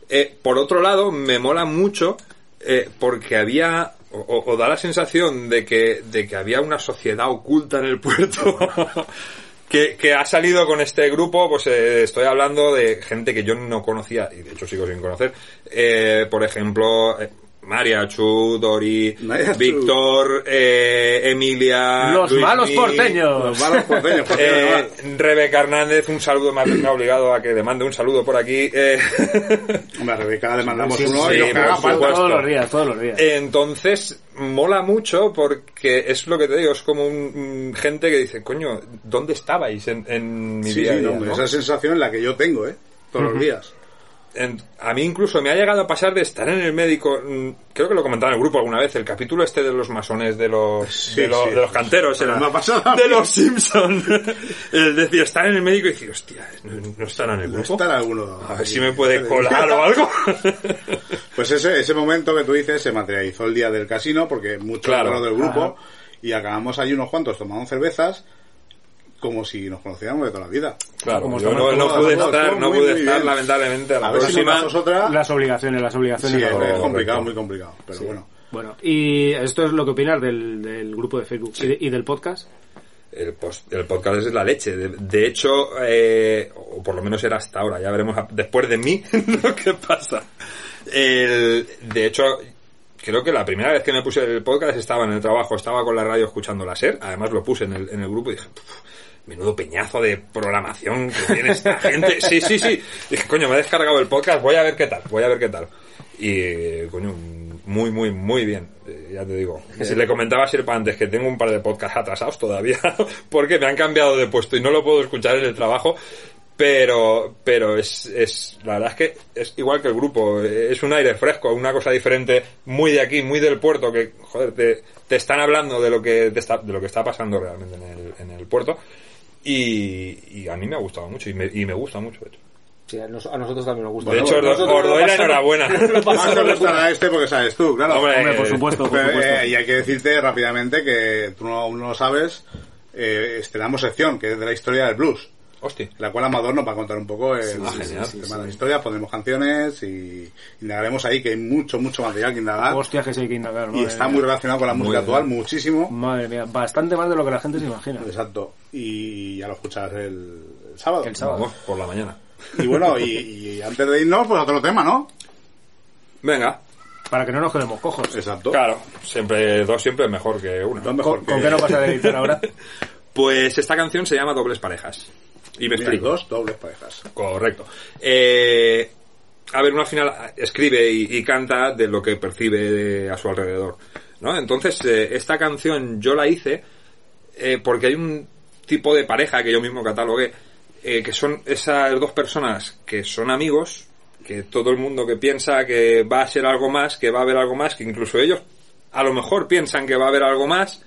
Eh, por otro lado, me mola mucho eh, porque había, o, o- o da la sensación de que, de que había una sociedad oculta en el puerto que, que ha salido con este grupo, pues eh, estoy hablando de gente que yo no conocía, y de hecho sigo sin conocer, eh, por ejemplo... eh, María Chu, Dori, María Chu. Víctor, eh, Emilia... Los Luismi, malos porteños. Los malos pues, porteños, por Eh, favor. Rebeca Hernández, un saludo, me ha- me ha obligado a que le mande un saludo por aquí. Eh, Hombre, a Rebeca le mandamos Sí, Pues uno sí, y nos por caga falta. supuesto. Eh, Todos los días, todos los días. Entonces, mola mucho porque es lo que te digo, es como un, un gente que dice, coño, ¿dónde estabais en, en mi Sí, día a sí, día, no, no? esa sensación es la que yo tengo, ¿eh? Todos los días. en- a mí incluso me ha llegado a pasar de estar en el médico, mm, creo que lo comentaba en el grupo alguna vez, el capítulo este de los masones, de los, de, los sí. de los canteros, era- Me ha pasado a de mí. los Simpson. el decir, estar en el médico y decir, hostia, no, no estará en el grupo. a ver si me puede colar o algo. Pues ese, ese momento que tú dices se materializó el día del casino porque muchos Claro. fueron del grupo Ajá. y acabamos ahí unos cuantos tomando cervezas como si nos conociéramos de toda la vida. Claro, Como yo estamos no- todos, no pude todos, estar, todos no muy, pude muy estar, bien. lamentablemente, a la a ver si próxima. nos das otra. Las obligaciones, las Sí, obligaciones. es, Las- es complicado, muy complicado, pero bueno. Bueno, y esto es lo que opinas del, del grupo de Facebook y, de- y del podcast. el, pos- el podcast es la leche. De, de hecho, eh, o por lo menos era hasta ahora. Ya veremos a- después de mí lo que pasa. El- de hecho, creo que la primera vez que me puse el podcast estaba en el trabajo, estaba con la radio escuchando la SER. Además lo puse en el, en el grupo y dije, "Puf, menudo peñazo de programación que tiene esta gente. Sí, sí, sí. Dije, coño, me he descargado el podcast, voy a ver qué tal, voy a ver qué tal. Y, coño, muy, muy, muy bien. Eh, Ya te digo. Eh, Le comentaba a Sirpa antes que tengo un par de podcasts atrasados todavía porque me han cambiado de puesto y no lo puedo escuchar en el trabajo. Pero, pero es, es, la verdad es que es igual que el grupo, eh, es un aire fresco, una cosa diferente, muy de aquí, muy del puerto, que, joder, te, te están hablando de lo que te está, de lo que está pasando realmente en el, en el puerto. Y, y a mí me ha gustado mucho, y me, y me gusta mucho, de hecho. Sí, a, nos- a nosotros también nos gusta. De hecho, os do- Nosotros os lo doy la pasamos- enhorabuena. lo Más pasamos te de gustará este porque sabes tú, claro. Hombre, Hombre, por supuesto, por Pero, supuesto. eh, y hay que decirte rápidamente que tú no, aún no lo sabes, eh, estrenamos sección, que es de la historia del blues. Hostia. La cual Amador nos va a contar un poco el, Ah, genial. el tema de la historia, pondremos canciones y indagaremos ahí, que hay mucho, mucho material que indagar. Hostia, que sí hay que indagar. y madre está mía. muy relacionado con la Muy música bien. actual, muchísimo. Madre mía, bastante más de lo que la gente se imagina. Exacto. Y ya lo escuchas el, el sábado. El sábado. Vamos, por la mañana. Y bueno, y, y antes de irnos, pues otro tema, ¿no? Venga. Para que no nos quedemos cojos. Exacto. Pues Claro, siempre, dos siempre es mejor que una. mejor ¿Con qué no vas a editar ahora? Pues esta canción se llama Dobles Parejas. Y me Mira, explico. dos dobles parejas. Correcto. Eh, a ver, uno al final escribe y, y canta de lo que percibe a su alrededor. ¿no? Entonces, eh, esta canción yo la hice eh, porque hay un tipo de pareja que yo mismo catalogué, eh, que son esas dos personas que son amigos, que todo el mundo que piensa que va a ser algo más, que va a haber algo más, que incluso ellos a lo mejor piensan que va a haber algo más,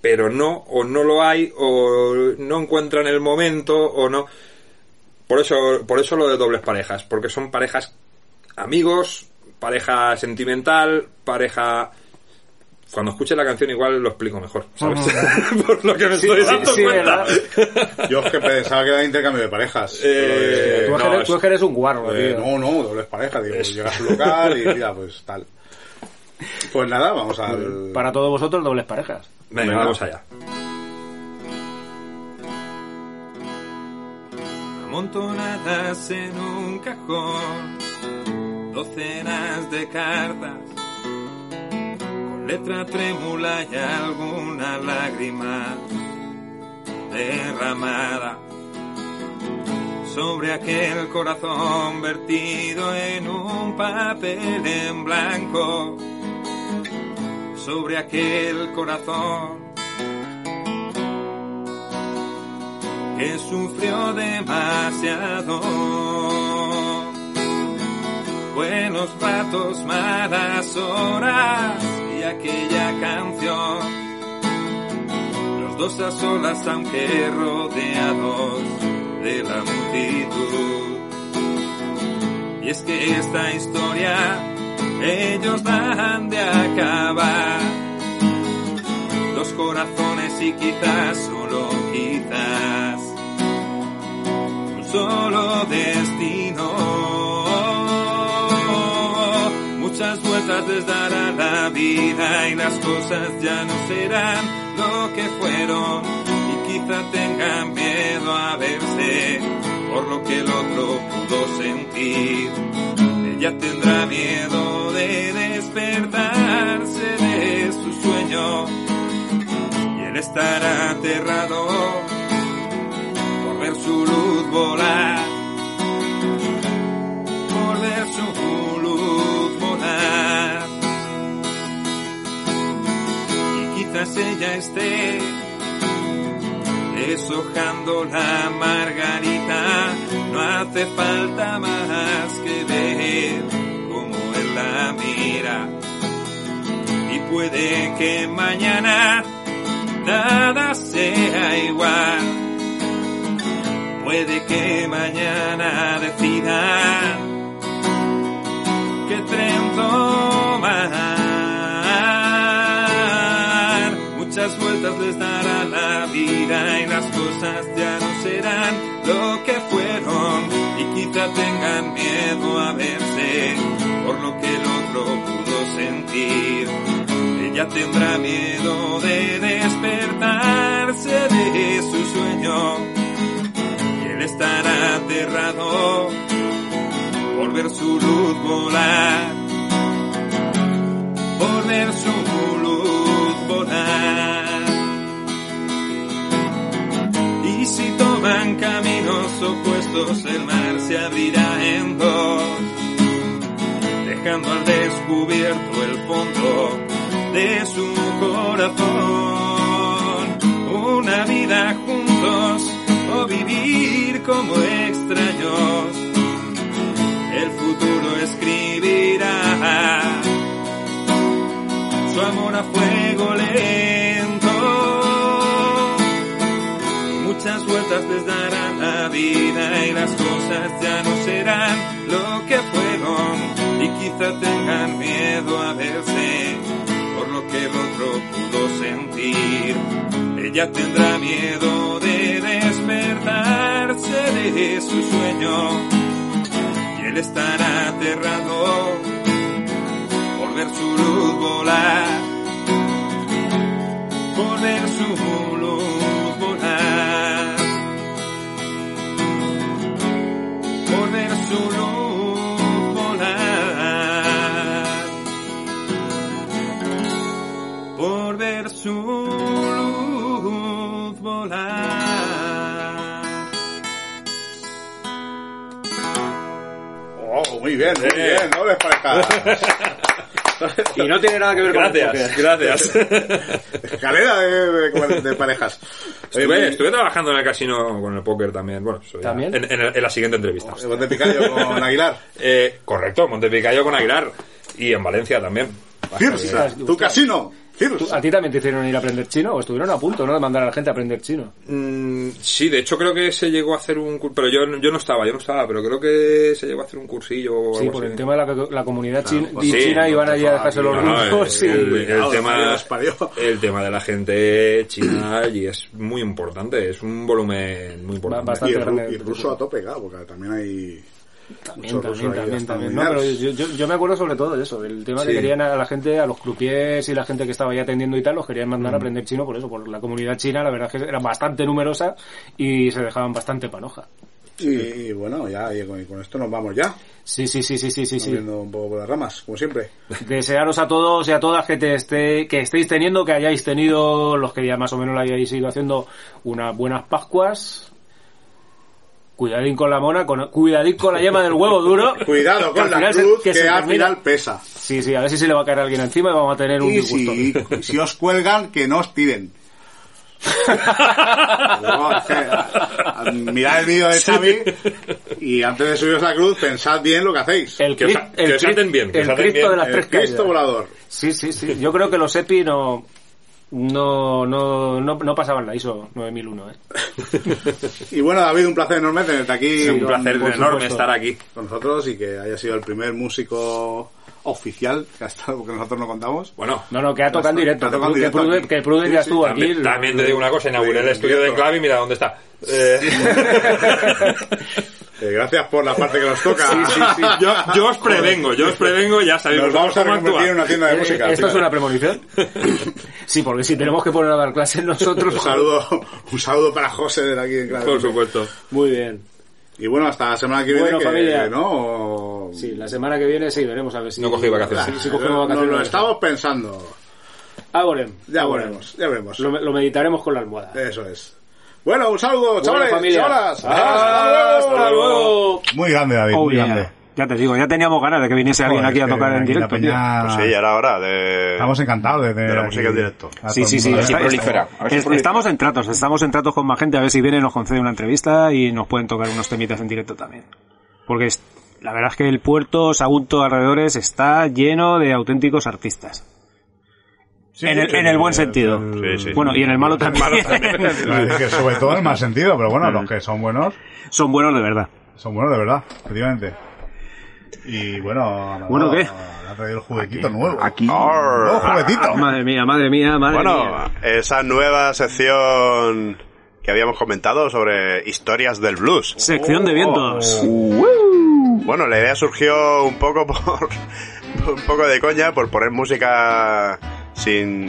pero no, o no lo hay, o no encuentran el momento, o no. Por eso, por eso lo de dobles parejas, porque son parejas amigos, pareja sentimental, pareja. Cuando escuche la canción igual lo explico mejor, ¿sabes? por lo que me estoy dando cuenta. Yo es que pensaba que era intercambio de parejas. Eh, Pero, tú, es que no, eres, tú es que eres un guarro, eh, tío. no, no, dobles parejas. Digo, llegas a un local y mira, pues tal. Pues nada, vamos al... Para todos vosotros, dobles parejas. Venga, vamos allá. amontonadas en un cajón, docenas de cartas, con letra trémula y alguna lágrima derramada sobre aquel corazón vertido en un papel en blanco, sobre aquel corazón que sufrió demasiado. Buenos ratos, malas horas y aquella canción. Los dos a solas aunque rodeados de la multitud. Y es que esta historia ellos la han de acabar. Dos corazones y quizás, solo quizás, un solo destino. Muchas vueltas les dará la vida y las cosas ya no serán lo que fueron y quizá tengan miedo a verse por lo que el otro pudo sentir. Ella tendrá miedo de despertarse de su sueño y él estará aterrado por ver su luz volar, por ver su luz volar. Y quizás ella esté deshojando la margarita. No hace falta más que ver cómo él la mira. Y puede que mañana nada sea igual. Puede que mañana decida que tren tomar. Muchas vueltas les dará la vida y las cosas ya no serán lo que fueron y quizá tengan miedo a verse por lo que el otro pudo sentir. Ella tendrá miedo de despertarse de su sueño y él estará aterrado por ver su luz volar, por ver su luz volar. Y si toman caminos opuestos, el mar se abrirá en dos, dejando al descubierto el fondo de su corazón. Una vida juntos o vivir como extraños el futuro escribirá su amor a fuego lento. Muchas vueltas les dará la vida y las cosas ya no serán lo que fueron y quizá tengan miedo a verse por lo que el otro pudo sentir. Ella tendrá miedo de despertarse de su sueño él estará aterrado por ver su luz volar, por ver su luz volar, por ver su luz volar, por ver su luz volar. Oh, muy bien, muy bien, no les Y no tiene nada que ver con Gracias, el gracias. Escalera de, de- de parejas. Estuve, Estoy- estuve trabajando en el casino con el póker también. Oh, Bueno, eso ya- ¿También? En, en el- en la siguiente entrevista. ¿En Montepicayo con Aguilar? Eh, correcto, Montepicayo con Aguilar. Y en Valencia también. Cirsa, tu casino. ¿Tú- ¿A ti también te hicieron ir a aprender chino? ¿O estuvieron a punto, no? De mandar a la gente a aprender chino. Mm, sí, de hecho creo que se llegó a hacer un curso, pero yo, yo no estaba, yo no estaba, pero creo que se llegó a hacer un cursillo o Sí, algo por así. el tema de la, la comunidad chin- pues de sí. China iban allí a dejarse los No, no, rumbos. el, y- el- el Cuidado, tema, tío. el tema de la gente china allí es muy importante, es un volumen muy importante. y, el, ru- y el ruso a tope, claro, porque también hay. También, muchos rusos también, también, ahí hasta también. No, dominar. pero yo, yo, yo me acuerdo sobre todo de eso, del tema que Sí. querían a la gente, a los croupiers y la gente que estaba ahí atendiendo y tal, los querían mandar a Mm. aprender chino por eso, por la comunidad china, la verdad es que era bastante numerosa y se dejaban bastante panoja. Y, y bueno, ya y con, y con esto nos vamos ya. Sí, sí, sí, sí, sí, sí. sí. Viendo un poco por las ramas, como siempre. Desearos a todos y a todas que, te esté, que estéis teniendo, que hayáis tenido, los que ya más o menos lo hayáis ido haciendo, unas buenas Pascuas. Cuidadín con la mona, con, cuidadín con la yema del huevo duro. Cuidado que al con la final se- cruz, que, se al termina- final pesa. Sí, sí, a ver si se le va a caer a alguien encima y vamos a tener un Y disgusto. si, si os cuelgan, que no os tiren. No, es que, a- a- mirad el vídeo de Xavi y antes de subiros a la cruz, pensad bien lo que hacéis. El, cri- el cri- el Cristo de las tres El Cristo caídas. volador. Sí, sí, sí. Yo creo que los EPI no, no, no, no, no pasaban la ISO 9001. ¿eh? Y bueno, David, un placer enorme tenerte aquí. Sí, un placer Por enorme estar aquí. Con nosotros y que haya sido el primer músico oficial que ha estado, porque nosotros no contamos. Bueno. No, no, que ha tocado en directo. Ha tocado en Que directo Prude- aquí. que Prude ya estuvo aquí. También, también te digo una cosa, inauguré el Sí, estudio de Clave y mira dónde está. Eh, Eh, gracias por la parte que nos toca. Sí, sí, sí. Yo, yo os prevengo, yo os prevengo, ya sabéis. Nos vamos a cómo convertir actuar. en una tienda de música. Eh, ¿Esto es una premonición? Sí, porque si tenemos que poner a dar clases nosotros... Un saludo, un saludo para José de aquí en Clave. Por supuesto. Muy bien. Y bueno, hasta la semana que viene. Bueno, que- familia. ¿no? Sí, la semana que viene sí, veremos a ver si... No cogí vacaciones. si- si cogemos vacaciones. Nos lo estamos pensando. Ah, volem. Ya Ah, volem. veremos, ya veremos. Lo, lo meditaremos con la almohada. Eso es. Bueno, un saludo, Bueno, chavales, familia. Ah, chavalas. Hasta luego. Muy grande, David, Oh, muy yeah. grande. Ya te digo, ya teníamos ganas de que viniese alguien Joder, aquí a es que tocar en aquí la directo. peña- tío. Pues sí, ya era hora de... Estamos encantados de, De la música en directo. Sí, sí, sí. está- está- es- estamos en tratos, estamos en tratos con más gente, a ver si viene, nos concede una entrevista y nos pueden tocar unos temitas en directo también. Porque es- la verdad es que el puerto, Sagunto, alrededores, está lleno de auténticos artistas. en, el, en el buen sentido. Bueno, y en el malo también. Vale, que sobre todo en el mal sentido, pero bueno, los que son buenos. Son buenos de verdad. Son buenos de verdad, efectivamente. Y bueno, Bueno, ¿qué? Ha traído el juguetito nuevo. Aquí. Nuevo Ah. juguetito. Madre mía, madre mía, madre mía. Bueno, esa nueva sección que habíamos comentado sobre historias del blues. Sección de vientos. Bueno, la idea surgió un poco por un poco de coña, por poner música sin,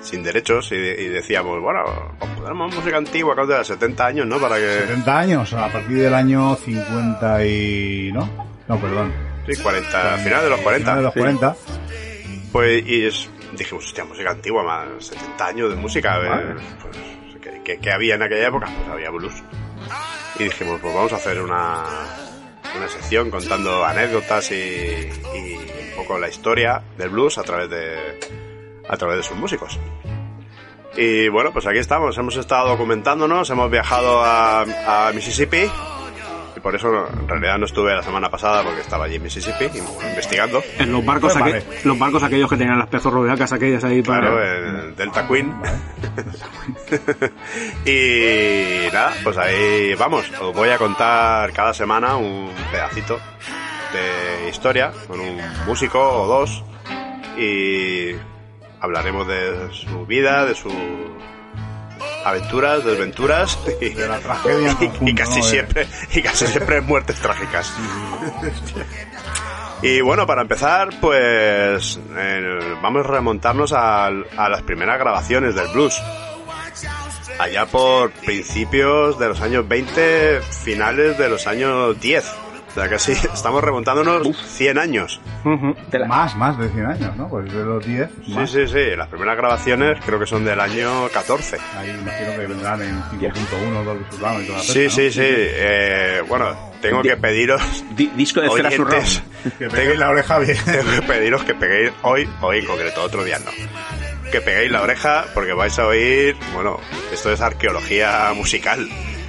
sin derechos y, y decíamos, bueno, pues ponemos música antigua, que es de los 70 años, ¿no? Para que... 70 años, a partir del año 50 y... ¿no? No, perdón. Sí, 40, final de los 40. Final de los sí. 40. Pues y es- dijimos, hostia, música antigua, más 70 años de música, a ver, pues, ¿qué, qué- qué había en aquella época? Pues había blues. Y dijimos, pues vamos a hacer una, una sección contando anécdotas y, y un poco la historia del blues a través de, a través de sus músicos. Y bueno, pues aquí estamos, hemos estado documentándonos, hemos viajado a, a Mississippi. Y por eso no, en realidad no estuve la semana pasada porque estaba allí en Mississippi y, bueno, investigando. En los barcos, Pues aquel- los barcos aquellos que tenían las pezos rodeacas aquellas ahí para... Claro, el Delta Queen. y nada, pues ahí vamos. Os voy a contar cada semana un pedacito de historia con un músico o dos. Y hablaremos de su vida, de sus aventuras, desventuras y, tragedia y- y conjunta, casi ¿no? De- siempre y casi siempre muertes trágicas. Y bueno, para empezar, pues eh, vamos a remontarnos al- a las primeras grabaciones del blues. Allá por principios de los años 20, finales de los años 10. O sea, casi estamos remontándonos 100 años. Más, más de 100 años, ¿no? Pues de los 10. Sí, más. sí, sí. Las primeras grabaciones creo que son del año 14. Ahí imagino que vendrán en 5.1 Dolby Surround y toda la Sí, pesca, sí, Ah, ¿no? sí. Eh, bueno, tengo que pediros. Este disco de Cera oyentes, Que peguéis la oreja bien. Tengo que pediros que peguéis hoy, hoy en concreto, otro día no. Que peguéis la oreja porque vais a oír, bueno, esto es arqueología musical.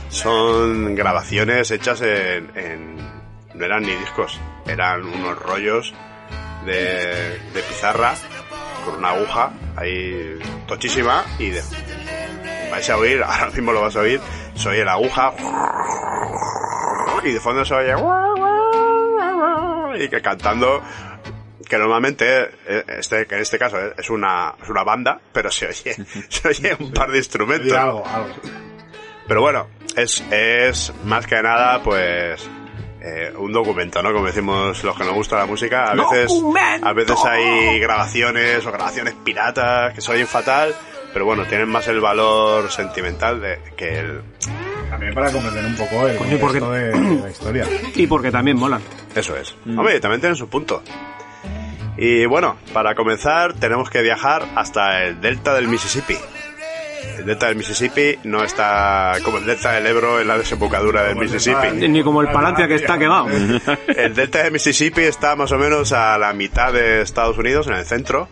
Son grabaciones hechas en, en- no eran ni discos, eran unos rollos de, de pizarra con una aguja ahí tochísima y de- vais a oír, ahora mismo lo vas a oír, se oye la aguja y de fondo se oye y que cantando que normalmente eh, este que en este caso eh, es una es una banda pero se oye se oye un par de instrumentos Y algo, algo. pero bueno es es más que nada pues eh, un documento no como decimos los que nos gusta la música a veces a veces hay grabaciones o grabaciones piratas que se oyen fatal pero bueno tienen más el valor sentimental de que el También para comprender un poco el Coño, porque- contexto de la historia. Y porque también molan. Eso es. Hombre, también tienen su punto. Y bueno, para comenzar tenemos que viajar hasta el delta del Mississippi. El delta del Mississippi no está como el delta del Ebro en la desembocadura del Mississippi. Ni como el Palancia que está quemado. El delta del Mississippi está más o menos a la mitad de Estados Unidos, en el centro,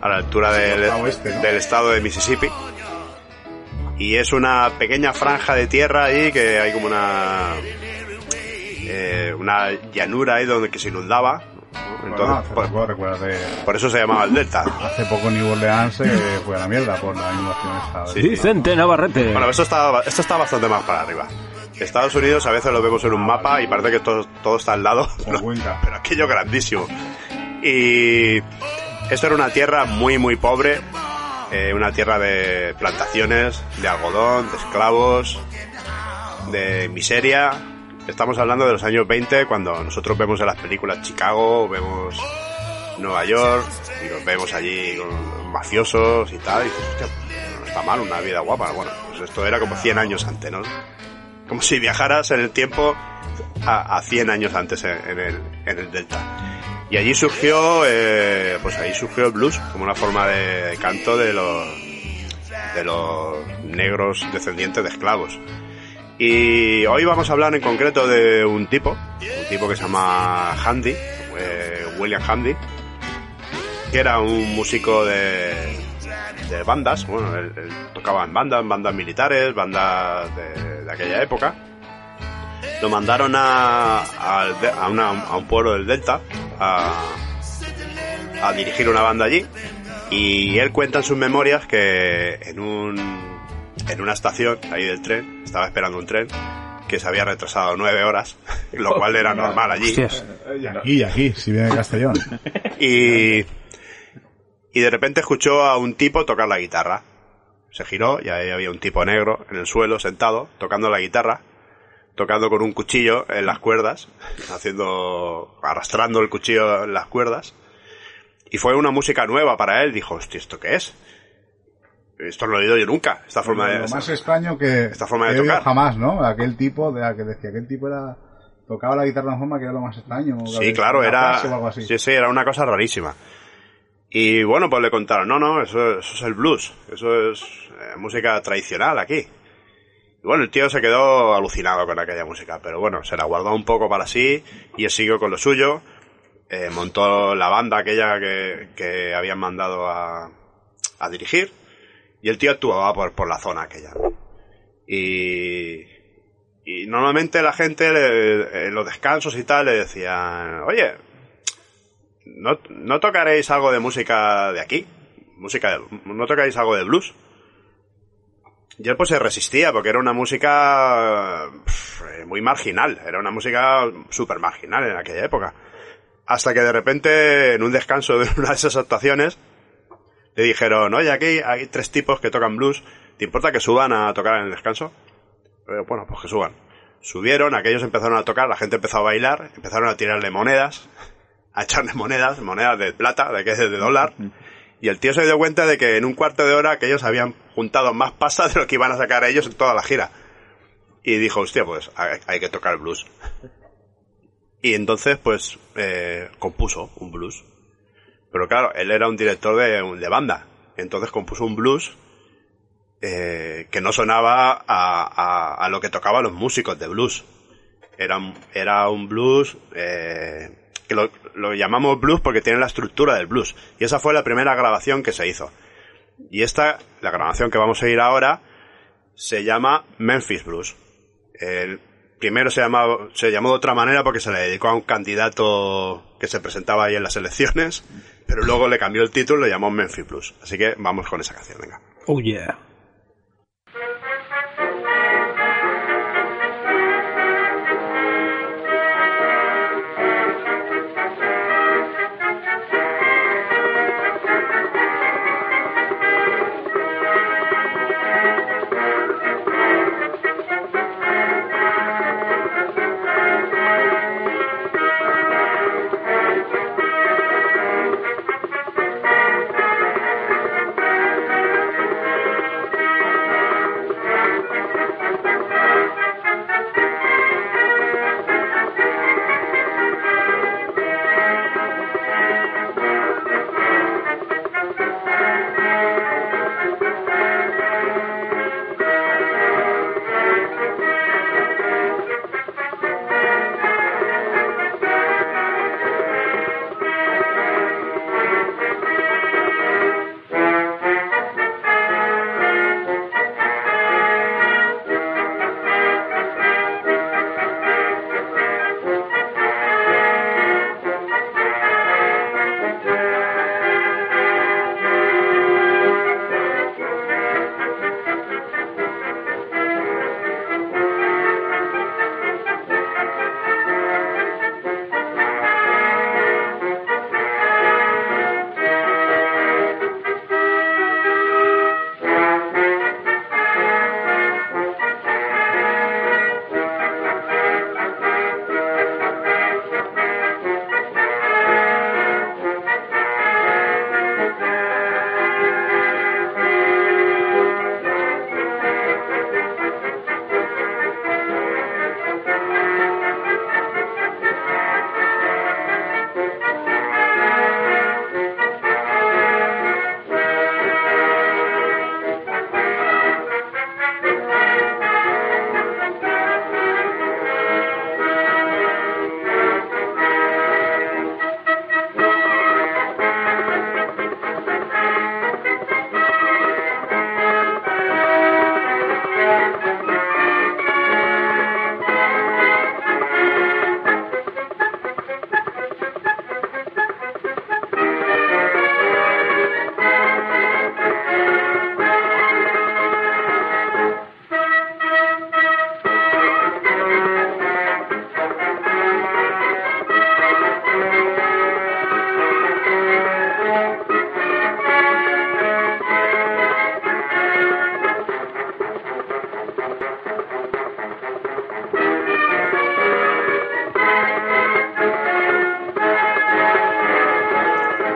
a la altura del, del estado de Mississippi. Y es una pequeña franja de tierra ahí que hay como una eh, una llanura ahí donde que se inundaba. Entonces, Bueno, hace poco, recuerdas de- por eso se llamaba el delta. Hace poco New Orleans se fue a la mierda por la inundación esta. Sí, sí. Vicente Navarrete. Bueno, esto está, esto está bastante más para arriba. Estados Unidos a veces lo vemos en un mapa y parece que todo, todo está al lado, pero, pero aquello grandísimo. Y esto era una tierra muy, muy pobre, eh, una tierra de plantaciones, de algodón, de esclavos, de miseria. Estamos hablando de los años 20, cuando nosotros vemos en las películas Chicago, vemos Nueva York, y los vemos allí con mafiosos y tal, y dices, "Hostia, no está mal, una vida guapa. Bueno, pues esto era como 100 años antes, ¿no? Como si viajaras en el tiempo a, a 100 años antes en, en el, en el Delta. Y allí surgió, eh, pues ahí surgió el blues como una forma de canto de los, de los negros descendientes de esclavos. Y hoy vamos a hablar en concreto de un tipo, un tipo que se llama Handy, eh, William Handy, que era un músico de, de bandas, bueno, él, él tocaba en bandas, en bandas militares, bandas de, de aquella época. Lo mandaron a, al de- a una- a un pueblo del Delta a, a dirigir una banda allí y él cuenta en sus memorias que en un en una estación ahí del tren estaba esperando un tren que se había retrasado nueve horas lo cual era normal allí Hostias. Y aquí, si viene de Castellón. y, y de repente escuchó a un tipo tocar la guitarra. Se giró y ahí había un tipo negro en el suelo, sentado, tocando la guitarra, tocando con un cuchillo en las cuerdas, haciendo, arrastrando el cuchillo en las cuerdas. Y fue una música nueva para él. Dijo, hostia, ¿esto qué es? Esto no lo he oído yo nunca, esta forma de... lo más extraño que esta forma de que he oído tocar. jamás, ¿no? Aquel tipo de que decía, aquel tipo era tocaba la guitarra de una forma que era lo más extraño. que Sí, había- claro, una era. frase o algo así. Sí, sí, era una cosa rarísima. Y bueno, pues le contaron, no, no, eso, eso es el blues, eso es eh, música tradicional aquí. Y bueno, el tío se quedó alucinado con aquella música, pero bueno, se la guardó un poco para sí y él siguió con lo suyo. Eh, montó la banda aquella que, que habían mandado a, a dirigir y el tío actuaba por, por la zona aquella. ¿no? Y y normalmente la gente le- en los descansos y tal le decían, oye, ¿no, no tocaréis algo de música de aquí? música de- ¿No tocaréis algo de blues? Y él pues se resistía porque era una música pf, eh, muy marginal, era una música súper marginal en aquella época. Hasta que de repente, en un descanso de una de esas actuaciones, le dijeron, oye, aquí hay tres tipos que tocan blues, ¿te importa que suban a tocar en el descanso? Eh, bueno, pues que suban. Subieron, aquellos empezaron a tocar, la gente empezó a bailar, empezaron a tirarle monedas, a echarle monedas, monedas de plata, de que es de dólar. Y el tío se dio cuenta de que en un cuarto de hora aquellos habían juntado más pasas de lo que iban a sacar ellos en toda la gira. Y dijo, hostia, pues hay, hay que tocar blues. Y entonces, pues, eh, compuso un blues. Pero claro, él era un director de, de banda. Entonces compuso un blues eh, que no sonaba a, a- a lo que tocaban los músicos de blues. Era, un- era un blues eh, que lo, lo llamamos blues porque tiene la estructura del blues. Y esa fue la primera grabación que se hizo. Y esta, la grabación que vamos a ir ahora, se llama Memphis Blues. El primero se, llamaba, se llamó de otra manera porque se le dedicó a un candidato que se presentaba ahí en las elecciones, pero luego le cambió el título y lo llamó Memphis Blues. Así que vamos con esa canción, venga. Oh, yeah.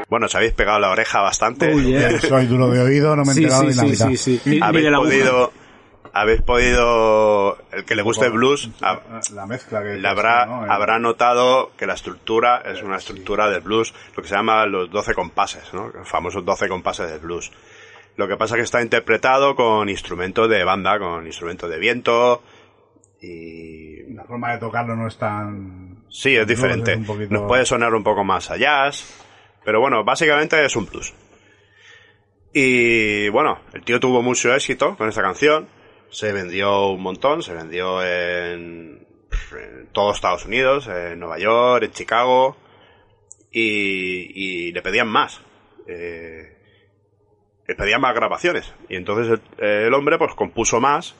Bueno, os habéis pegado la oreja bastante. Uy, eh. Soy duro de oído, no me he Sí, enterado sí, ni la sí, mitad. sí, sí. Ni- ni Habéis de la podido- aguja. Habéis podido, el que le guste el blues, ha- La mezcla que... le habrá, habrá notado que la estructura es una estructura del blues, lo que se llama los 12 compases, ¿no? Los famosos 12 compases del blues. Lo que pasa es que está interpretado con instrumentos de banda, con instrumentos de viento. La forma de tocarlo no es tan... Sí, es Blues es diferente. un poquito- Nos puede sonar un poco más a jazz, pero bueno, básicamente es un blues. Y bueno, el tío tuvo mucho éxito con esta canción. Se vendió un montón, se vendió en, en todo Estados Unidos, en Nueva York, en Chicago. Y, y le pedían más. Eh, le pedían más grabaciones. Y entonces el, el hombre pues compuso más,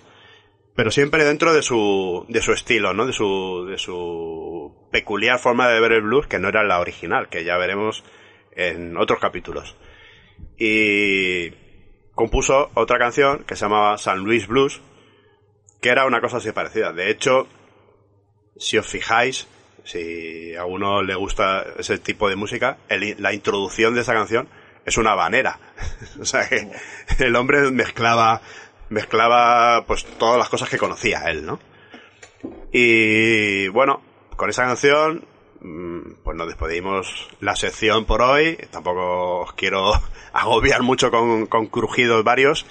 pero siempre dentro de su, de su estilo, ¿no? De su, de su peculiar forma de ver el blues, que no era la original, que ya veremos en otros capítulos y compuso otra canción que se llamaba San Luis Blues, que era una cosa así parecida. De hecho, si os fijáis, si a uno le gusta ese tipo de música, el- la introducción de esa canción es una banera. o sea que el hombre mezclaba, mezclaba pues todas las cosas que conocía él, ¿no? Y bueno, con esa canción, mm, pues nos despedimos la sección por hoy. Tampoco os quiero agobiar mucho con, con crujidos varios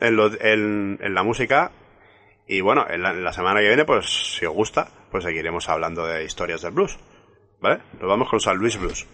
en, lo- en- en la música. Y bueno, en la, en la semana que viene, pues si os gusta, pues seguiremos hablando de historias del blues. ¿Vale? Nos vamos con San Luis Blues.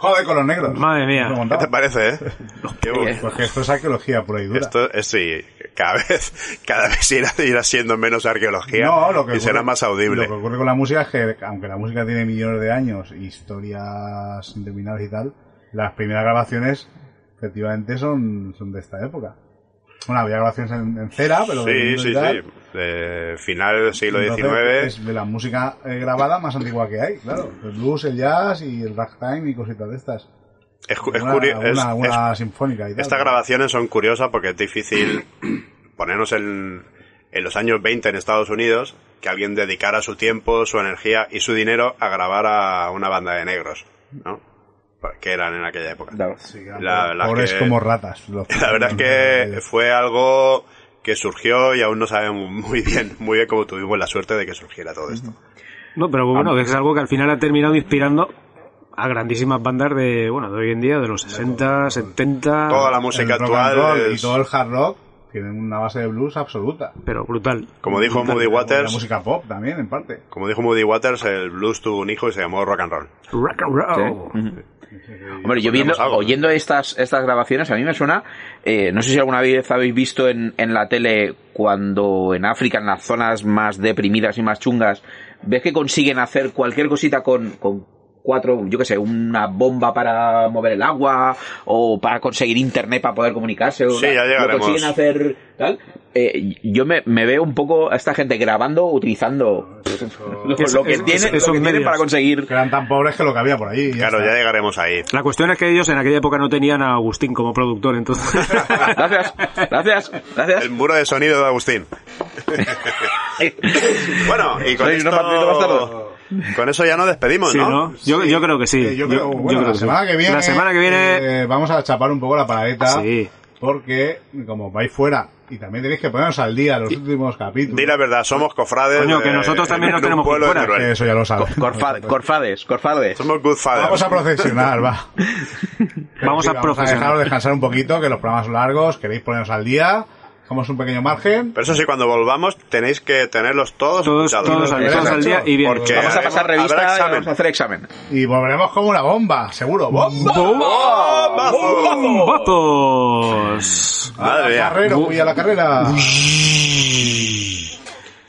Joder, con los negros. Madre mía. ¿Qué te parece, eh? Qué bu- Porque esto es arqueología pura y dura. Esto es sí, cada vez, cada vez irá, irá siendo menos arqueología No, lo que y será ocurre- más audible. Lo que ocurre con la música es que, aunque la música tiene millones de años, historias interminables y tal, las primeras grabaciones efectivamente son, son de esta época. Bueno, había grabaciones en, en cera, pero... Sí, en sí, realidad, sí. Eh, finales del siglo XIX. entonces, Es de la música eh, grabada más antigua que hay, claro. El blues, el jazz y el ragtime y cositas de estas. Es, cu- es Una, curio- es- una- es- una sinfónica y tal. Estas grabaciones son curiosas porque es difícil ponernos en, en los años 20 en Estados Unidos que alguien dedicara su tiempo, su energía y su dinero a grabar a una banda de negros, ¿no? Que eran en aquella época. La- la Pobres que- como ratas. los- La verdad es que fue algo que surgió y aún no sabemos muy bien, muy bien cómo tuvimos la suerte de que surgiera todo esto. No, pero bueno, que es algo que al final ha terminado inspirando a grandísimas bandas de, bueno, de hoy en día, de los 60, 70. Toda la música Ah, el rock and actual roll es- y todo el hard rock tienen una base de blues absoluta. Pero brutal. Como dijo Moody La Waters- música pop también, en parte. Como dijo Moody Waters, el blues tuvo un hijo y se llamó rock and roll. Rock and roll. Hombre, Pues yo viendo, oyendo estas, estas grabaciones, a mí me suena, eh, no sé si alguna vez habéis visto en, en la tele cuando en África, en las zonas más deprimidas y más chungas, ves que consiguen hacer cualquier cosita con, con cuatro, yo qué sé, una bomba para mover el agua o para conseguir internet para poder comunicarse. o Sí, tal, ya lo llegaremos. consiguen hacer tal. Eh, yo me, me veo un poco a esta gente grabando, utilizando lo, lo que tienen, lo que tienen para conseguir. Que eran tan pobres que lo que había por ahí. Claro, ya llegaremos ahí. La cuestión es que ellos en aquella época no tenían a Agustín como productor, entonces. Gracias, gracias, gracias. El muro de sonido de Agustín. bueno, y con Sois unos malditos esto, bastardos. con eso ya nos despedimos, Sí, ¿no? ¿no? Yo, yo creo que sí. Eh, yo creo, bueno, la que sí. semana que viene. La semana que viene. Ah, eh, vamos a chapar un poco la paleta. Sí. Porque, como vais fuera, y también tenéis que ponernos al día los últimos capítulos. Di la verdad, somos cofrades. Coño, que nosotros también nos de un tenemos que pueblo ir de fuera. Teruel. Que eso ya lo sabes. Co- corfa- corfades, corfades. Somos good fathers. Vamos a procesionar, va. Vamos a Vamos a dejaros profesional. descansar un poquito, que los programas son largos, queréis ponernos al día. Hagamos un pequeño margen. Pero eso sí, cuando volvamos tenéis que tenerlos todos Todos, escuchados. todos al- todos al día y bien. Porque Vamos a pasar habrá revista y examen. vamos a hacer examen. Y volveremos como una bomba, seguro. ¡Bomba! ¡Bombazos! A la Madre mía. carrera, voy a la carrera.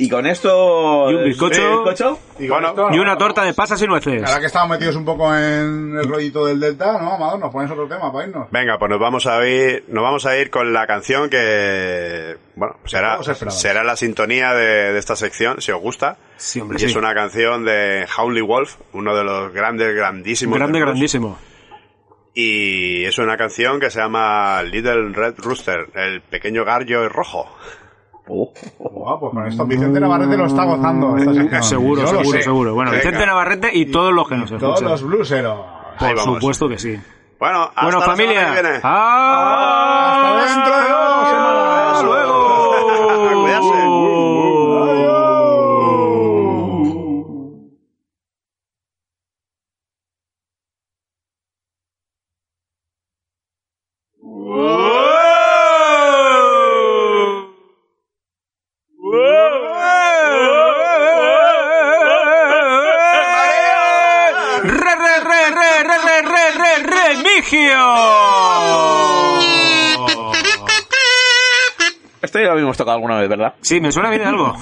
Y con esto... Y un bizcocho. Sí, bizcocho. Y con Bueno, esto, Y una torta de pasas y nueces. Ahora que estamos metidos un poco en el rollito del Delta, ¿no, Amador? Nos pones otro tema para irnos. Venga, pues nos vamos a ir, nos vamos a ir con la canción que, bueno, será, todos esperamos. será la sintonía de, de esta sección, si os gusta. Sí, hombre, y sí. es una canción de Howley Wolf, uno de los grandes, grandísimos. Grande, del blues. grandísimo. Y es una canción que se llama Little Red Rooster, el pequeño gallo rojo. Oh. Guau, pues con esto Vicente Navarrete lo está gozando. esta sección. Seguro, Yo lo seguro, sé. seguro. Bueno, Venga. Vicente Navarrete y todos los que nos Todos escuchan. los blueseros. Ahí Por vamos. supuesto que sí. Bueno, hasta Bueno, la semana familia. que viene. ¡Ah! Hasta dentro de dos semanas. ¡Hasta luego! Cuidarse. ¡Re, re, re, re, re, re, re, re, re, Migio! Esto ya lo habíamos tocado alguna vez, ¿verdad? Sí, me suena bien algo.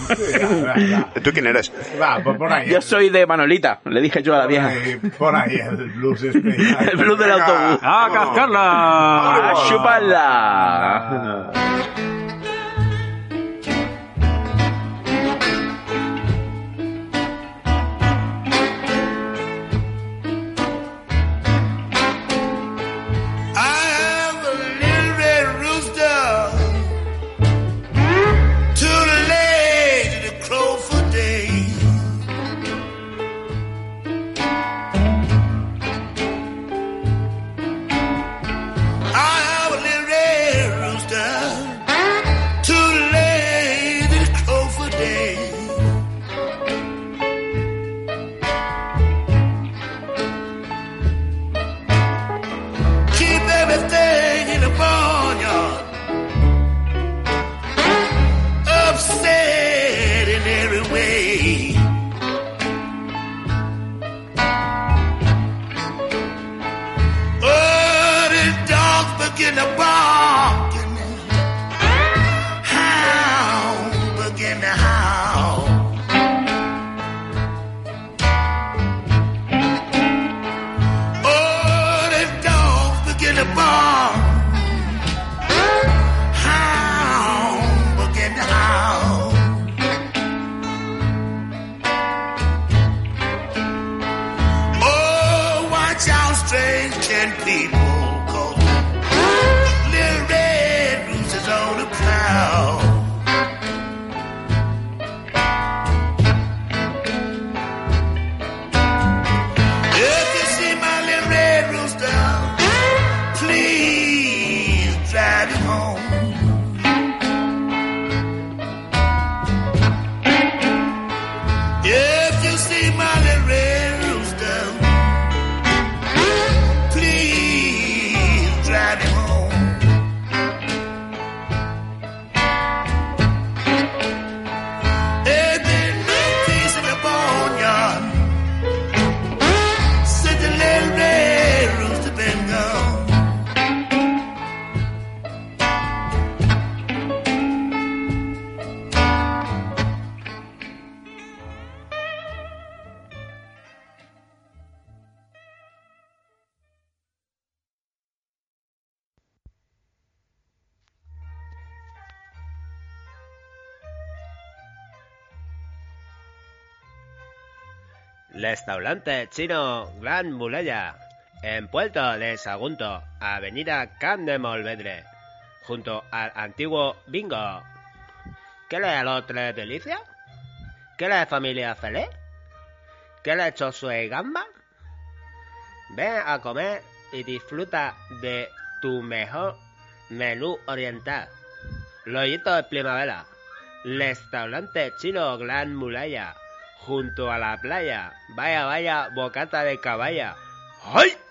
¿Tú quién eres? Va, pues pon ahí. Yo soy de Manolita, le dije yo a la vieja. ahí- Pon ahí el blues este. El blues del autobús. ¡Ah, ¡Ah, cascarla! chúpala! I am a little red rooster, too late to crow for day. I am a little red rooster, too late to crow for day. Keep everything in the barnyard. Upset in every way. Oh, the dogs begin to bark. and the Hounds begin to howl. Oh, the dogs table coat. Little red rooster's on the prowl. If you see my little red rooster, please drive him home. If you see my little red rooster, please drive him home. Every piece of the barnyard since the little red rooster been gone. Restaurante chino Gran Mulaya, en Puerto de Sagunto, Avenida Can de Molvedre, junto al antiguo Bingo. ¿Qué le los tres delicias? ¿Qué le familia feliz? ¿Qué le chosue y gamba? Ven a comer y disfruta de tu mejor menú oriental. Rollito de primavera. Restaurante chino Gran Mulaya junto a la playa. Vaya, vaya, bocata de caballa. ¡Ay!